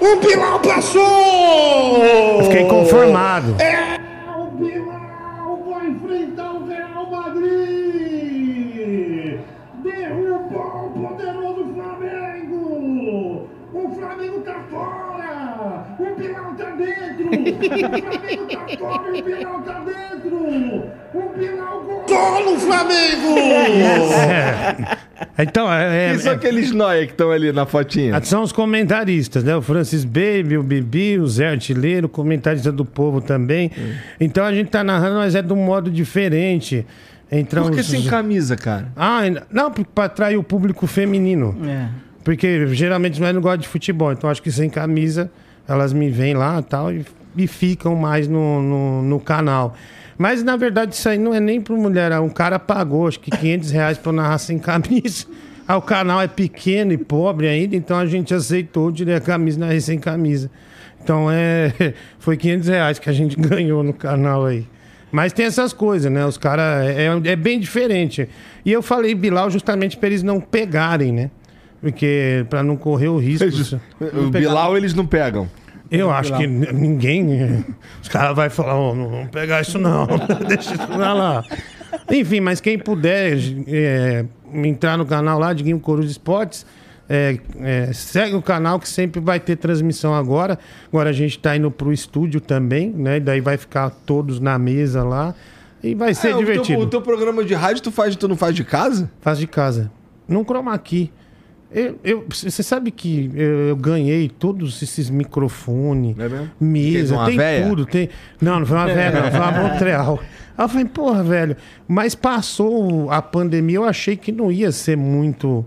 O Bilal passou! Fiquei conformado. É o Bilal vai enfrentar o Real Madrid! Derrubou o poderoso Flamengo! O Flamengo tá fora! O Bilal tá dentro! Flamengo tá fora e o Bilal tá dentro! O Bilal gol! Tolo [LAUGHS] Flamengo! Então, é, é- Quem são aqueles nóia que estão ali na fotinha? são os comentaristas, né? O Francis Baby, o Bibi, o Zé Artilheiro, comentarista do povo também. Hum. Então a gente tá narrando, mas é de um modo diferente. Então, Por que os- sem camisa, cara? Ah, não, porque pra atrair o público feminino. É. Porque geralmente elas não gostam de futebol, então acho que sem camisa elas me vêm lá tal, e e ficam mais no, no, no canal. Mas na verdade isso aí não é nem para mulher, um cara pagou acho que 500 reais para narrar sem camisa. [LAUGHS] Ah, o canal é pequeno e pobre ainda, então a gente aceitou tirei a camisa narrei sem camisa. Então é, [LAUGHS] foi 500 reais que a gente [LAUGHS] ganhou no canal aí. Mas tem essas coisas, né? Os caras. É, é bem diferente. E eu falei Bilal justamente para eles não pegarem, né? Porque para não correr o risco. O Bilal eles não pegam. Eu acho que n- ninguém. Os caras vão falar, "Ô, não vamos pegar isso não. [LAUGHS] Deixa isso pra lá. Enfim, mas quem puder é, entrar no canal lá, Diguinho Coruja Esportes, é, é, segue o canal que sempre vai ter transmissão agora. Agora a gente tá indo pro estúdio também, né? E daí vai ficar todos na mesa lá. E vai ser É, o teu- divertido. O teu, programa de rádio tu faz, tu não faz de casa? Faz de casa. Num chroma key. Eu- eu- Você sabe que eu, eu ganhei todos esses microfones, É mesmo? Fez mesa, uma tem véia? tudo. Tem... Não, não foi uma velha, não, [LAUGHS] foi uma Montreal. Aí eu falei, porra, velho. Mas passou a pandemia, eu achei que não ia ser muito.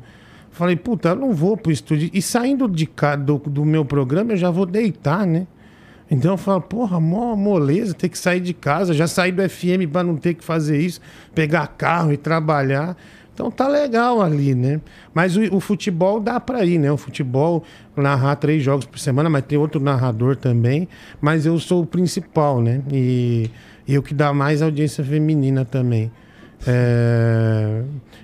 Falei, puta, eu não vou pro estúdio. E saindo de cá do, do meu programa, eu já vou deitar, né? Então eu falo, porra, mó moleza ter que sair de casa. Já saí do FM pra não ter que fazer isso, pegar carro e trabalhar. Então tá legal ali, né? Mas o, o futebol dá pra ir, né? O futebol narrar três jogos por semana, mas tem outro narrador também. Mas eu sou o principal, né? E e eu que dá mais audiência feminina também. É,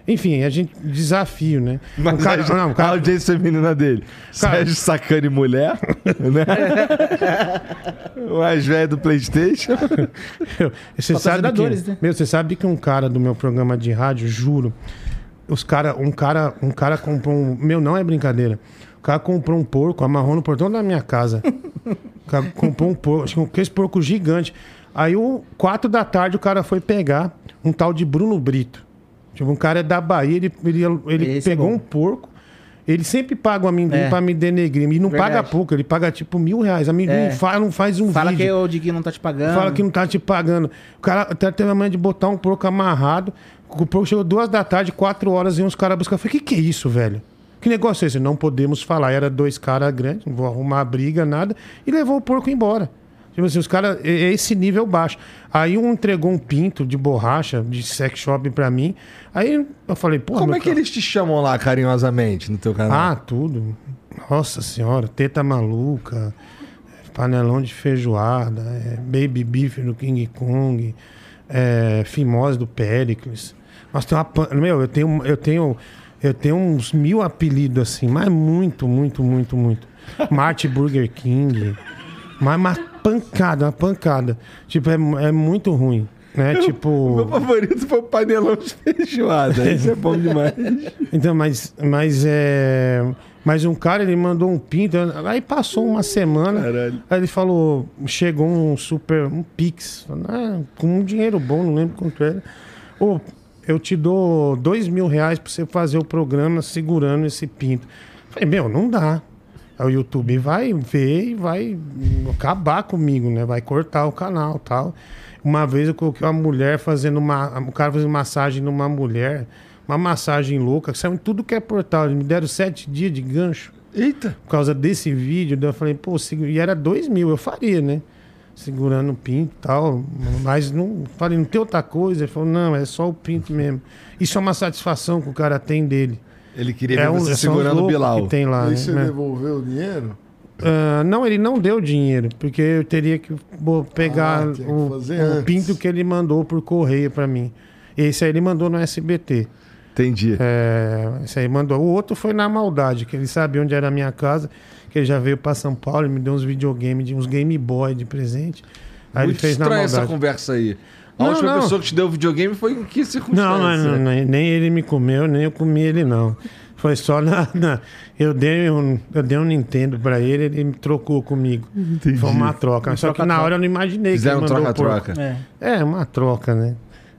Enfim, a gente. Desafio, né? Mas O cara- a, não, o a cara- audiência menina dele. Sérgio Sacani Mulher, [LAUGHS] né? o mais velho do Playstation. Meu, Você sabe, Patrocinadores, que, né? meu, você sabe que um cara do meu programa de rádio, juro, os cara, um cara, um cara comprou um, meu não é brincadeira. O cara comprou um porco, amarrou no portão da minha casa. O cara comprou um porco, acho que esse porco gigante. Aí, o quatro da tarde, o cara foi pegar um tal de Bruno Brito. Tipo, um cara é da Bahia, ele, ele, ele Esse é pegou bom. um porco. Ele sempre paga o amendoim É. pra me denegrir. E não Verdade. paga pouco, ele paga tipo mil reais. Amendoim É. fa- não faz um Fala vídeo. que o Diguinho não tá te pagando. Fala que não tá te pagando. O cara até teve a manhã de botar um porco amarrado. O porco chegou duas da tarde, quatro horas, e uns caras buscar. Eu falei, que que é isso, velho? Que negócio é esse? Não podemos falar. Era dois caras grandes, não vou arrumar briga, nada. E levou o porco embora. Tipo assim, os caras, é é esse nível baixo. Aí um entregou um pinto de borracha, de sex shop pra mim. Aí eu falei, pô, Como meu é que cara- eles te chamam lá carinhosamente no teu canal? ah, tudo. Nossa senhora, teta maluca, panelão de feijoada, é, baby beef do King Kong, é, fimose do Pericles. Nossa, tem uma. pan- Meu, eu tenho, eu tenho, eu tenho uns mil apelidos assim, mas muito, muito, muito, muito. Marte Burger King. Mas uma pancada, uma pancada. Tipo, é, mu- é muito ruim. Né? O meu tipo. favorito foi o panelão de feijoada. Isso é bom demais. Então, mas, mas é. Mas um cara, ele mandou um pinto. Aí passou uma semana. Caralho. Aí ele falou: chegou um super. Um Pix. Falando, "Ah, com um dinheiro bom, não lembro quanto era. Ô, eu te dou dois mil reais pra você fazer o programa segurando esse pinto. Falei, meu, não dá. Aí o YouTube vai ver e vai acabar comigo, né? Vai cortar o canal tal. Uma vez eu coloquei uma mulher fazendo uma. O cara fazendo massagem numa mulher. Uma massagem louca, saiu em tudo que é portal. Eles me deram sete dias de gancho Eita. por causa desse vídeo. Daí eu falei, pô, segu- e era dois mil, eu faria, né? Segurando o pinto e tal. Mas não. Falei, não tem outra coisa. Ele falou, não, é só o pinto mesmo. Isso é uma satisfação que o cara tem dele. Ele queria É ver um, você são os segurando o loucos Bilal. que tem lá. Aí Né? você É. devolveu o dinheiro? Ah, não, ele não deu dinheiro, porque eu teria que bo- pegar Ah, tinha que o, fazer o antes. pinto que ele mandou por correio pra mim. Esse aí ele mandou no SBT. Entendi. É, esse aí mandou. O outro foi na maldade, que ele sabia onde era a minha casa, que ele já veio pra São Paulo e me deu uns videogames, uns Game Boy de presente. Aí ele Muito fez na estranha essa maldade. conversa aí. A Não, última não. pessoa que te deu o videogame foi em que Não, não, circunstância? não, nem nem ele me comeu, nem eu comi ele, não. Foi só na. na- eu, dei um, eu dei um Nintendo pra ele, ele me trocou comigo. Foi uma troca. só que na hora eu não imaginei Fizeram que ele mandou por- troca-troca. É. É, uma troca, né?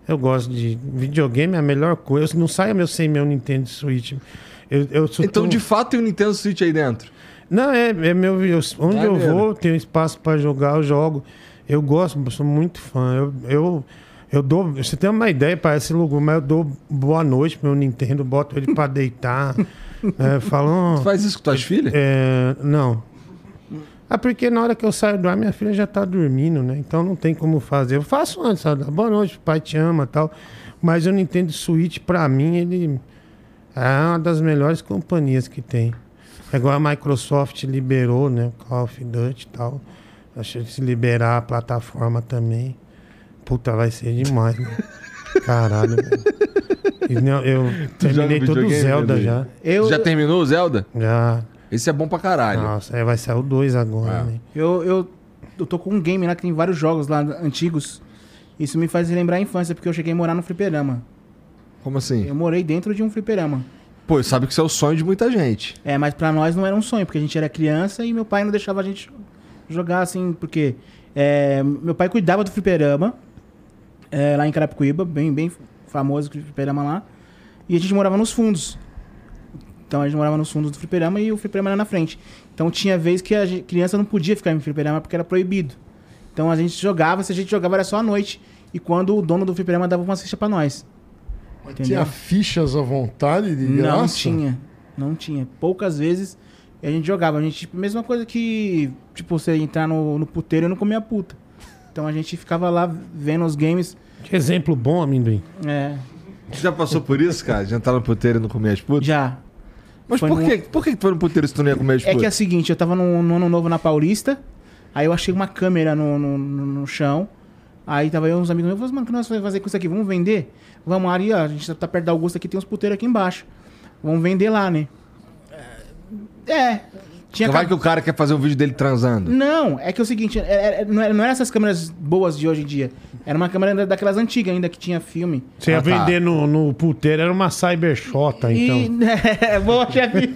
Eu gosto de. Videogame é a melhor coisa. Eu não saio meu sem meu Nintendo Switch. Eu, eu sou Então, tão- de fato, tem o Nintendo Switch aí dentro. Não, é, é meu. eu- onde eu Maneiro. vou, tem espaço pra jogar, eu jogo. Eu gosto, eu sou muito fã. Eu, eu, eu dou. Você tem uma ideia para esse lugar, mas eu dou boa noite pro meu Nintendo, boto ele pra deitar. [LAUGHS] é, falo. "Oh, Faz isso com tuas filhas? é, não. Ah, porque na hora que eu saio do ar, minha filha já tá dormindo, né? Então não tem como fazer. Eu faço antes, sabe? Boa noite, pai te ama tal. Mas eu não entendo Switch, pra mim, ele é uma das melhores companhias que tem. Agora a Microsoft liberou, né? o Call of Duty e tal. Achei que se liberar a plataforma também. Puta, vai ser demais, né? Caralho. velho. E não, eu terminei joga todo o videogame, né, Zelda Edu? já. Eu, Já terminou o Zelda? Já. Esse é bom pra caralho. Nossa, aí vai sair o 2 agora, É. né? eu, eu, eu tô com um game lá que tem vários jogos lá antigos. Isso me faz lembrar a infância, porque eu cheguei a morar num fliperama. Como assim? Eu morei dentro de um fliperama. Pô, sabe que isso é o sonho de muita gente. É, mas pra nós não era um sonho, porque a gente era criança e meu pai não deixava a gente jogar assim, porque é, meu pai cuidava do fliperama, é, lá em Carapicuíba, bem, bem famoso o fliperama lá, e a gente morava nos fundos. Então a gente morava nos fundos do fliperama e o fliperama era na frente. Então tinha vez que a gen- criança não podia ficar em fliperama porque era proibido. Então a gente jogava, se a gente jogava era só à noite, e quando o dono do fliperama dava uma ficha pra nós. Mas Entendeu? tinha fichas à vontade de graça? Não tinha. Não tinha. Poucas vezes a gente jogava. A gente, tipo, mesma coisa que, tipo, você entrar no, no puteiro e não comer a puta. Então a gente ficava lá vendo os games. Que exemplo bom, amendoim. É, Você já passou por isso, cara? De entrar no puteiro e não comer as putas? já. Mas Foi por, num- que, por que tu foi no puteiro se tu não ia comer as É putas? que é o assim, seguinte, eu tava no, no ano novo na Paulista, aí eu achei uma câmera no, no, no- no chão. Aí tava eu e uns amigos meus, eu falei, mano, o que nós vamos fazer com isso aqui? Vamos vender? Vamos, Ari, ó, a gente tá perto da Augusta aqui, tem uns puteiros aqui embaixo. Vamos vender lá, né? É. Tinha Vai que o cara quer fazer um vídeo dele transando. Não, é que é o seguinte, é- é- é- não era- não eram essas câmeras boas de hoje em dia. Era uma câmera da- daquelas antigas ainda que tinha filme. Você ia Ah, tá. vender no, no puteiro, era uma cybershota, então. [LAUGHS] E. né, é boa, [LAUGHS] chefe.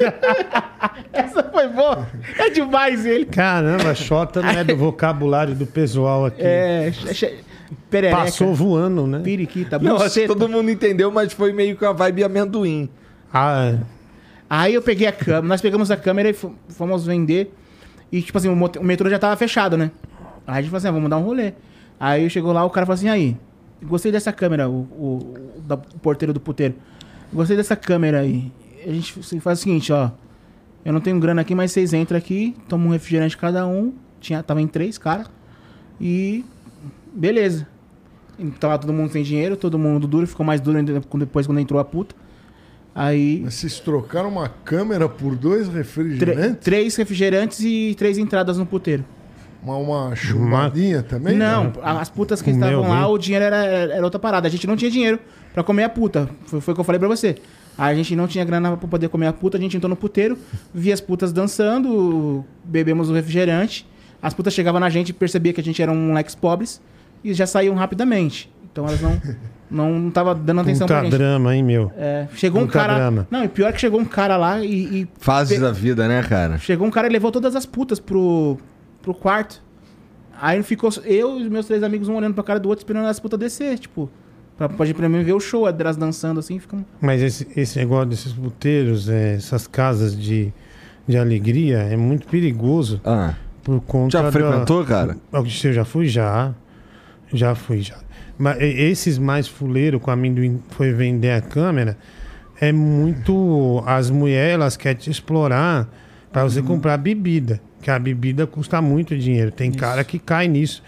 Essa foi boa. É demais ele. Caramba, shota não [LAUGHS] é do vocabulário do pessoal aqui. É. che- che- Perereca. tá Passou voando, né? Piriquita, Não, acho que buceta. todo mundo entendeu, mas foi meio que uma vibe amendoim. Ah, Aí eu peguei a câmera, nós pegamos a câmera e fo- fomos vender. E, tipo assim, o mote- o metrô já tava fechado, né? Aí a gente falou assim, ah, vamos dar um rolê. Aí chegou lá, o cara falou assim, aí, gostei dessa câmera, o, o- o da- o porteiro do puteiro. Gostei dessa câmera aí. A gente se- faz o seguinte, ó. Eu não tenho grana aqui, mas vocês entram aqui, tomam um refrigerante cada um. Tinha, tava em três, cara. E. Beleza. Então todo mundo sem dinheiro, todo mundo duro, ficou mais duro ainda depois quando entrou a puta. Aí. Mas Vocês trocaram uma câmera por dois Tre- refrigerantes? três refrigerantes e três entradas no puteiro. Uma, uma chumbadinha também? não, a- as putas que Meu estavam lá, Deus. o dinheiro era, era outra parada. A gente não tinha dinheiro pra comer a puta. Foi, foi o que eu falei pra você. A gente não tinha grana pra poder comer a puta, a gente entrou no puteiro, via as putas dançando, bebemos o refrigerante. As putas chegavam na gente e percebia que a gente era um moleques pobres e já saíam rapidamente. Então elas não não, não tava dando atenção pra puta gente. drama, hein, meu? É, chegou Puta um cara. drama. Não, e pior que chegou um cara lá e- e Fases Pe- da vida, né, cara? Chegou um cara e levou todas as putas pro, pro quarto. Aí ficou eu e os meus três amigos um olhando pra cara do outro esperando as putas descer, tipo. Pra, pra, gente- pra mim ver o show delas dançando assim, fica. um- Mas esse, esse negócio desses puteiros, é, essas casas de, de alegria, é muito perigoso Ah. por conta Já da- frequentou, cara? Ó, Se eu já fui, já. Já fui, já. Mas e- esses mais fuleiro com o amendoim foi vender a câmera, é muito. As mulheres, elas querem te explorar para você Uhum. comprar bebida. Que a bebida custa muito dinheiro. Tem cara que cai nisso.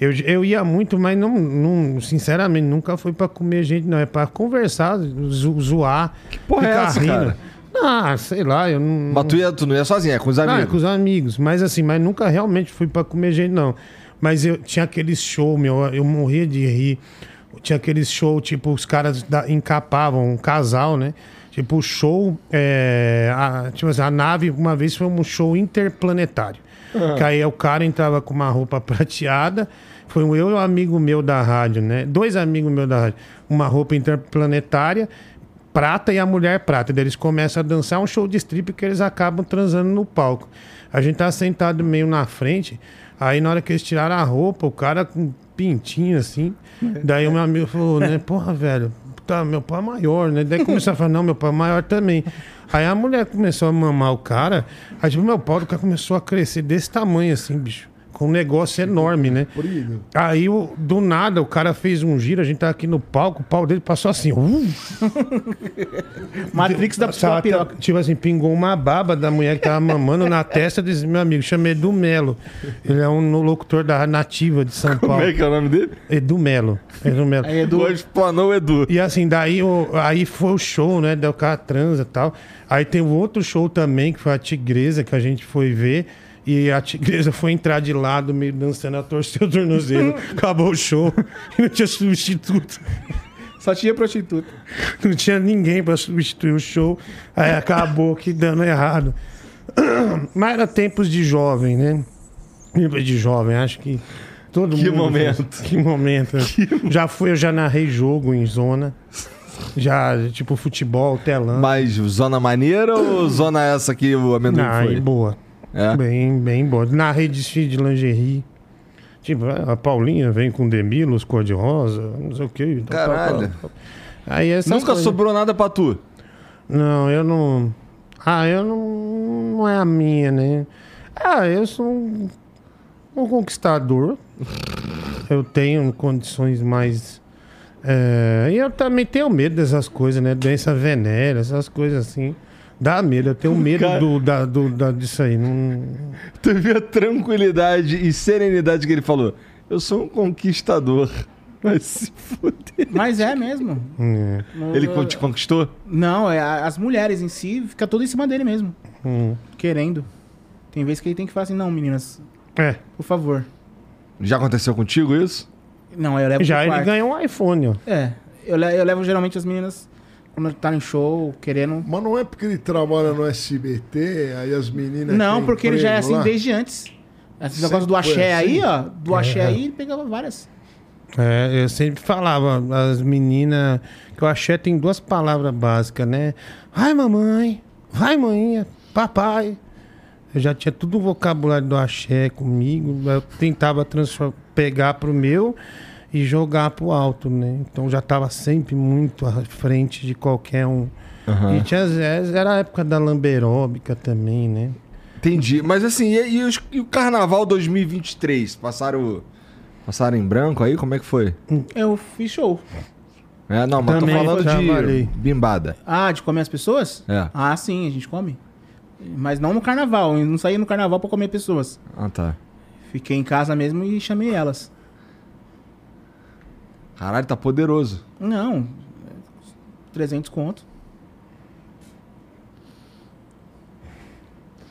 Eu, eu ia muito, mas não, não- sinceramente, nunca foi para comer gente, não. É para conversar, zo- zoar. Que porra é essa, cara? Ah, sei lá, eu não. Mas tu, ia, tu não ia sozinho, é com os Não, amigos. é com os amigos. Mas assim, mas nunca realmente fui pra comer gente, não. Mas eu tinha aqueles show, meu, eu morria de rir. Tinha aqueles show, tipo, os caras da- encapavam um casal, né? Tipo, o show. é, a, tipo assim, a nave, uma vez foi um show interplanetário. Que aí o cara entrava com uma roupa prateada. Foi um eu e um amigo meu da rádio, né? Dois amigos meus da rádio. Uma roupa interplanetária prata e a mulher prata. Daí eles começam a dançar um show de strip que eles acabam transando no palco. A gente tá sentado meio na frente, aí na hora que eles tiraram a roupa, o cara com um pintinho assim. Daí o meu amigo falou, né, porra, velho, tá, meu pau é maior, né? Daí começou a falar, não, meu pau é maior também. Aí a mulher começou a mamar o cara, aí tipo, meu pau do cara começou a crescer desse tamanho assim, bicho. Com um negócio enorme, né? Brilho. Aí, o- do nada, o cara fez um giro, a gente tá aqui no palco, o pau dele passou assim. Uh, Matrix [LAUGHS] da Passava sua até- piroca. tipo assim, pingou uma baba da mulher que tava mamando na testa desse meu amigo, chama Edu Melo. Ele é um locutor da rádio nativa de São Como é Paulo. que é o nome dele? Edu Melo. Edu Melo. Aí, Edu, Do... Hoje planou o Edu. E assim, daí o, aí foi o show, né? Daí o cara transa e tal. Aí tem um outro show também, que foi a Tigresa, que a gente foi ver. E a Tigresa [LAUGHS] foi entrar de lado, meio dançando, ela torceu [LAUGHS] o tornozelo. Acabou o show. [LAUGHS] E não tinha substituto. só tinha prostituta. [LAUGHS] Não tinha ninguém pra substituir o show. Aí acabou que dando errado. [CLEARS THROAT] Mas era tempos de jovem, né? Tempos de jovem, acho que todo Que mundo. momento. Que [LAUGHS] momento. né? Já fui, eu já narrei jogo em zona. Já, tipo, futebol, telão. Mas zona maneira ou zona essa que o amendoim Ah, e foi? boa. É. Bem, bem boa. Narrei desfile de lingerie. Tipo, a Paulinha vem com Demilos, cor-de-rosa, não sei o que. Caralho. Aí essas Nunca coisas. sobrou nada pra [LAUGHS] tu. Não, eu não. Ah, eu não. Não é a minha, né? Ah, eu sou um, um conquistador. [LAUGHS] Eu tenho condições mais. é, E eu também tenho medo dessas coisas, né? Doença venérea, essas coisas assim. Dá medo, eu tenho medo Cara- do, da, do, da, disso aí. Não... Tu viu a tranquilidade e serenidade que ele falou. Eu sou um conquistador. [LAUGHS] Mas se fuder. Mas é mesmo. É. Ele con- tipo- te conquistou? Não, é a- as mulheres em si, fica tudo em cima dele mesmo. Hum. Querendo. Tem vezes que ele tem que falar assim, não, meninas, É, por favor. Já aconteceu contigo isso? Não, eu levo pro já ele quarto. ganhou um iPhone, ó. É, eu, le- eu levo geralmente as meninas quando tá em show, querendo... Mas não é porque ele trabalha no SBT, aí as meninas. Não, têm porque ele já é emprego assim Né, lá. desde antes. Esse Sempre negócio do foi axé assim? aí, ó. Do axé aí, ele pegava várias. É, eu sempre falava, as meninas, que eu achei tem duas palavras básicas, né? Vai, mamãe, vai, maninha, papai. Eu já tinha tudo o vocabulário do axé comigo, eu tentava transfor- pegar pro meu e jogar pro alto, né? Então já tava sempre muito à frente de qualquer um. E tinha, as- era a época da lamberóbica também, né? Entendi. Mas assim, e, e os- e o carnaval 2023? Passaram. Passaram em branco aí? Como é que foi? Eu fiz show. É, não, mas Também tô falando trabalhei. de bimbada. Ah, de comer as pessoas? É. Ah, sim, a gente come. Mas não no carnaval, eu não saí no carnaval pra comer pessoas. Ah, tá. Fiquei em casa mesmo e chamei elas. Caralho, tá poderoso. Não, 300 conto.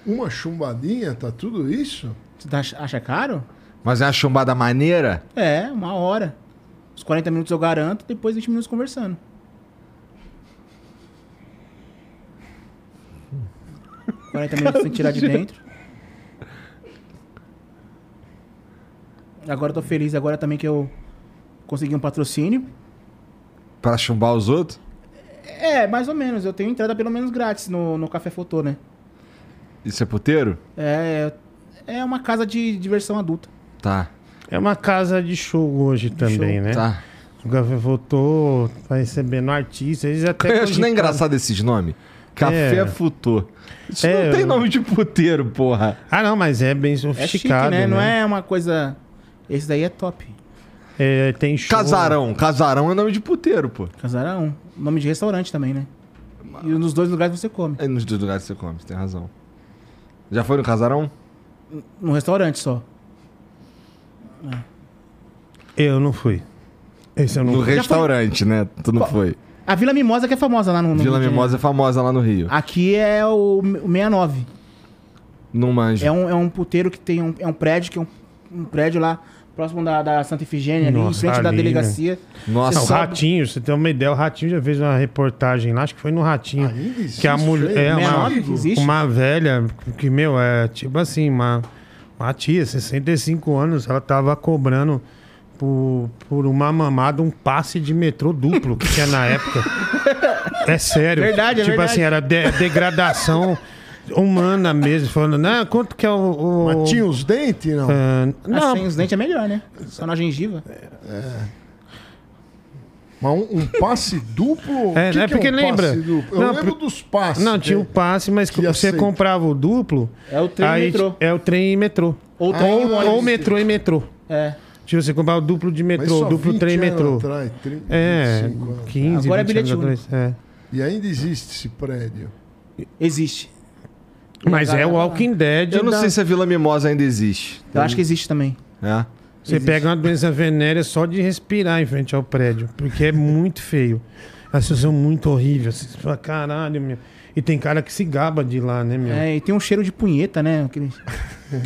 Uma chumbadinha, tá tudo isso? Você tá- acha caro? Mas é uma chumbada maneira? É, uma hora. Os 40 minutos eu garanto, depois 20 minutos conversando. Quarenta minutos sem tirar de dentro. Agora eu tô feliz agora também que eu consegui um patrocínio. Pra chumbar os outros? É, mais ou menos. Eu tenho entrada pelo menos grátis no, no Café Fotô, né? Isso é puteiro? É, é uma casa de diversão adulta. Tá. É uma casa de show hoje também, né? Tá. O Café voltou, tá recebendo artista. Eles até. Eu acho nem cogitaram- engraçado esses nomes. Café um É. Futô. Isso É, não tem eu- nome de puteiro, porra. Ah, não, mas é bem É chique, sofisticado. né? né? Não é uma coisa. Esse daí é top. É, tem show. Casarão. Casarão é nome de puteiro, pô. Casarão. é um. Nome de restaurante também, né? E nos dois lugares você come. É nos dois lugares que você come, você tem razão. Já foi no casarão? Num restaurante só. Eu não fui. Esse eu não No fui. restaurante, né? Tu não foi. A Vila Mimosa que é famosa lá no... no Vila Rio de Mimosa é famosa lá no Rio. Janeiro. Aqui é o, o 69. Não manjo. É um, é um puteiro que tem um... É um prédio que é um, um prédio lá próximo da, da Santa Ifigênia, ali em Nossa, frente da ali, né? delegacia. Nossa, Não, o sabe- Ratinho, você tem uma ideia, o Ratinho já fez uma reportagem lá, acho que foi no Ratinho. Ainda existe que a mulher. isso aí? É uma, 69 existe? uma velha, que, meu, é tipo assim, uma, uma tia, 65 anos, ela tava cobrando por por, por uma mamada um passe de metrô duplo que tinha na [LAUGHS] época. É sério. Verdade, é Tipo verdade. assim, era de- degradação humana mesmo. Falando, não, quanto que é o. o... Mas tinha os dentes, não? Ah, Ah, não, sem os dentes é melhor, né? Só na gengiva. Mas um, um passe duplo? É, O que né? que Porque um lembra. passe duplo? Eu Não, lembro por- dos passes. não, tinha um o né? passe, mas que Que você aceita. comprava o duplo. É o trem e aí- metrô. É o trem e metrô. Ou trem e ou, ônibus. ou metrô e metrô. É. Tipo, você comprava o duplo de Mas metrô, isso há duplo 20 trem e anos metrô. Atrás, 30, É, 25 anos. 15, Agora é 20 anos bilhete atrás, é. E ainda existe esse prédio. Existe. Mas tá é o Walking Dead. Eu não da- sei se a Vila Mimosa ainda existe. Eu acho que existe também. Né? Você pega uma doença venérea só de respirar em frente ao prédio, porque é muito feio. A situação é muito horrível. Você fala, caralho, meu. E tem cara que se gaba de lá, né, meu? É, É, e tem um cheiro de punheta, né? Aquele-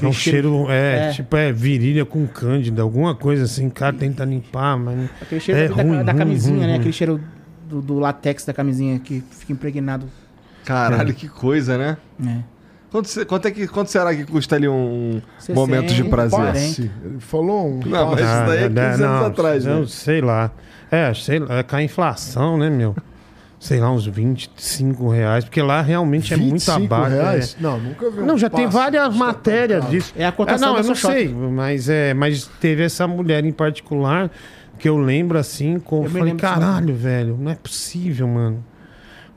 um cheiro, é, é. tipo, é virilha com cândida, alguma coisa assim, o cara tenta limpar, mas. Aquele cheiro é da, da- da ruim, camisinha, ruim, né? ruim. Aquele cheiro do, do latex da camisinha que fica impregnado. Caralho, que coisa, né? né? Quanto, se- quanto é que, quanto será que custa ali um 60, momento de prazer? Quarenta. Passe. Ele falou um Não, mas passe. isso daí é 15 né, anos atrás, né? eu Sei lá. É, sei lá, é com a inflação, né, meu? Sei lá, uns 25 reais, porque lá realmente é muito 25 abaixo. é. reais? Não, nunca vi um Não, já tem passe várias tá custar tão matérias caro. disso. É a cotação não, da eu não Social sei, mas é, mas teve essa mulher em particular que eu lembro assim, com, me eu falei, lembro dessa caralho, velho, não é possível, mano.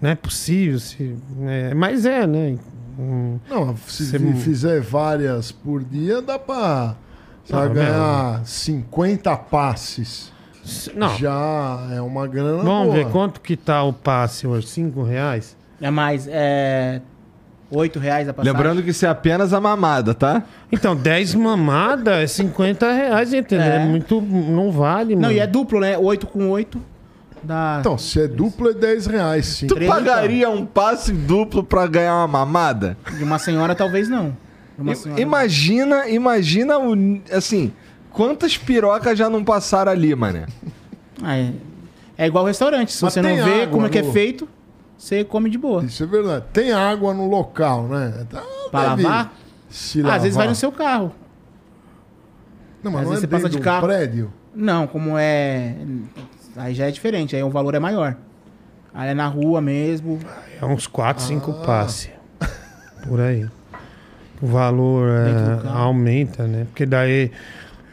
Não é possível se, é, mas é, né? Hum, Não, se Você- vi- fizer várias por dia, dá pra sabe, Não, ganhar 50 passes. se- Não. Já é uma grana Vamos boa. ver quanto que tá o passe hoje, 5 reais? É mais, é... Oito reais a passagem. Lembrando que isso é apenas a mamada, tá? Então, 10 mamadas é 50 reais, entendeu? É. É. muito. Não vale, mano. Não, e é duplo, né? Oito com oito dá... Então, se é duplo, é 10 reais, sim. Tu Três, pagaria um passe duplo pra ganhar uma mamada? De uma senhora, talvez não. De assim uma I- senhora- Imagina, imagina o. Assim, quantas pirocas já não passaram ali, mané? Ah, é. é igual restaurante. Se Mas você não tem vê água como é que é no- feito, você come de boa. Isso é verdade. Tem água no local, né? Tá- Pra deve lavar? Se Ah, lavar. às vezes vai no seu carro. Não, mas às não é vezes você passa dentro de de um carro. prédio. Não, como é. Aí já é diferente, aí o valor é maior. Aí é na rua mesmo. É uns 4, 5 Ah. passe. Por aí. O valor é, Dentro do carro. aumenta, né? Porque daí.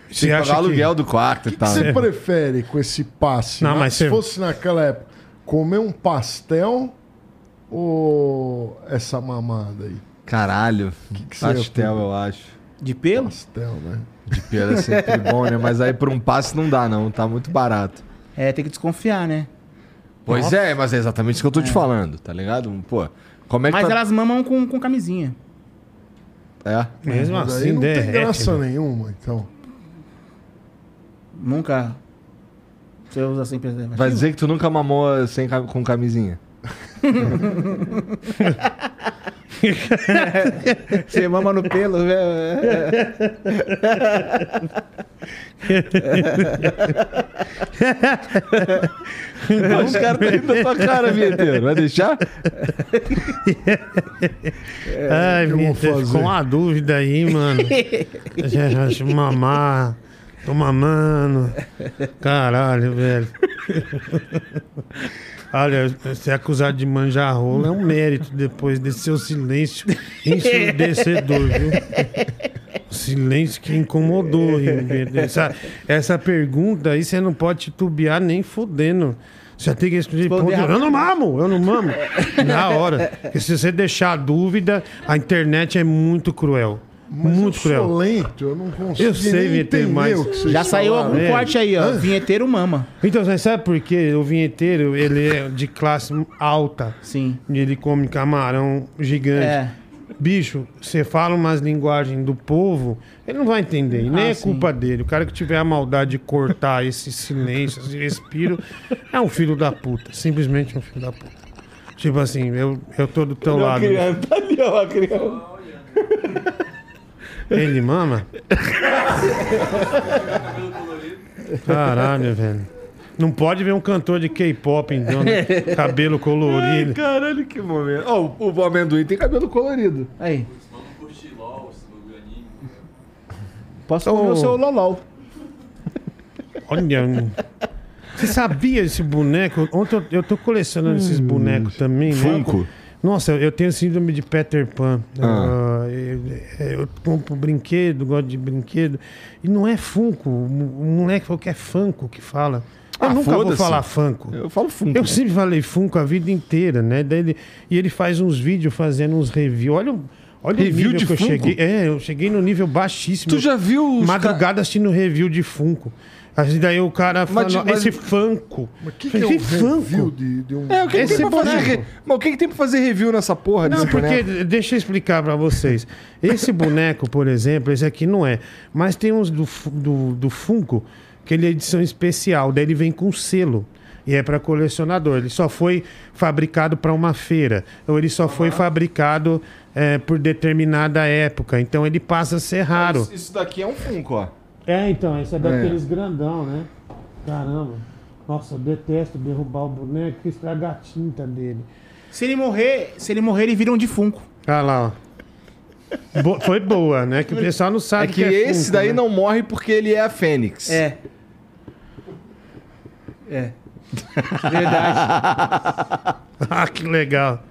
Você Tem que acha pagar que... aluguel do quarto O e Tá. que, que tal. você né? prefere com esse passe? Não, né? mas Se você- fosse naquela época, comer um pastel ou essa mamada aí? Caralho. que você ia Pastel, eu acho. De pelo? Pastel, né? De piada é sempre bom, né? Mas aí por um passe não dá, não. Tá muito barato. É, tem que desconfiar, né? Pois é, mas é exatamente isso que eu tô te falando, tá ligado? Pô, como é que Mas tá- elas mamam com, com camisinha. É. Mesmo Mas aí assim, não tem derrete. graça né? nenhuma, então. Nunca. Você usa assim sem preservativo? Vai dizer que tu nunca mamou sem, cam- com camisinha. [LAUGHS] Você mama no pelo, né? velho. Pô, os caras tá rindo da tua cara, vinheteiro. Vai deixar? Ai, É, eu minha, vou fazer? ficou uma dúvida aí, mano. [LAUGHS] Já acho mamar. Tô mamando. Caralho, velho. Olha, ser acusado de manjar rola é um mérito depois desse seu silêncio ensurdecedor, viu? O silêncio que incomodou. Ribeiro. Essa, essa pergunta aí você não pode titubear nem fudendo. Você tem que responder, Responder "Pô, eu não mamo, eu não mamo. Na hora. Porque se você deixar a dúvida, a internet é muito cruel. muito eu cruel. sou lento, eu não consigo Eu sei, nem VT, entender mas- o que vocês Já saiu falaram. algum é. corte aí, ó. Vinheteiro mama. Então, você sabe por quê? O vinheteiro, ele é de classe alta. Sim. E ele come camarão gigante. É. Bicho, você fala umas linguagens do povo, ele não vai entender. E nem Ah, é sim. culpa dele. O cara que tiver a maldade de cortar esse silêncio, esse respiro, é um filho da puta. Simplesmente um filho da puta. Tipo assim, eu, eu tô do teu lado. Tá ali, ó, a criança. Ele mama? Caralho, velho. Não pode ver um cantor de K-pop, então, né? Cabelo colorido. Caralho, que momento. Ó, o, o amendoim tem cabelo colorido. Aí. Posso comer o seu lolol. Olha. hum. Você sabia esse boneco? Ontem eu, eu tô colecionando esses bonecos também, né? Funko. Nossa, eu tenho síndrome de Peter Pan. Ah. Ah, eu, eu compro brinquedo, gosto de brinquedo. E não é Funko. O moleque falou que é Funko que fala. Eu Ah, nunca vou foda-se. falar Funko. Eu falo Funko. Eu sempre falei Funko a vida inteira, né? Daí ele- e ele faz uns vídeos fazendo uns reviews. Olha, o- olha Review o nível de que eu Funko? cheguei. É, eu cheguei no nível baixíssimo. Tu já viu os Madrugada assistindo review de Funko. Aí daí o cara falando, de- mas- esse Funko. Mas o que, que é um Esse review de, de um... É, o que, que Esse tem pra fazer? boneco. re- Mas o que, que tem pra fazer review nessa porra Não, desse porque, boneco? deixa eu explicar pra vocês. Esse boneco, por exemplo, esse aqui não é. Mas tem uns do, Fu- do, do Funko, que ele é edição especial, daí ele vem com selo. E é pra colecionador. Ele só foi fabricado pra uma feira. Ou ele só foi fabricado eh, por determinada época. Então ele passa a ser raro. Isso- Isso daqui é um Funko, ó. É, então, esse é daqueles grandão, né? Caramba. Nossa, eu detesto derrubar o boneco que estraga a tinta dele. Se ele morrer, se ele morrer, ele vira um de Funko. Ah lá, ó. Bo- foi boa, né? Que né? o pessoal não É sabe que esse daí não morre porque ele é a Fênix. né? É. É. Verdade. não. [LAUGHS] Ah, que legal.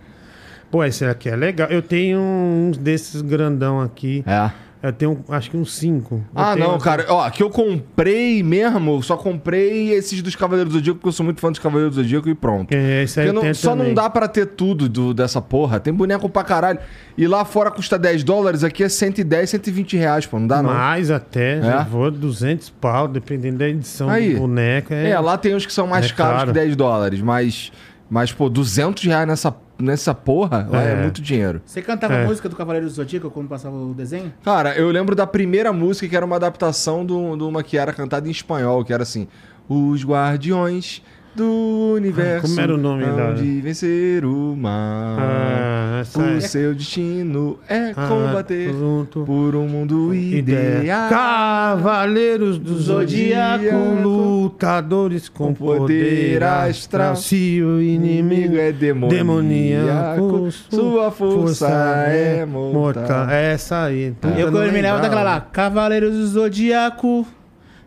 Pô, esse aqui é legal. Eu tenho uns desses grandão aqui. É. Eu tenho, acho que uns cinco. Eu Ah, tenho não, aqui- cara. Ó, que eu comprei mesmo, eu só comprei esses dos Cavaleiros do Zodíaco, porque eu sou muito fã dos Cavaleiros do Zodíaco e pronto. É, esse aí Porque eu não- tenho só não também. dá pra ter tudo do- dessa porra. Tem boneco pra caralho. E lá fora custa 10 dólares, aqui é 110, 120 reais, pô. Não dá, não. Mais até, já É? vou 200 pau, dependendo da edição Aí. do boneco. É, lá tem uns que são mais É caros caro. que 10 dólares, mas, mas pô, 200 reais nessa, nessa porra lá é. É. muito dinheiro. Você cantava É. a música do Cavaleiro do Zodíaco quando passava o desenho? Cara, eu lembro da primeira música que era uma adaptação de um- de uma que era cantada em espanhol, que era assim: Os Guardiões do Universo. como era o nome hão da- de vencer o mal. Ah, essa o é- seu destino é Ah, combater junto. por um mundo Ideia. ideal. é Cavaleiros do Zodíaco, Zodíaco, lutadores com, com poder, poder astral. astral. Se o Inimigo inimigo é demoníaco, sua força é mortal. É essa aí. Puta, eu não quando me lembro lembrava. daquela lá. Cavaleiros do Zodíaco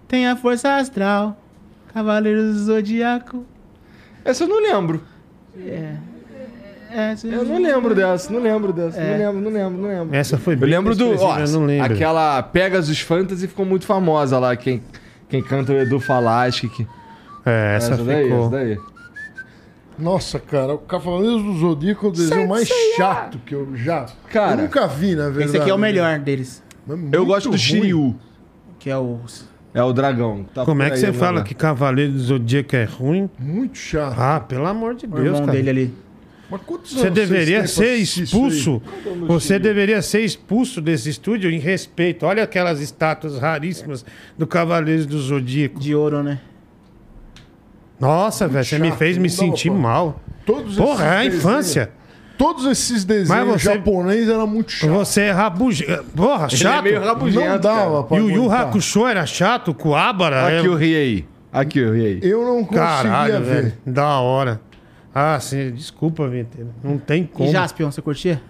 tem a força astral. Cavaleiros do Zodíaco. Essa eu não lembro. É, Eu não lembro dessa, não lembro dessa. Não lembro, não lembro, não lembro. Essa foi Eu bem lembro do. expressiva, Ó, eu não lembro. aquela Pegasus Fantasy ficou muito famosa lá. Quem, quem canta o Edu Falaschi. Que... É, essa, ficou. daí. Nossa, cara, o Cavaleiros do Zodíaco é o desenho mais chato que eu já... Cara. eu nunca vi, na verdade. Esse aqui é o né? melhor deles. Mas Eu muito gosto do ruim. Shiryu. Que é o. É o dragão. Tá Como por é que aí, você mano. fala que Cavaleiro do Zodíaco é ruim? Muito chato. Ah, pelo amor de o Deus, irmão cara. dele ali. Mas quantos Você anos vocês têm deveria pra ser assistir isso aí? expulso. Você deveria ser expulso desse estúdio em respeito. Olha aquelas estátuas raríssimas do Cavaleiros do Zodíaco. De ouro, né? Nossa, velho, você me chato, fez não me dava sentir pra- mal. Todos Porra, é a desenhos- infância. Todos esses desenhos Mas você- japoneses eram muito chatos. Você é rabugento. Porra, Ele é chato. meio rabugento. Não cara. dava pra E o Yu aguentar. Hakusho era chato, Kuabara. Aqui é... eu ri aí. Aqui eu ri aí. Eu não conseguia ver. Caralho, velho. Da hora. Ah, sim, desculpa, Vinteiro. Não tem como. E Jaspion, você curtia?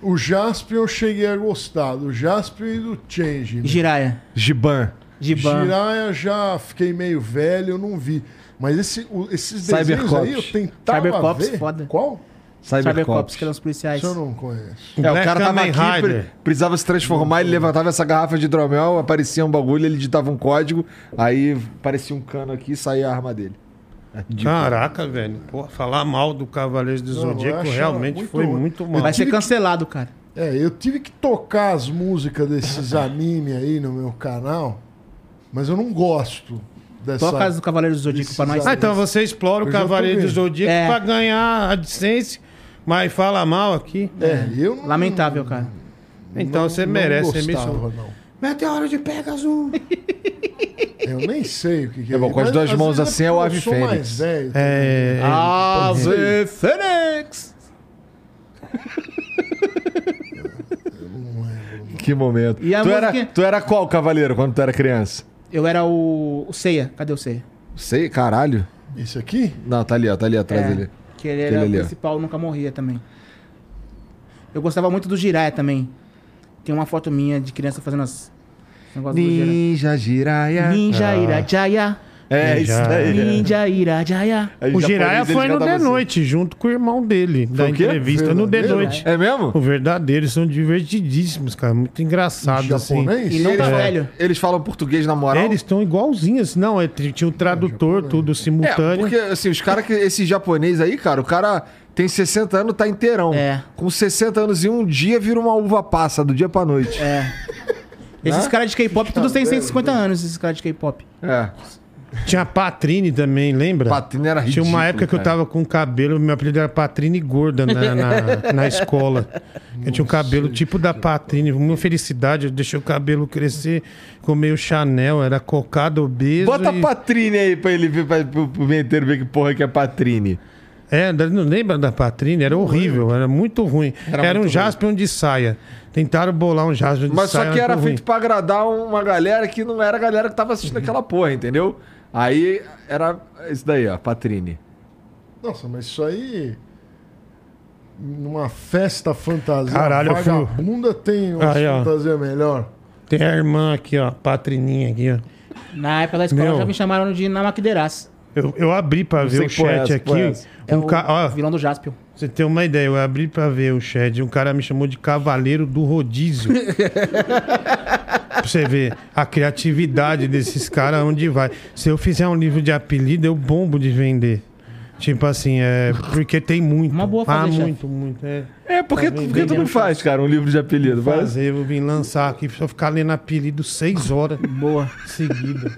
O Jasper eu cheguei a gostar. Do Jasper e do Change. E Jiraya. Giban. Giban. Jiraya já fiquei meio velho, eu não vi. Mas esse, o- esses desenhos Cybercops. aí eu tentava Cybercops, ver. foda. Qual? Cybercops, Cybercops. que eram os policiais. Isso eu não conheço. É, o Black cara tava Kamen aqui, Rider. pre- precisava se transformar, ele levantava essa garrafa de hidromel, aparecia um bagulho, ele digitava um código, aí aparecia um cano aqui e saía a arma dele. Caraca, velho. Pô, falar mal do Cavaleiro do eu Zodíaco achava realmente muito- foi muito mal. Vai ser cancelado, cara. É, eu tive que tocar as músicas [COUGHS] desses anime aí no meu canal, mas eu não gosto dessa. Toca as do Cavaleiro do Zodíaco pra nós. Ah, então você explora o Eu já tô Cavaleiro do vendo. Zodíaco É. pra ganhar a licença, mas fala mal aqui. É, eu não, Lamentável, cara. Então você merece é ser gostava, missão. não. Meteoro [LAUGHS] de Pegasus. Eu nem sei o que, que É bom, com as Mas, duas às mãos vezes, assim é o porque eu Ave sou Fênix. mais velho. É, Ah, Ave Fênix! Que momento. E a tu, era, música- tu era qual cavaleiro quando tu era criança? Eu era o. O Ceia. Cadê o Ceia? Sei, caralho. Isso aqui? Não, tá ali, ó, tá ali atrás É, dele. Que ele Aquele era ali, o ó. principal, nunca morria também. Eu gostava muito do Jiraya também. Tem uma foto minha de criança fazendo as. esse negócio do Jiraya. Ninja Jiraya. Ninja Ira Jaya. É, isso daí. Índia, ira, jaya. Aí, É, O japonês, Jiraya eles foi no cantavam The assim. Noite, junto com o irmão dele, da o quê? entrevista no The Verdadeiro? Noite. É mesmo? O verdadeiro, eles são divertidíssimos, cara. Muito engraçado, assim. japonês? E não tá velho. É. Eles falam português na moral. É, eles estão igualzinhos. assim. Não, é, tri- tinha o tradutor, tudo É, simultâneo. porque assim, os caras que. Esse japonês aí, cara, o cara tem 60 anos, tá inteirão. É. Com 60 anos e um dia vira uma uva passa, do dia pra noite. É. [LAUGHS] Né? Esses caras de K-pop, todos têm 150 anos, esses caras de K-pop. Tinha a Patrine também, lembra? Patrine era Tinha uma ridículo, época que eu cara. tava com cabelo, meu apelido era Patrine Gorda [LAUGHS] na, na, na escola. Eu tinha um cabelo tipo da Patrine, uma felicidade, eu deixei o cabelo crescer, comei o Chanel, era cocado, obeso. Bota e... a Patrine aí pra ele ver, pra, pro, pro vinheteiro ver que porra que é Patrine. É, não lembra da Patrine? Era né? horrível, era muito ruim. Era, um Jaspion de saia. Tentaram bolar um Jaspion de Mas saia. só que mas era foi ruim. feito pra agradar uma galera que não era a galera que tava assistindo aquela porra, entendeu? Aí era isso daí, ó, Patrine. Nossa, mas isso aí. Numa festa fantasia. Caralho, eu fui- vagabunda tem uma Aí, ó. fantasia melhor. Tem a irmã aqui, ó, Patrininha aqui, ó. Na época da escola Meu. já me chamaram de Namaquideras. Eu, eu abri pra ver sei o que porra é chat essa, aqui. porra é essa. É um o ca- ó, vilão do Jaspion. Você tem uma ideia, eu abri pra ver o chat, um cara me chamou de Cavaleiro [LAUGHS] do Rodízio. pra você ver a criatividade desses caras, onde vai. Se eu fizer um livro de apelido, eu bombo de vender. Tipo assim, é. Porque tem muito. Uma boa Ah, fazer, chefe. muito, muito. É. É, porque, Tá bem, porque tu bem, não bem, faz, cara, um livro de apelido. Faz. Fazer, eu vim lançar aqui, só ficar lendo apelido seis horas Boa. seguida.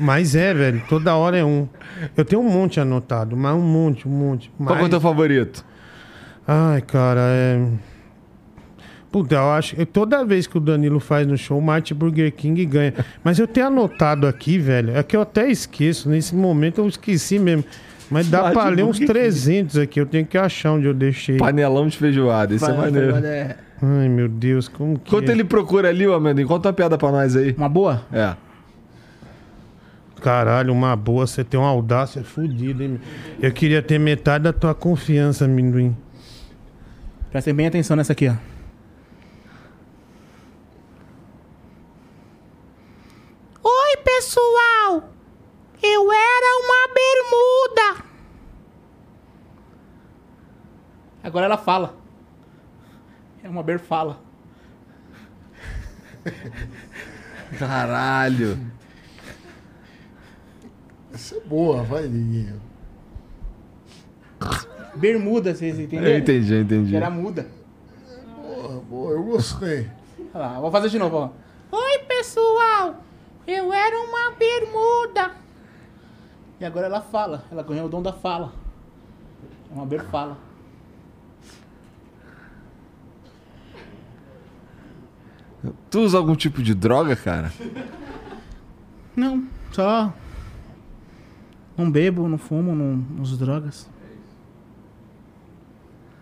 Mas é, velho, toda hora é um. Eu tenho um monte anotado, mas um monte, um monte. Qual que é o mas- teu favorito? Ai, cara, é. Puta, eu acho que toda vez que o Danilo faz no show, o Martin Burger King ganha. Mas eu tenho anotado aqui, velho, é que eu até esqueço, nesse momento eu esqueci mesmo. Mas dá Martin pra ler uns Burger 300 aqui, eu tenho que achar onde eu deixei. Panelão de feijoada, isso é maneiro. É Ai, meu Deus, como que. Enquanto é? ele procura ali, ô Amanda, conta uma piada pra nós aí. Uma boa? É. Caralho, uma boa, você tem uma audácia fodida, hein? meu? Eu queria ter metade da tua confiança, amendoim. Prestem bem atenção nessa aqui, ó. Oi, pessoal! Eu era uma bermuda! Agora ela fala. É uma berfala. Caralho. Essa é boa, vai, Diguinho. Bermuda, vocês Eu entenderam? entendi, eu entendi. Que era muda. Boa, Tá boa, eu gostei. Olha lá, vou fazer de novo, ó. Oi, pessoal! Eu era uma bermuda! E agora ela fala, ela ganhou o dom da fala. É uma berfala. Tu usa algum tipo de droga, cara? Não, só. Não bebo, não fumo, não, não uso drogas.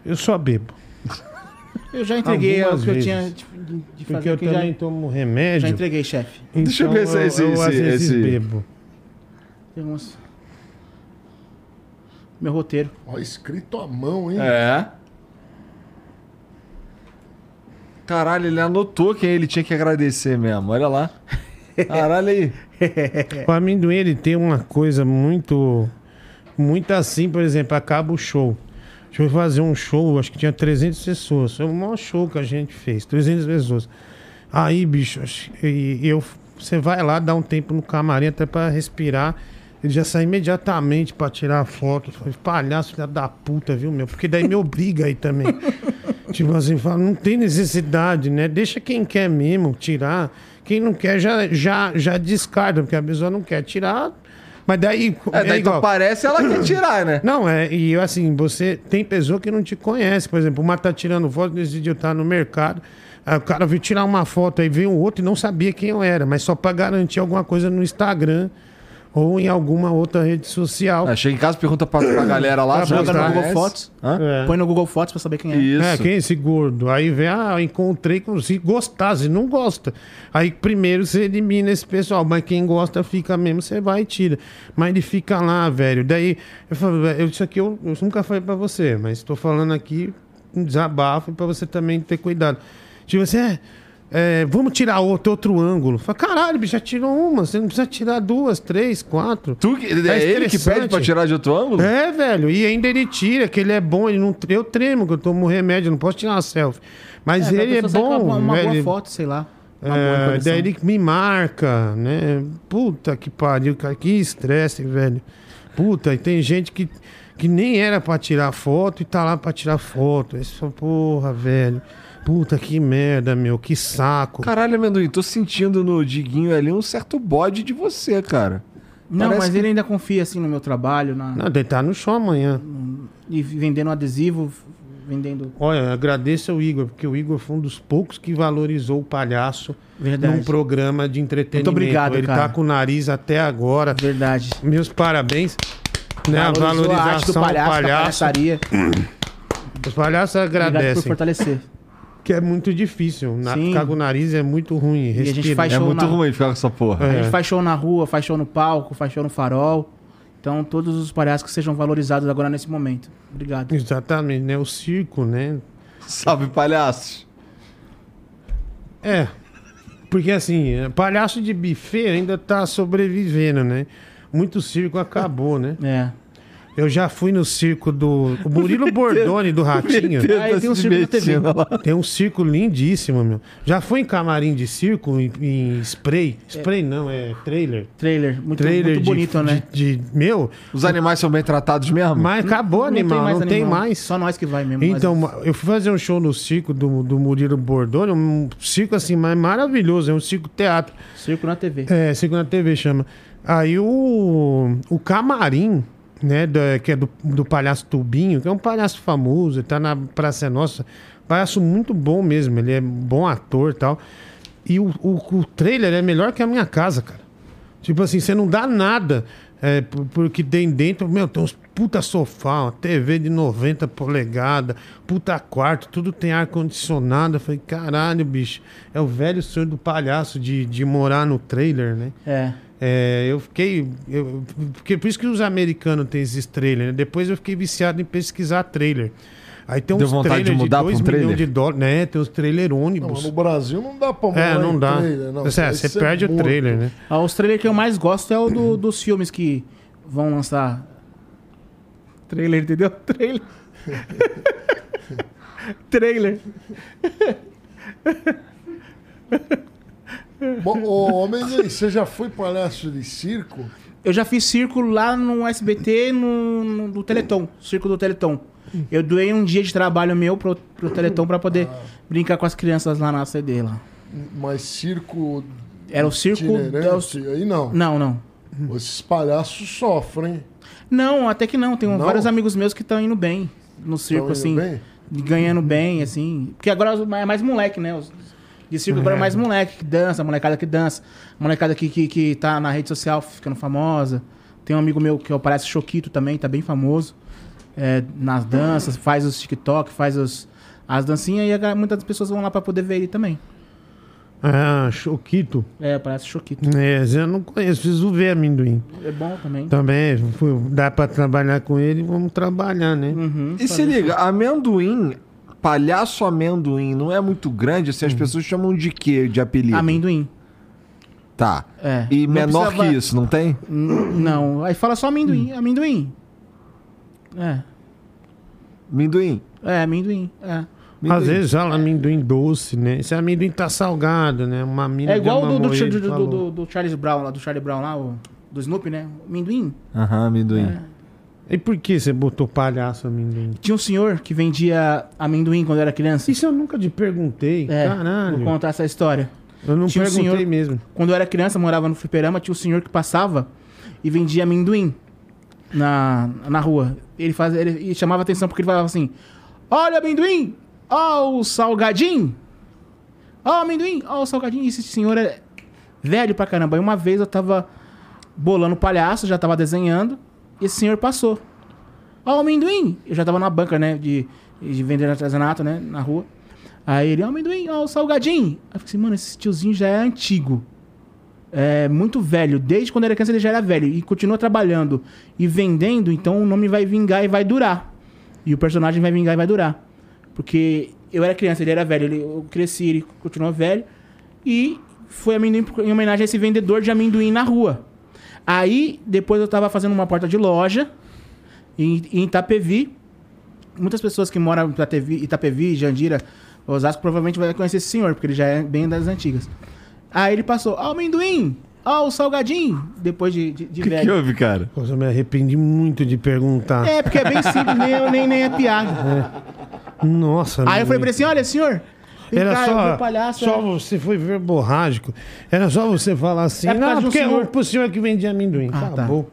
Eu só bebo. Eu já entreguei Algumas o que eu vezes. tinha tipo, de, de fazer. Porque eu que já, também tomo remédio. já entreguei, chefe. Deixa eu então ver se- se- eu, às se- vezes esse- bebo. Tem alguns- Meu roteiro. Ó, escrito à mão, hein? É. Caralho, ele anotou quem ele tinha que agradecer mesmo. Olha lá. Caralho aí. O amendoim, ele tem uma coisa muito. Muito assim, por exemplo, acaba o show. Deixa eu fazer um show, acho que tinha 300 pessoas. Foi o maior show que a gente fez, 300 pessoas. Aí, bicho, acho- e eu, você vai lá, dá um tempo no camarim até pra respirar. Ele já sai imediatamente pra tirar a foto. Eu Falei, palhaço, filha da puta, viu, meu? Porque daí me obriga aí também. Tipo assim, fala, não tem necessidade, né? Deixa quem quer mesmo tirar. Quem não quer já, já, já descarta, porque a pessoa não quer tirar. Mas daí. É, daí tu igual- aparece ela quer tirar, né? não, é, e eu, assim, você tem pessoa que não te conhece. Por exemplo, uma tá tirando foto, decidiu estar no mercado. Aí o cara veio tirar uma foto, aí veio o outro e não sabia quem eu era, mas só pra garantir alguma coisa no Instagram ou em alguma outra rede social. Ah, chega em casa, pergunta pra, pra galera lá. Pra se ela botar conhece. no Google Tá, Fotos. Hã? É. Põe no Google Fotos pra saber quem é. Isso. É, quem é esse gordo? Aí vem, ah, eu encontrei com se gostar, se não gosta. Aí primeiro você elimina esse pessoal, mas quem gosta fica mesmo, você vai e tira. Mas ele fica lá, velho. Daí, eu falo, velho, isso aqui eu, eu nunca falei pra você, mas tô falando aqui um desabafo pra você também ter cuidado. Tipo assim, é, é, vamos tirar outro, outro ângulo. Fala, caralho, bicho, já tirou uma, você não precisa tirar duas, três, quatro. Tu, que- é ele Tá que pede estressante. pra tirar de outro ângulo? É, velho, e ainda ele tira, que ele é bom, ele não, eu tremo, que eu tomo remédio, não posso tirar uma selfie. Mas pra ele é pessoa sair com bom, Uma, uma velho. boa foto, sei lá. Uma boa assim. É, coleção. daí ele me marca, né? Puta que pariu, cara, que estresse, velho. Puta, e tem gente que, que nem era pra tirar foto e tá lá pra tirar foto. Essa porra, velho. Puta que merda, meu, que saco. Caralho, amendoim, tô sentindo no Diguinho ali um certo bode de você, cara. Não, Parece mas que- ele ainda confia assim no meu trabalho na... Não, deve estar no show amanhã. e vendendo adesivo, vendendo. Olha, agradeço ao Igor, porque o Igor foi um dos poucos que valorizou o palhaço Verdade. num programa de entretenimento. Muito obrigado, Ele cara. tá com o nariz até agora. Verdade. Meus parabéns. Né, a Valorizou valorização do da palhaço. palhaçaria. Os palhaços Obrigado por agradecem. fortalecer. Que é muito difícil. Na, Sim. ficar com o nariz é muito ruim. gente Respira. faz É show muito na- ruim ficar com essa porra. A É. gente faz show na rua, faz show no palco, faz show no farol. Então, todos os palhaços que sejam valorizados agora nesse momento. Obrigado. Exatamente, né? O circo, né? Salve, palhaços. É. Porque assim, é, palhaço de buffet ainda tá sobrevivendo, né? Muito circo acabou, né? É. Eu já fui no circo do. O [LAUGHS] Murilo Bordoni do Ratinho. Ah, eu tenho um se circo na TV. divertindo lá. Tem um circo lindíssimo, meu. Já fui em camarim de circo, em, em spray. Spray não, é trailer. Trailer. Muito, Trailer muito de- bonito, de, né? De, meu, Os animais são bem tratados mesmo? mas acabou, animal. não tem animal. mais. Só nós que vai mesmo. Então, mas- ma- eu fui fazer um show no circo do, do Murilo Bordoni, um circo assim, mas maravilhoso, é um circo teatro. circo na TV. É, circo na TV chama. Aí o, o camarim, né, da- que é do, do palhaço Tubinho, que é um palhaço famoso, ele tá na Praça é Nossa, palhaço muito bom mesmo, ele é bom ator e tal. E o, o, o trailer é melhor que a minha casa, cara. Tipo assim, você não dá nada. É, por- porque tem dentro, meu, tem uns puta sofá, uma TV de 90 polegadas, puta quarto, tudo tem ar-condicionado. Eu falei, caralho, bicho, é o velho sonho do palhaço de, de morar no trailer, né? É. É, eu fiquei. Eu, porque por isso que os americanos têm esses trailers, né? Depois eu fiquei viciado em pesquisar trailer. Aí tem uns Deu vontade de trailers de mudar pra 2 um milhões de trailer? dólares, né? Tem uns trailer Não, ônibus. no Brasil não dá pra é, morar não em dá. trailer, não. é Você- Vai você ser perde o morto. trailer, né? Ah, Os trailers que eu mais gosto é o [CLEARS THROAT] do- dos filmes que vão lançar. Trailer, entendeu? [LAUGHS] Trailer. trailer. Bom, ô, ô, Mendes, você já foi palhaço de circo? Eu já fiz circo lá no SBT, no, no- do Teleton, circo do Teleton. Eu doei um dia de trabalho meu pro, pro Teleton pra poder brincar com as crianças lá na CD lá. Mas circo Era o circo. da- os- itinerante? Aí não. Não, não. Uhum. Esses palhaços sofrem. tá Não, até que não. Tem Não? vários amigos meus que estão indo bem no circo, indo assim. bem? Ganhando bem, assim. Porque agora é mais moleque, né? Os- De circo agora é mais moleque que dança, molecada que dança, molecada que, que, que tá na rede social ficando famosa. Tem um amigo meu que eu parece Choquito também, tá bem famoso. é, nas danças, faz os TikTok, faz os, as dancinhas e a ga- muitas pessoas vão lá pra poder ver ele também. Ah, Choquito. É, parece Choquito. É, eu não conheço, preciso ver amendoim. É bom também. Também, fu- dá pra trabalhar com ele, vamos trabalhar, né? Uhum. E se liga, amendoim, palhaço amendoim, não é muito grande, assim, as pessoas chamam de quê de apelido? Amendoim. Tá. É. E Não menor precisava- que isso, não tem? N- Não, aí fala só amendoim. Amendoim. É. Amendoim. É, amendoim. É, amendoim. Às vezes fala amendoim doce, né? Esse amendoim tá salgado, né? Uma mina é igual de do, do, Amamoê, do, ele do- falou. do- do Charles Brown lá, do Charlie Brown lá, o- do Snoopy, né? Amendoim. Aham, amendoim. E por que você botou palhaço amendoim? Tinha um senhor que vendia amendoim quando eu era criança. Isso eu nunca te perguntei, É, caralho. Vou contar essa história. Eu não Tinha um perguntei senhor- mesmo. Quando eu era criança, morava no fliperama, tinha um senhor que passava e vendia amendoim na, na rua. Ele, faz, ele, e chamava atenção porque ele falava assim: Olha, amendoim! Ó, o salgadinho! Ó, amendoim! Ó, o salgadinho! E esse senhor é velho pra caramba. E uma vez eu tava bolando palhaço, já tava desenhando, e esse senhor passou. Ó, o amendoim! Eu já tava na banca, né? De, de vender artesanato, né? Na rua. Aí ele, ó, o amendoim, ó, o salgadinho. Aí eu falei assim, mano, esse tiozinho já é antigo. É muito velho. Desde quando era criança ele já era velho. E continua trabalhando e vendendo, então o nome vai vingar e vai durar. E o personagem vai vingar e vai durar. Porque eu era criança, ele era velho. Ele, eu cresci, ele continuou velho. E foi amendoim por- em homenagem a esse vendedor de amendoim na rua. Aí, depois eu tava fazendo uma porta de loja em, em Itapevi. Muitas pessoas que moram em Itapevi, Itapevi, Jandira, Osasco, provavelmente vai conhecer esse senhor, porque ele já é bem das antigas. Aí ele passou, ó o amendoim, ó o salgadinho, depois de, de, de O que, velho. que houve, cara? Poxa, eu me arrependi muito de perguntar. É, porque é bem simples, nem, nem, nem é [LAUGHS] piada. Nossa, Aí eu falei meu pra ele assim, olha, senhor, vem Era cá, eu só, vou palhaço, só é. você foi verborrágico. Era só você falar assim. É por causa não, de um porque senhor." o pro senhor que vendia amendoim. Ah, tá. Acabou.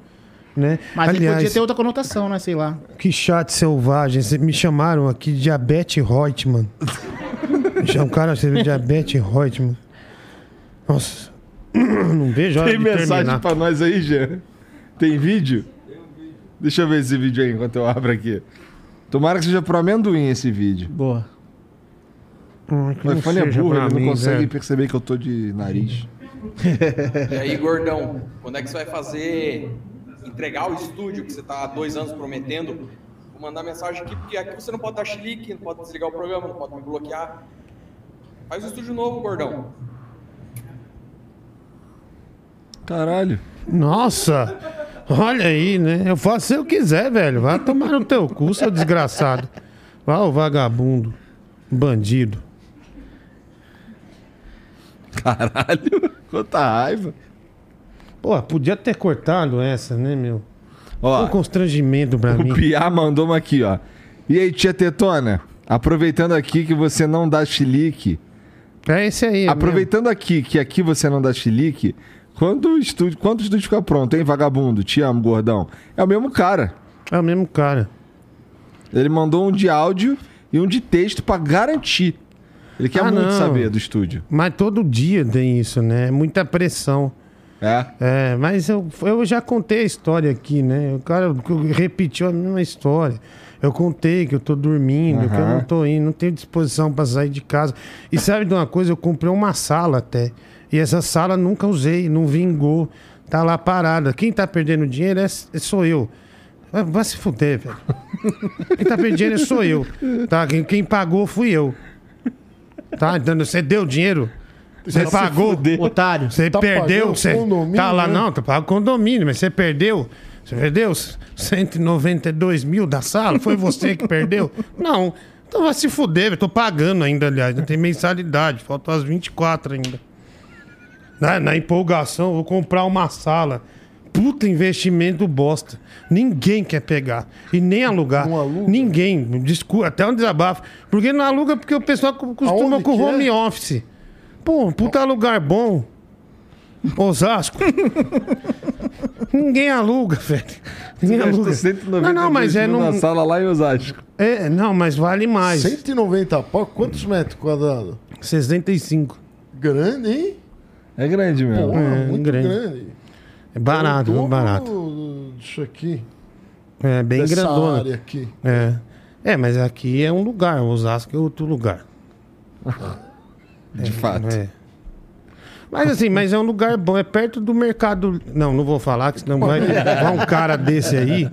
Né? Mas ele Aliás, podia ter outra conotação, né? Sei lá. que chat selvagem. Cê- Me chamaram aqui de [LAUGHS] Diabete Reutemann. Já um cara você Diabete Reutemann. Nossa. [CLEARS THROAT] Não vejo a hora Tem de mensagem terminar. pra nós aí, Jean? Tem vídeo? Deixa eu ver esse vídeo aí enquanto eu abro aqui. Tomara que seja pro amendoim esse vídeo. Boa. Ah, que O não iPhone é seja burro, pra ele não mim, consegue velho. perceber que eu tô de nariz. E aí, gordão, quando é que você vai fazer, entregar o estúdio que você tá há dois anos prometendo? Vou mandar mensagem aqui, porque aqui você não pode dar chilique, não pode desligar o programa, não pode me bloquear. Faz o estúdio novo, gordão. Caralho. Nossa! Olha aí, né? Eu faço se eu quiser, velho. Vai tomar no teu cu, seu desgraçado. Vá, o vagabundo. Bandido. Caralho. Quanta raiva. Pô, podia ter cortado essa, né, meu? Um Ó, constrangimento pra o mim. Piá mandou uma aqui, ó. E aí, tia Tetona? Aproveitando aqui que você não dá chilique. É esse aí. é Aproveitando aqui que aqui você não dá chilique, quando o estúdio, quando o estúdio fica pronto, hein, vagabundo? Te amo, gordão. É o mesmo cara. mesmo. É o mesmo cara. Ele mandou um de áudio e um de texto pra garantir. Ele quer Ah, muito não. saber do estúdio. Mas todo dia tem isso, né? Muita pressão. É. É, mas eu, eu já contei a história aqui, né? O cara repetiu a mesma história. Eu contei que eu tô dormindo, que eu Aham. não tô indo, não tenho disposição pra sair de casa. E sabe de uma coisa? Eu comprei uma sala até. E essa sala nunca usei, não vingou. Tá lá parada. Quem tá perdendo dinheiro é, sou eu. Vai- Vai se fuder, velho. Quem tá perdendo dinheiro sou eu. Tá? Quem, quem pagou fui eu. Tá? Então, você deu dinheiro? Você pagou? Otário. Você Tá perdeu, pagando você condomínio, tá lá, né? não, tá pagando condomínio, mas você perdeu. Você perdeu os 192 mil da sala? Foi você [LAUGHS] que perdeu? Não. Então vai se fuder, eu tô pagando ainda, aliás. Não tem mensalidade, faltam as 24 ainda. Na, na empolgação, vou comprar uma sala. Puta investimento bosta. Ninguém quer pegar. E nem alugar. Não aluga? Ninguém. Desculpa, até um desabafo. Porque não aluga porque o pessoal co- costuma Aonde com que home é? office. Pô, um puta lugar bom. Osasco. [LAUGHS] Ninguém aluga, velho. Ninguém aluga. Não, não, mas é, na não, sala lá em Osasco. é. Não, mas vale mais. 190 pau, quantos metros quadrados? 65. Grande, hein? É grande mesmo. Porra, É, Ah, Tá muito grande. grande. É barato, É o dobro barato. Disso aqui. É bem dessa grandona. área aqui. É. É, mas aqui é um lugar, Osasco é outro lugar. de fato. É. Mas assim, mas é um lugar bom, é perto do mercado. Não, não vou falar, que senão vai, vai um cara desse aí.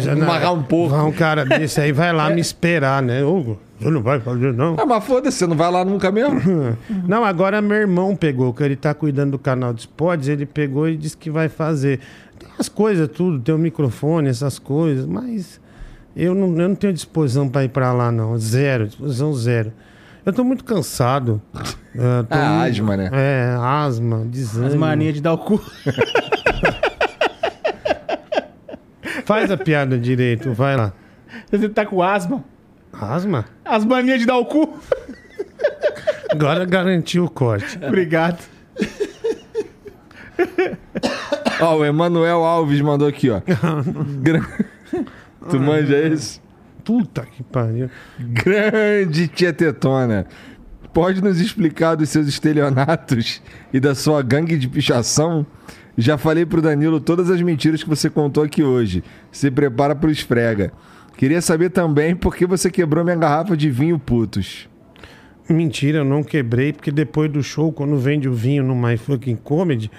Já não- Amarrar um pouco. Vai um cara desse aí, vai lá me esperar, né? Hugo, você não vai fazer, não. Ah, mas foda-se, você não vai lá nunca [LAUGHS] mesmo? Não, agora meu irmão pegou, que ele tá cuidando do canal de esportes, ele pegou e disse que vai fazer. Tem as coisas, tudo, tem o microfone, essas coisas, mas eu não, eu não tenho disposição pra ir pra lá, não. Zero, disposição zero. Eu tô muito cansado. É, tô É muito- asma, né? É, asma, As desânimo. manias de dar o cu. [LAUGHS] Faz a piada direito, vai lá. Você tá com asma. Asma? As manias de dar o [LAUGHS] cu. Agora garantiu o corte. Obrigado. Ó, o Emanuel Alves mandou aqui, ó. Gran- [LAUGHS] tu manja esse? Puta que pariu. Grande tia Tetona. Pode nos explicar dos seus estelionatos [LAUGHS] e da sua gangue de pichação? Já falei pro Danilo todas as mentiras que você contou aqui hoje. Se prepara pro esfrega. Queria saber também por que você quebrou minha garrafa de vinho putos. Mentira, eu não quebrei, porque depois do show, quando vende o vinho no My Fucking Comedy,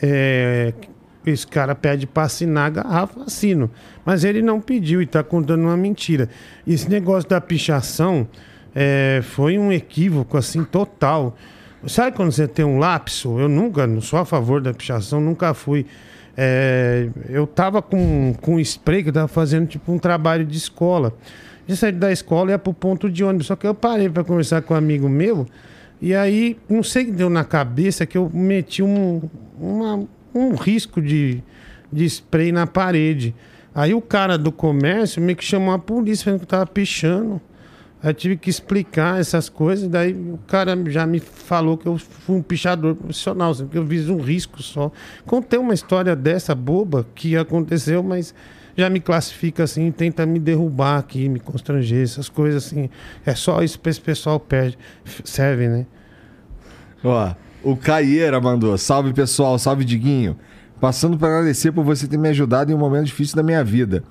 é, esse cara pede pra assinar a garrafa, assino. Mas ele não pediu e tá contando uma mentira. E esse negócio da pichação é, foi um equívoco, assim, total. Sabe quando você tem um lapso? Eu nunca, não sou a favor da pichação, nunca fui. É, eu tava com, com um spray que eu tava fazendo tipo um trabalho de escola. Eu saí da escola e ia pro ponto de ônibus. Só que eu parei para conversar com um amigo meu. E aí, não sei o que deu na cabeça que eu meti um, uma- um risco de, de spray na parede. Aí o cara do comércio meio que chamou a polícia, falando que eu tava pichando. Aí eu tive que explicar essas coisas, daí o cara já me falou que eu fui um pichador profissional, sabe, que eu fiz um risco só. Contei uma história dessa boba que aconteceu, mas já me classifica assim, tenta me derrubar aqui, me constranger, essas coisas assim. É só isso que esse pessoal perde, serve, né? Ó, o Caieira mandou. Salve, pessoal. Salve, Diguinho. Passando para agradecer por você ter me ajudado em um momento difícil da minha vida.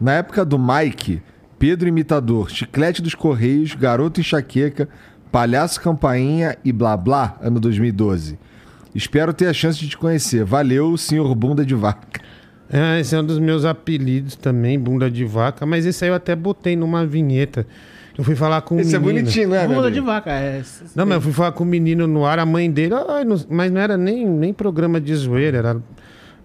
Na época do Mike, Pedro Imitador, Chiclete dos Correios, Garoto Enxaqueca, Palhaço Campainha e Blá Blá, ano 2012. Espero ter a chance de te conhecer. Valeu, senhor bunda de vaca. É, esse é um dos meus apelidos também, bunda de vaca, mas esse aí eu até botei numa vinheta. Eu fui falar com um Esse é menino. bonitinho, né, meu Bunda de amigo? vaca, é. Não, mas eu fui falar com o menino no ar, a mãe dele, "Ai, não- mas não era nem, nem programa de zoeira, era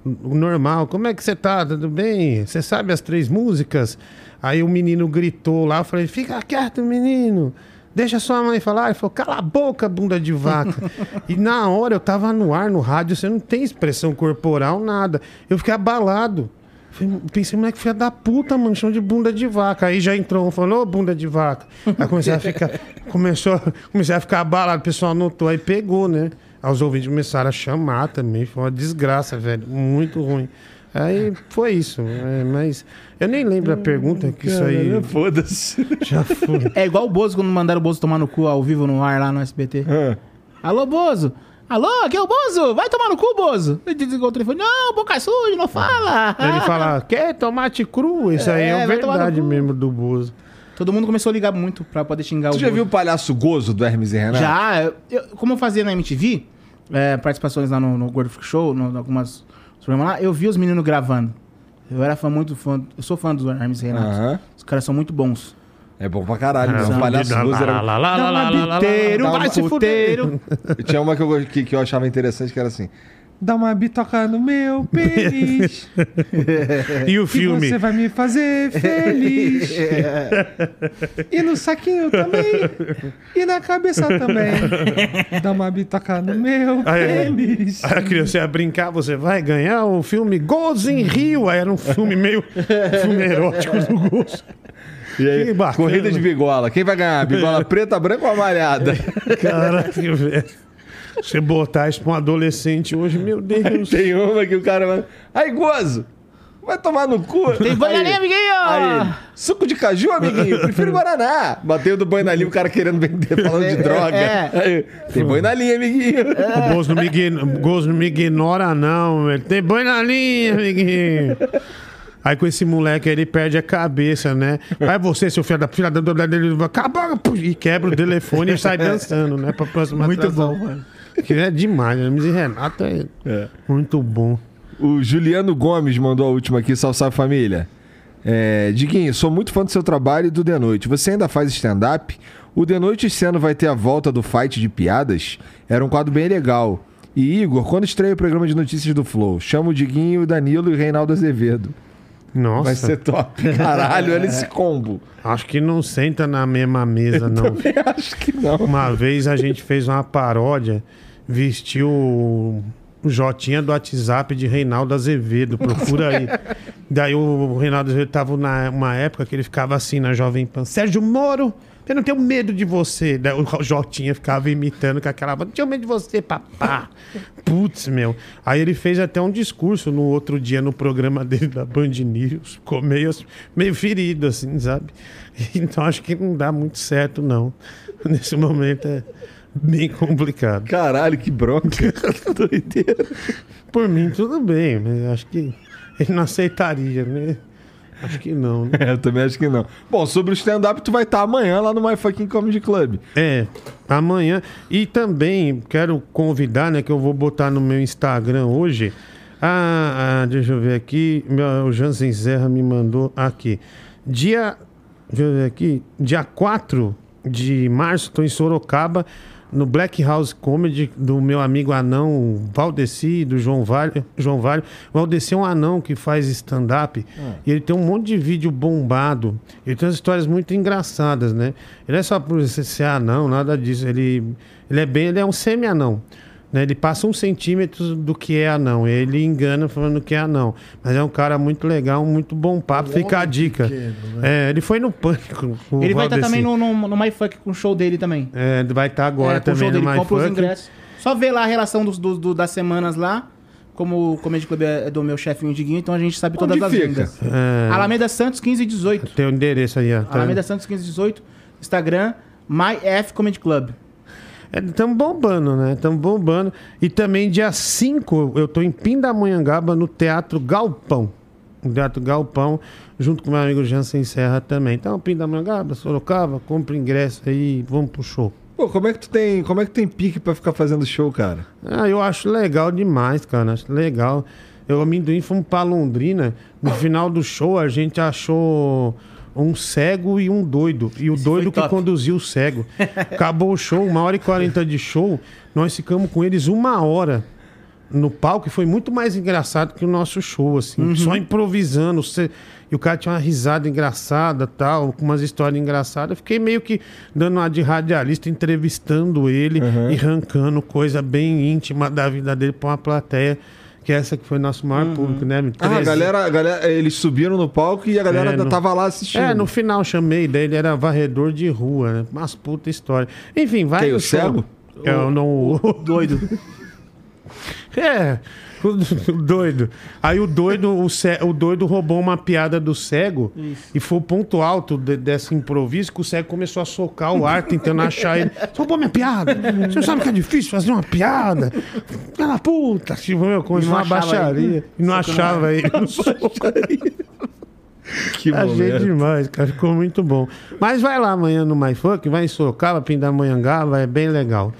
o normal. Como é que você tá? Tudo bem? Você sabe as três músicas? Aí o menino gritou lá, eu falei, fica quieto, menino. Deixa sua mãe falar. Ele falou, cala a boca, bunda de vaca. e na hora eu tava no ar, no rádio, você não tem expressão corporal, nada. Eu fiquei abalado. Falei, Pensei, moleque, filha da puta, mano, chama de bunda de vaca. Aí já entrou um falando, ô bunda de vaca. Aí comecei a ficar, começou, comecei a ficar abalado, o pessoal anotou, aí pegou, né? Aí os ouvintes começaram a chamar também, foi uma desgraça, velho, muito ruim. Aí foi isso, é, mas eu nem lembro a pergunta que isso aí Foda-se. já foi. É igual o Bozo quando mandaram o Bozo tomar no cu ao vivo no ar lá no SBT. É. Alô, Bozo! Alô, aqui é o Bozo! Vai tomar no cu, Bozo! Ele desligou o telefone. Não, boca suja, não fala! Ele fala, quer tomate cru? Isso aí é, É, vai tomar no verdade cu. mesmo do Bozo. Todo mundo começou a ligar muito pra poder xingar Tu o já Bozo. viu o palhaço gozo do Hermes e Renato? Já, eu- eu- como eu fazia na MTV, é, participações lá no, no Gordo Freak Show, no, em algumas programas lá, eu vi os meninos gravando. Eu era fã, muito fã, eu sou fã do Hermes e Renato. Aham. Os caras são muito bons. É bom pra caralho. né? não, o palhaço gozo era um lá, um Dá uma biteiro, lá, lá, É um vai lá, se lá. fudeiro. Eu Tinha uma que eu, go- que, que eu achava interessante, que era assim... Dá uma bitoca no meu pênis, E o que filme? você vai me fazer feliz. E no saquinho também, e na cabeça também. Dá uma bitoca no meu Ah, é. pênis. Aí a criança ia brincar, você vai ganhar o filme Gols em Rio. Aí era um filme meio filme erótico do Gols. E aí, Que bacana. corrida de bigola. Quem vai ganhar? [LAUGHS] Bigola preta, branca ou amarelada? Caraca, velho. Você botar isso pra um adolescente hoje, meu Deus. Tem uma que o cara vai... Aí, gozo! Vai tomar no cu. Tem banho ali, Aí- amiguinho! Aí ele, suco de caju, amiguinho, prefiro Guaraná. Bateu do boi na linha, o cara querendo vender, falando de droga. é. Aí, tem boi na linha, amiguinho. O Gols não, me igno- o Gozo não me ignora, não, velho. Tem boi na linha, amiguinho. Aí com esse moleque aí, ele perde a cabeça, né? Aí você, seu filho da filha da dona dele, vai, acaba puf, e quebra o telefone e sai dançando, né? Pra próxima Muito atração. bom, mano. Que é demais, né? Mas e Renato é, muito bom. O Juliano Gomes mandou a última aqui, salve, salve família. É, Diguinho, sou muito fã do seu trabalho e do The Noite. Você ainda faz stand-up? O The Noite esse ano vai ter a volta do Fight de Piadas? Era um quadro bem legal. E Igor, quando estreia o programa de notícias do Flow? Chama o Diguinho, o Danilo e o Reinaldo Azevedo. Nossa. Vai ser top. Caralho, olha esse combo. [LAUGHS] Acho que não senta na mesma mesa, não. Acho que não. Uma vez a gente fez uma paródia, vestiu o Jotinha do WhatsApp de Reinaldo Azevedo, procura aí. Daí o Reinaldo Azevedo tava numa época que ele ficava assim na Jovem Pan. Sérgio Moro, eu não tenho medo de você. Daí o [LAUGHS] Jotinha ficava imitando com aquela voz, não tenho medo de você, papá. Putz, meu. Aí ele fez até um discurso no outro dia no programa dele da Band News. Ficou meio, meio ferido, assim, sabe? [LAUGHS] Então acho que não dá muito certo, não. [LAUGHS] Nesse momento é bem complicado. Caralho, que bronca. [LAUGHS] Doideira. Por mim, tudo bem, mas acho que ele não aceitaria, né? Acho que não. né? É, eu também acho que não. Bom, sobre o stand-up, tu vai estar amanhã lá no My Fucking Comedy Club. É, amanhã. E também quero convidar, né, que eu vou botar no meu Instagram hoje. Ah, ah, deixa eu ver aqui. Meu, o Jansen Serra me mandou aqui. Dia. Deixa eu ver aqui. Dia 4 de março, estou em Sorocaba. no Black House Comedy do meu amigo anão Valdeci, do João Vale. João Vale. O Valdeci é um anão que faz stand-up Ah. e ele tem um monte de vídeo bombado. Ele tem umas histórias muito engraçadas, né? Ele não é só por ser ser anão, nada disso. Ele, ele é bem, ele é um semi-anão. Né? Ele passa uns centímetros do que é anão. Ele engana falando que é anão. Mas é um cara muito legal, muito bom papo. Fica a homem dica. pequeno, né? É, ele foi no pânico. o Ele vai estar Valdeci. também no, no, no MyFuck com o show dele também. É, ele vai estar assim. agora É, com o também show no dele, compra os MyFunk. ingressos. Só vê lá a relação dos, dos- do- das semanas lá. Como o Comedy Club é do meu chefe Mindiguinho, então a gente sabe todas Onde as fica? vendas. Alameda Santos 15 e 18. Tem o endereço aí, ó. É. Tá- Alameda Santos 15 e 18. Instagram, MyF Comedy Tá Club. Estamos É, bombando, né? Estamos bombando. E também dia 5 eu tô em Pindamonhangaba no Teatro Galpão. No Teatro Galpão, junto com meu amigo Jansen Serra também. Então, Pindamonhangaba, Sorocaba, compra ingresso aí, vamos pro show. Pô, como é que tu tem, como é que tu tem pique pra ficar fazendo show, cara? Ah, eu acho legal demais, cara. Acho legal. Eu e o amendoim fomos pra Londrina. No final do show, a gente achou um cego e um doido. E o doido foi que top. conduziu [LAUGHS] o cego. Acabou o show, uma hora e quarenta de show. Nós ficamos com eles uma hora no palco e foi muito mais engraçado que o nosso show, assim. Uhum. Só improvisando. cê- E o cara tinha uma risada engraçada tal, com umas histórias engraçadas. Eu fiquei meio que dando uma de radialista, entrevistando ele Uhum. e arrancando coisa bem íntima da vida dele pra uma plateia. Que é essa que foi nosso maior público, né? Ah, a 13. galera, a galera, eles subiram no palco e a galera É, no- tava lá assistindo. É, no final chamei dele, era varredor de rua, né? Umas puta história. Enfim, vai. Quem, no o show. cego? É, o, não, o doido. [LAUGHS] É, o do- o doido. Aí o doido, o, ce- o doido roubou uma piada do cego e foi o ponto alto de- desse improviso que o cego começou a socar o ar tentando achar ele. Você roubou minha piada. Você não sabe que é difícil fazer uma piada? Cala a puta. Tipo, meu, começou não uma achava baixaria. ele. E não achava ele. Não Que Achei momento. demais, cara. Ficou muito bom. Mas vai lá amanhã no MyFunk, vai em Sorocaba, Pindamonhangaba, é bem legal.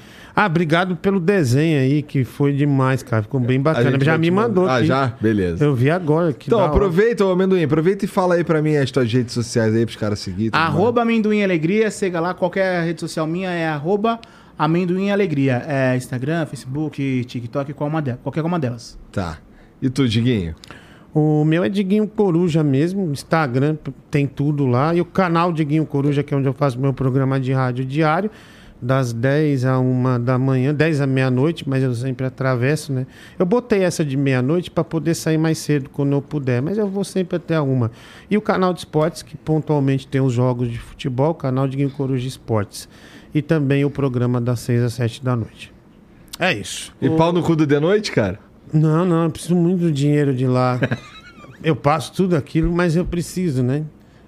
Ah, obrigado pelo desenho aí, que foi demais, cara. Ficou bem A bacana. gente né? Já vai me te mandar. mandou Ah, aqui. já? Beleza. Eu vi agora. Que Então, da hora. aproveita, ô amendoim, aproveita e fala aí pra mim as tuas redes sociais aí pros caras seguirem. tudo Arroba Amendoim Alegria, siga lá. Qualquer rede social minha é arroba Amendoim Alegria. É Instagram, Facebook, TikTok, qual uma de- qualquer uma delas. mais. Tá. E tu, Diguinho? O meu é Diguinho Coruja mesmo. Instagram tem tudo lá. E o canal Diguinho Coruja, que é onde eu faço meu programa de rádio diário. Das 10 a 1 da manhã, 10 à meia-noite, mas eu sempre atravesso, né? Eu botei essa de meia-noite para poder sair mais cedo quando eu puder, mas eu vou sempre até a 1. E o canal de esportes, que pontualmente tem os jogos de futebol, o canal Diguinho Coruja Esportes. E também o programa das 6 às 7 da noite. É isso. E pau no cu do de noite, cara? Não, não, eu preciso muito do dinheiro [LAUGHS] de lá. eu passo tudo aquilo, mas eu preciso, né?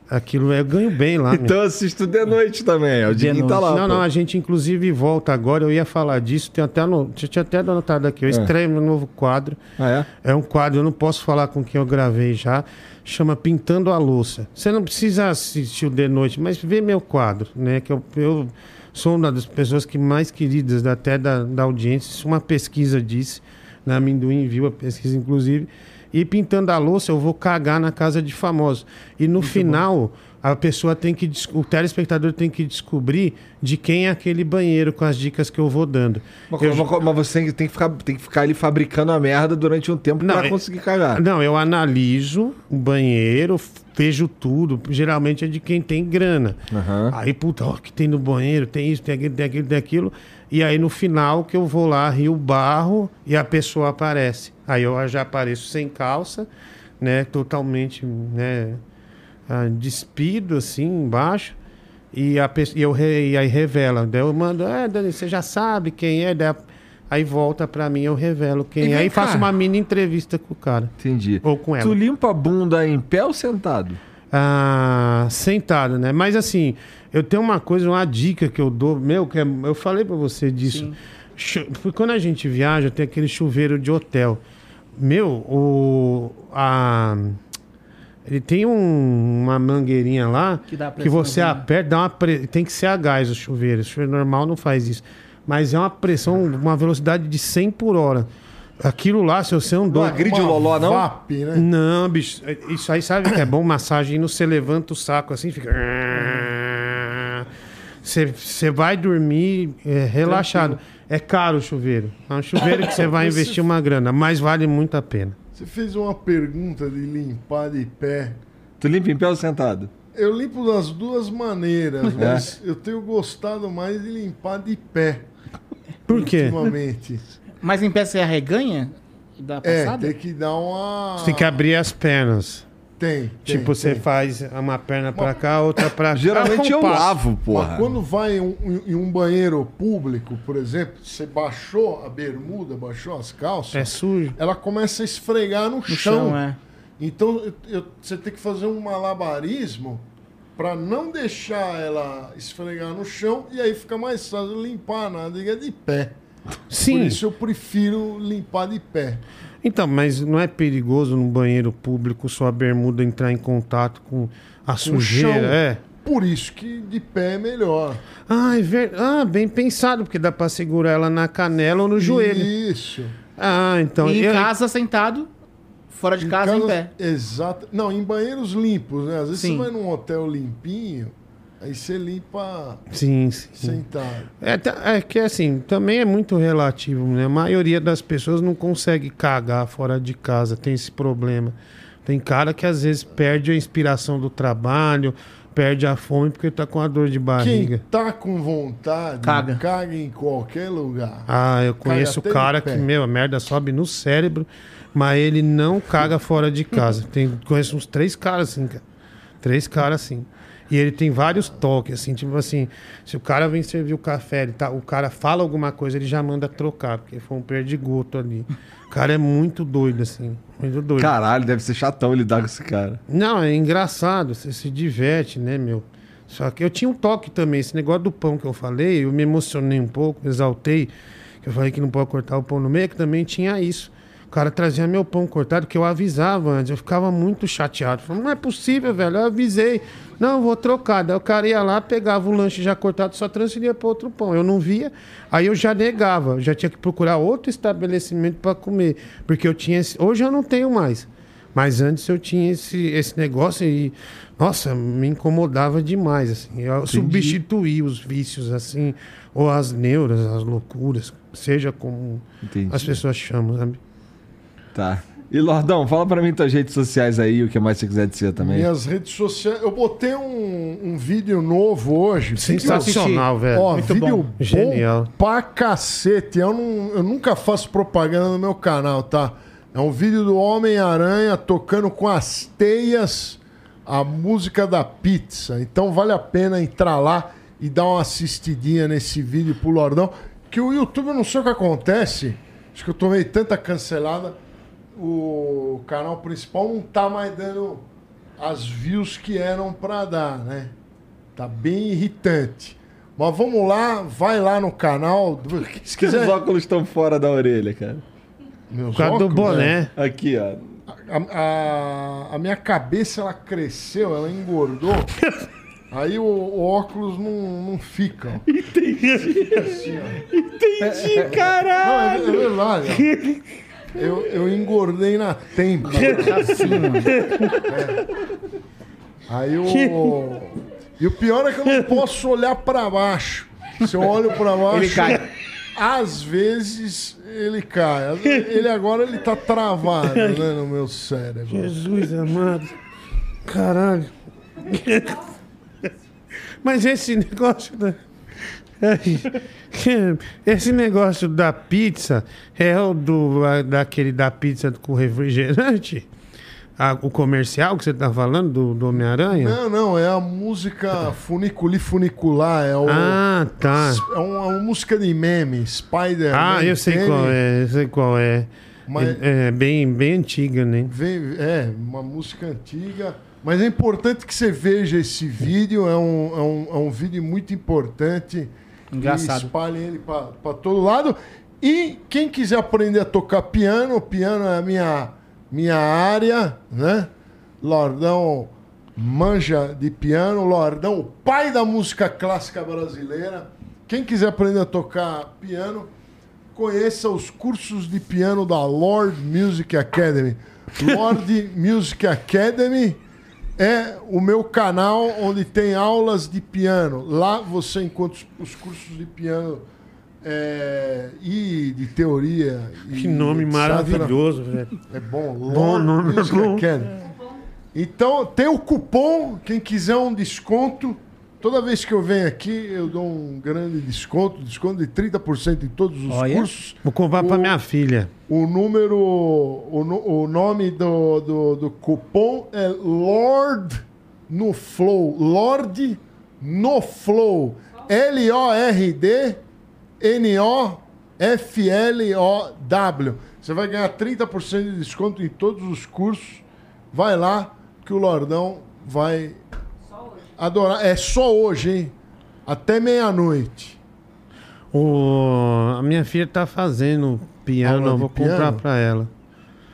Aquilo eu ganho bem lá. Ah, meu. Então eu assisto de noite também. O Diguinho tá lá. não, não, pô. a gente inclusive volta agora. Eu ia falar disso, tem até no, eu tinha até anotado aqui. Eu estreio meu novo quadro. É. Ah, é? É um quadro, eu não posso falar com quem eu gravei já. Chama Pintando a Louça. Você não precisa assistir o de noite, mas vê meu quadro, né? Que eu, eu sou uma das pessoas que mais queridas da- até da, da audiência. Isso uma pesquisa disse, na Amendoim viu a pesquisa, inclusive. E pintando a louça, eu vou cagar na casa de famosos. E no final, a pessoa tem que. des- O telespectador tem que descobrir de quem é aquele banheiro com as dicas que eu vou dando. Mas, Eu- mas- mas você tem que, ficar, tem que ficar ali fabricando a merda durante um tempo Não, pra é- conseguir cagar. Não, eu analiso o banheiro, vejo tudo. Geralmente é de quem tem grana. Aí, puta, ó, o que tem no banheiro, tem isso, tem aquilo, tem aquilo, tem aquilo. E aí, no final, que eu vou lá, rio barro e a pessoa aparece. Aí eu já apareço sem calça, né? Totalmente, né? ah, Despido, assim, embaixo. E, a pe- e eu re- e aí revela. Daí eu mando, é, Dani, você já sabe quem é. Daí a- Aí volta pra mim, eu revelo quem E é. vem Aí faço cá. uma mini entrevista com o cara. Entendi. Ou com ela. Tu limpa a bunda em pé ou sentado? Ah, sentado, né? Mas assim, eu tenho uma coisa, uma dica que eu dou, meu, que é- eu falei pra você disso. Chu- porque Quando a gente viaja, tem aquele chuveiro de hotel. Meu, o a ele tem um- uma mangueirinha lá que, Que dá né? você pressãozinha. aperta, dá uma pre- tem que ser a gás o chuveiro. O chuveiro normal não faz isso. Mas é uma pressão, uma velocidade de 100 por hora. Aquilo lá, se um você andou. Não agride o loló, não? VAP, né? Não, bicho. Isso aí sabe o que é bom massagem no você levanta o saco assim, fica. Você vai dormir é, relaxado. É caro o chuveiro. É um chuveiro que você vai investir uma grana, mas vale muito a pena. Você fez uma pergunta de limpar de pé. Tu limpa em pé ou sentado? Eu limpo das duas [LAUGHS] É. maneiras, mas eu tenho gostado mais de limpar de pé Por quê? Tá ultimamente. Mas em pé você arreganha da É, passada? tem que dar uma. Você tem que abrir as pernas. Tem. tem, tipo, você tem. faz uma perna pra cá, outra pra cá. Geralmente é eu um passo. lavo, porra. Mas quando vai em um, em um banheiro público, por exemplo, você baixou a bermuda, baixou as calças, É sujo. ela começa a esfregar no, No chão. chão, é. Então eu- eu- você tem que fazer um malabarismo para não deixar ela esfregar no chão e aí fica mais fácil limpar na liga de pé. Por Sim. isso eu prefiro limpar de pé. Então, mas não é perigoso no banheiro público sua bermuda entrar em contato com a sujeira? chão. É. Por isso que de pé é melhor. Ah, é ver... ah, bem pensado, porque dá pra segurar ela na canela ou no joelho. Isso. Ah, então. E em eu- casa sentado, fora de casa em pé. Exato. Não, em banheiros limpos, né? Às vezes Sim. você vai num hotel limpinho, aí você limpa Sim, sim. sentado. É, tá- é que assim, também é muito relativo, né? A maioria das pessoas não consegue cagar fora de casa, tem esse problema. Tem cara que às vezes perde a inspiração do trabalho, perde a fome porque tá com a dor de Quem barriga. tá com vontade, Caga. em qualquer lugar. Ah, eu conheço Caga até cara de pé. que, meu, a merda sobe no cérebro, mas ele não caga fora de casa. Tem, conheço uns três caras assim, cara. Três caras assim. E ele tem vários toques, assim, tipo assim, se o cara vem servir o café, ele tá, o cara fala alguma coisa, ele já manda trocar, porque foi um perdigoto ali. O cara é muito doido, assim, muito doido. Caralho, deve ser chatão lidar com esse cara. Não, é engraçado, você se diverte, né, meu? Só que eu tinha um toque também, esse negócio do pão que eu falei, eu me emocionei um pouco, me exaltei, que eu falei que não pode cortar o pão no meio, é que também tinha isso. O cara trazia meu pão cortado, que eu avisava antes, eu ficava muito chateado. Falei, não é possível, velho, eu avisei. Não, eu vou trocar. Daí o cara ia lá, pegava o lanche já cortado, só transferia para outro pão. Eu não via, aí eu já negava, eu já tinha que procurar outro estabelecimento para comer, porque eu tinha, esse- hoje eu não tenho mais. Mas antes eu tinha esse, esse negócio e, nossa, me incomodava demais, assim. Eu substituí os vícios, assim, ou as neuras, as loucuras, seja como Entendi. as pessoas chamam, sabe? Tá. E Lordão, fala pra mim tuas redes sociais aí, o que mais você quiser dizer também. Minhas redes sociais. Eu botei um, um vídeo novo hoje. Sensacional, velho. Ó, vídeo bom. bom Genial. pra cacete. Eu, não- eu nunca faço propaganda no meu canal, tá? É um vídeo do Homem-Aranha tocando com as teias a música da pizza. Então vale a pena entrar lá e dar uma assistidinha nesse vídeo pro Lordão. Que o YouTube, eu não sei o que acontece. Acho que eu tomei tanta cancelada. O canal principal não tá mais dando as views que eram pra dar, né? Tá bem irritante. Mas vamos lá, vai lá no canal. do- Se Que os quiser. óculos estão fora da orelha, cara. Meus Por causa do óculos, né? boné. Aqui, ó. A, a- a minha cabeça ela cresceu, ela [LAUGHS] engordou. Aí o, o óculos não, não fica. ó. Entendi, cara! Não, é, é verdade. [LAUGHS] ó. Eu, eu engordei na tempo. assim, né? É. Aí o. E o pior é que eu não posso olhar pra baixo. Se eu olho pra baixo. Ele cai. Às vezes ele cai. Às vezes- Ele agora ele tá [LAUGHS] travado né, no meu cérebro. Jesus amado. Caralho. Mas esse negócio da. É, Esse negócio da pizza é o do, daquele da pizza com refrigerante? Ah, o comercial que você tá falando do, do Homem-Aranha? Não, não, é a música funiculi funicular, é o. Ah, tá. É uma, uma música de meme, Spider-Man. Ah, eu sei meme. qual é, eu sei qual é. Mas- É, é bem, bem antiga, né? Vem- é, uma música antiga. Mas é importante que você veja esse vídeo. É um, é um, é um vídeo muito importante. Engraçado. E espalhem ele para todo lado. E quem quiser aprender a tocar piano, piano é a minha, minha área, né? Lordão manja de piano, Lordão, o pai da música clássica brasileira. Quem quiser aprender a tocar piano, Conheça os cursos de piano [LAUGHS] da Lord Music Academy. Lord Music Academy é o meu canal onde tem aulas de piano. Lá você encontra os, os cursos de piano é, e de teoria. e Que nome etc. maravilhoso, velho. É bom. Bom nome, Music é bom. Academy. Então, tem o cupom, quem quiser um desconto. Toda vez que eu venho aqui, eu dou um grande desconto, desconto de 30% em todos os Olha. cursos. Vou comprar pra O- minha filha. O número, o, nu- o nome do, do, do cupom é Lord no Flow. Lord no Flow. L-O-R-D N-O-F-L-O-W. Você vai ganhar 30% de desconto em todos os cursos. Vai lá que o Lordão vai adorar. É só hoje, hein? Até meia-noite. O... A minha filha tá fazendo piano, Aula eu de vou comprar piano? pra ela.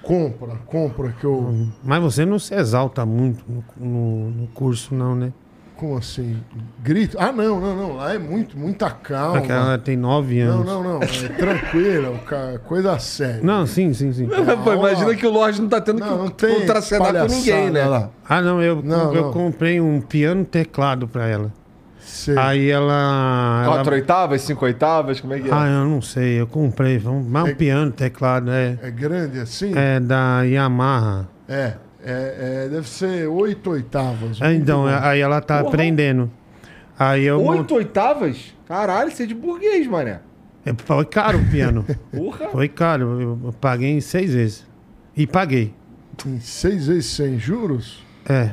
Compra, compra que eu... Mas você não se exalta muito no, no- no curso, não, né? Como assim? Grito? Ah, não, não, não. Lá é muito, muita calma. Porque ela tem nove Não, anos. não, não. É tranquilo, ca- coisa séria. Não, sim, [LAUGHS] sim, sim. Pô, imagina que o Lorde não tá tendo Não, não que contracenar com ninguém, né? palhaçada lá. Ah, não, eu, Não, eu não. comprei um piano teclado pra ela. Sei. Aí ela. ela- Quatro oitavas, cinco oitavas, como é que é? Ah, eu não sei, eu comprei. vamos- Mas um piano teclado é, É grande assim? É. é da Yamaha. É, é, deve ser oito oitavas. Ah, Então, Muito bom. aí ela tá aprendendo. Aí eu. Oito oitavas? Caralho, você é de burguês, mané. mont- É, Foi caro o piano. Porra. Foi caro, eu eu paguei em seis vezes. E paguei. Em seis vezes sem juros, É,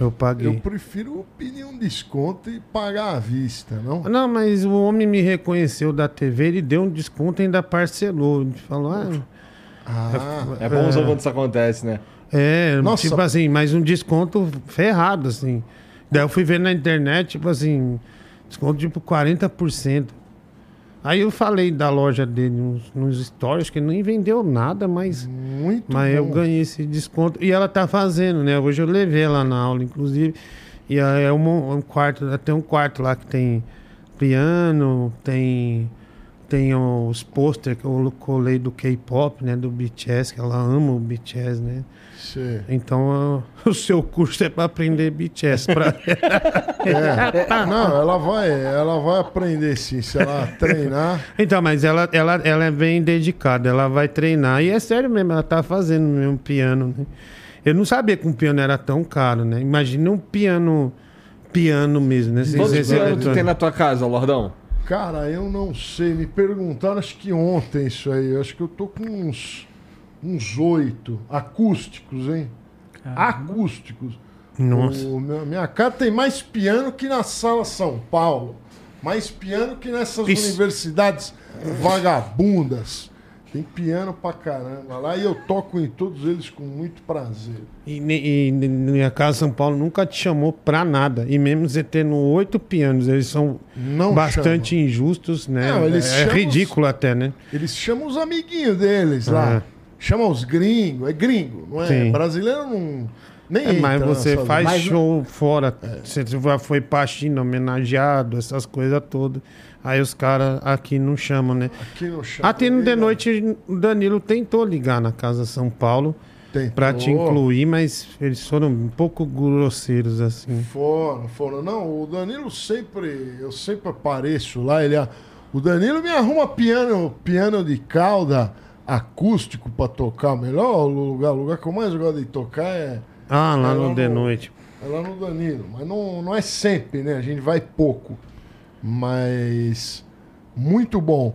eu paguei. eu prefiro pedir um desconto e pagar à vista, não? Não, é mas o homem me reconheceu da TV, ele deu um desconto e ainda parcelou. Ele falou, ah, Ah, É bom usar quando isso acontece, né? é, Nossa. tipo assim, mas um desconto ferrado, assim. Daí eu fui ver na internet, tipo assim, desconto tipo 40%. Aí eu falei da loja dele nos, nos stories, que nem vendeu nada, mas, Hum. muito mas eu bom. ganhei esse desconto. E ela tá fazendo, né? Hoje eu levei ela na aula, inclusive. E aí é um, um quarto, tem um quarto lá que tem piano, tem tem os pôster que eu colei do K-pop, né? Do BTS, que ela ama o BTS, né? Sei. Então [LAUGHS] ah, o seu curso é para aprender BTS. Pra... É. Não, ela vai, ela vai aprender sim, se ela treinar. então, mas ela, ela, ela é bem dedicada, ela vai treinar. E é sério mesmo, ela tá fazendo mesmo piano, né? Eu não sabia que um piano era tão caro, né? Imagina um piano, piano mesmo, né? Sem Quantos ser pianos tu eletrônico. tem na tua casa, Lordão? Cara, eu não sei. Me perguntaram, acho que ontem isso aí. Eu acho que eu tô com uns uns oito acústicos, hein? Acústicos. Nossa. O meu- minha casa tem mais piano que na sala São Paulo. Mais piano que nessas Isso. universidades vagabundas. Tem piano pra caramba lá e eu toco em todos eles com muito prazer. E, ne- e ne- minha casa São Paulo nunca te chamou pra nada. E mesmo você tendo oito pianos, eles são Não bastante injustos, né? Não, eles é chamam- ridículo até, né? Eles chamam os amiguinhos deles lá. Ah. Chamam os gringos. É gringo, não é? Sim. Brasileiro não. Nem É, mas entra você nessa- faz Mas- É. show fora. Você já foi pra China, homenageado, essas coisas todas. Aí os caras aqui não chamam, né? Aqui não chama. Até no de noite o Danilo tentou ligar na Casa São Paulo Tem. pra te incluir, mas eles foram um pouco grosseiros assim. Foram, foram. Não, o Danilo sempre. Eu sempre apareço lá. Ele, a- o Danilo me arruma piano, piano de cauda acústico pra tocar. O Melhor lugar, o lugar que eu mais gosto de tocar é, Ah, lá Eu no não- de noite. é lá no Danilo. Mas não, não é sempre, né? A gente vai pouco. Mas. Muito bom.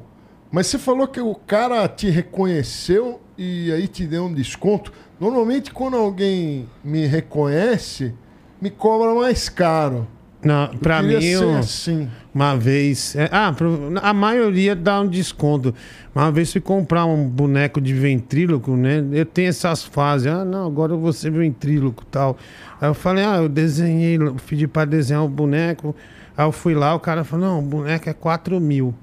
Mas você falou que o cara te reconheceu e aí te deu um desconto. Normalmente, quando alguém me reconhece, me cobra mais caro. Não, pra Queria mim, ser eu- assim. uma vez. é, ah, pro- a maioria dá um desconto. Uma vez se comprar um boneco de ventríloco, né? Eu tenho essas fases. Ah, não, agora eu vou ser ventríloco e tal. Aí eu falei, ah, eu desenhei, eu pedi pra desenhar o boneco. Aí eu fui lá, o cara falou, não, o boneco é 4 mil.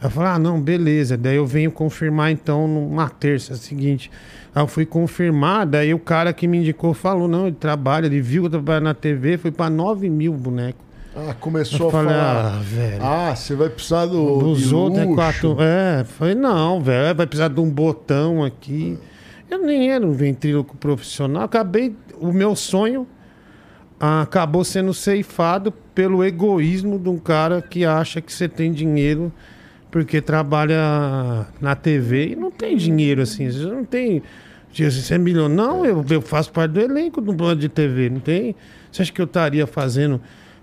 Eu falei, ah, não, beleza. Daí eu venho confirmar então numa terça seguinte. Aí eu fui confirmar, daí o cara que me indicou falou, não, ele trabalha, ele viu que eu trabalho na TV, foi pra 9 mil boneco. Ah, Eu começou a falei, ah, falar. velho. Ah, você vai precisar do. Os de outros é luxo. quatro. É, falei, não, velho, vai precisar de um botão aqui. Eu nem era um ventríloco profissional. Acabei. O meu sonho acabou sendo ceifado pelo egoísmo de um cara que acha que você tem dinheiro porque trabalha na TV e não tem dinheiro assim. Você não tem. Tipo, Você é milionário? Não, eu, eu faço parte do elenco do plano de TV, não tem? Você acha que eu estaria fazendo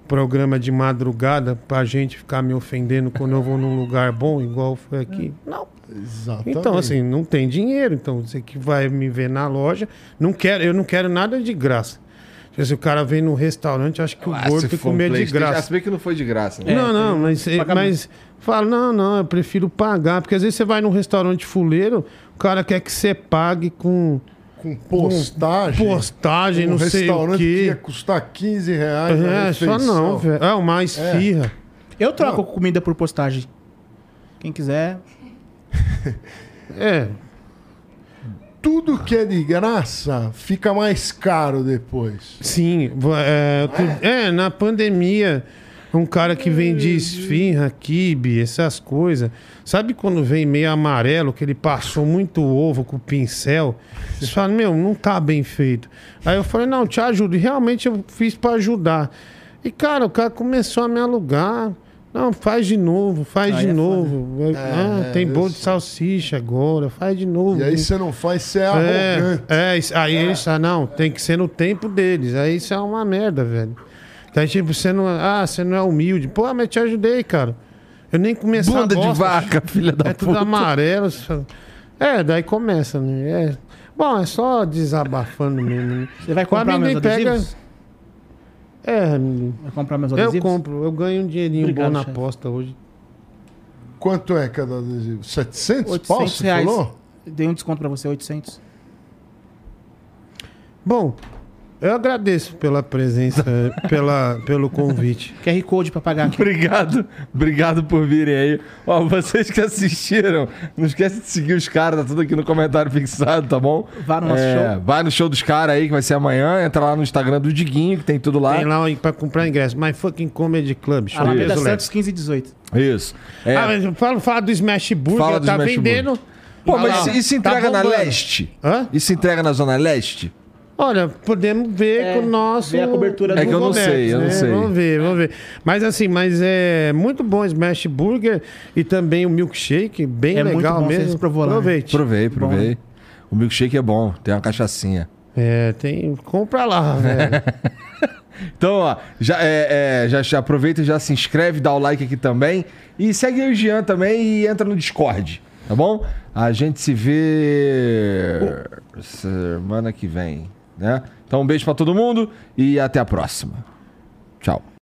programa de madrugada pra gente ficar me ofendendo quando eu vou num lugar bom, igual foi aqui? Não. Exatamente. Então, assim, não tem dinheiro. Então, você que vai me ver na loja. Não quero, eu não quero nada de graça. Se o cara vem no restaurante, acho que o Ah, se gordo tem que for um comer de PlayStation- Ah, graça. se bem que não foi de graça, né? não, não, mas, mas fala, não, não, eu prefiro pagar. Porque às vezes você vai num restaurante fuleiro, o cara quer que você pague com Com postagem. postagem, um não sei o restaurante que é ia quê. custar 15 reais. na É, só refeição. não, velho. É uma esfirra. Eu troco comida por postagem. Quem quiser. É. Tudo que é de graça fica mais caro depois. Sim, vo- é, outro- é, na pandemia, um cara que vende esfirra, quibe, essas coisas. Sabe quando vem meio amarelo, que ele passou muito ovo com o pincel? Você fala, meu, não tá bem feito. Aí eu falei, não, te ajudo. E realmente eu fiz pra ajudar. E, cara, o cara começou a me alugar. Não, faz de novo, faz Aí de é novo. ah, É, tem eu bolo de sei. salsicha agora, faz de novo. E aí você não faz, você é É, arrogante. é, isso- aí eles falam, não, tem que ser no tempo deles. Aí isso é uma merda, velho. Então, tipo, você não, ah, você não é humilde. Pô, mas te ajudei, cara. Eu nem comecei a Bunda de vaca, filha da É tudo puta. amarelo. você fala- É, daí começa, né? É. Bom, é só desabafando mesmo. né? Você vai comprar Quase meus ninguém pega- adesivos? É, menino, Vai comprar meus adesivos? eu compro, eu ganho um dinheirinho Obrigado, bom na chefe. aposta hoje. Quanto é cada adesivo? 700 pau, 800 você reais. falou? Dei um desconto pra você, 800. Bom, eu agradeço pela presença, [LAUGHS] pela, pelo convite. QR Code pra pagar aqui. Obrigado, obrigado por virem aí. Ó, vocês que assistiram, não esquece de seguir os caras, tá tudo aqui no comentário fixado, tá bom? Vá no nosso show. Vai no show dos caras aí, que vai ser amanhã. Entra lá no Instagram do Diguinho, que tem tudo lá. Tem lá um- pra comprar ingresso. My fucking Comedy Club. show Alameda Peso Leve. Santos, 15 e 18. Isso. É. Ah, mas fala, fala do Smash Burger, Fala do tá Smash vendendo. Pô, Tá mas lá, isso- isso tá entrega na bombando. leste? Hã? Isso entrega na Zona Leste? Olha, podemos ver É, com o nosso. né? ver a cobertura É do que eu não Roberto, sei, eu não sei. Vamos ver, vamos ver. Mas assim, mas é muito bom o Smash Burger e também o milkshake, bem É muito legal bom, mesmo. vocês provam lá, né? Aproveite. Provei, né? provei. O milkshake é bom, tem uma cachaçinha. É, tem. Compra lá, velho. Então, ó, já, é, é, já, já aproveita e já se inscreve, dá o like aqui também. E segue o Jean também e entra no Discord, tá bom? A gente se vê semana que vem, né? Então, um beijo pra todo mundo e até a próxima. Tchau.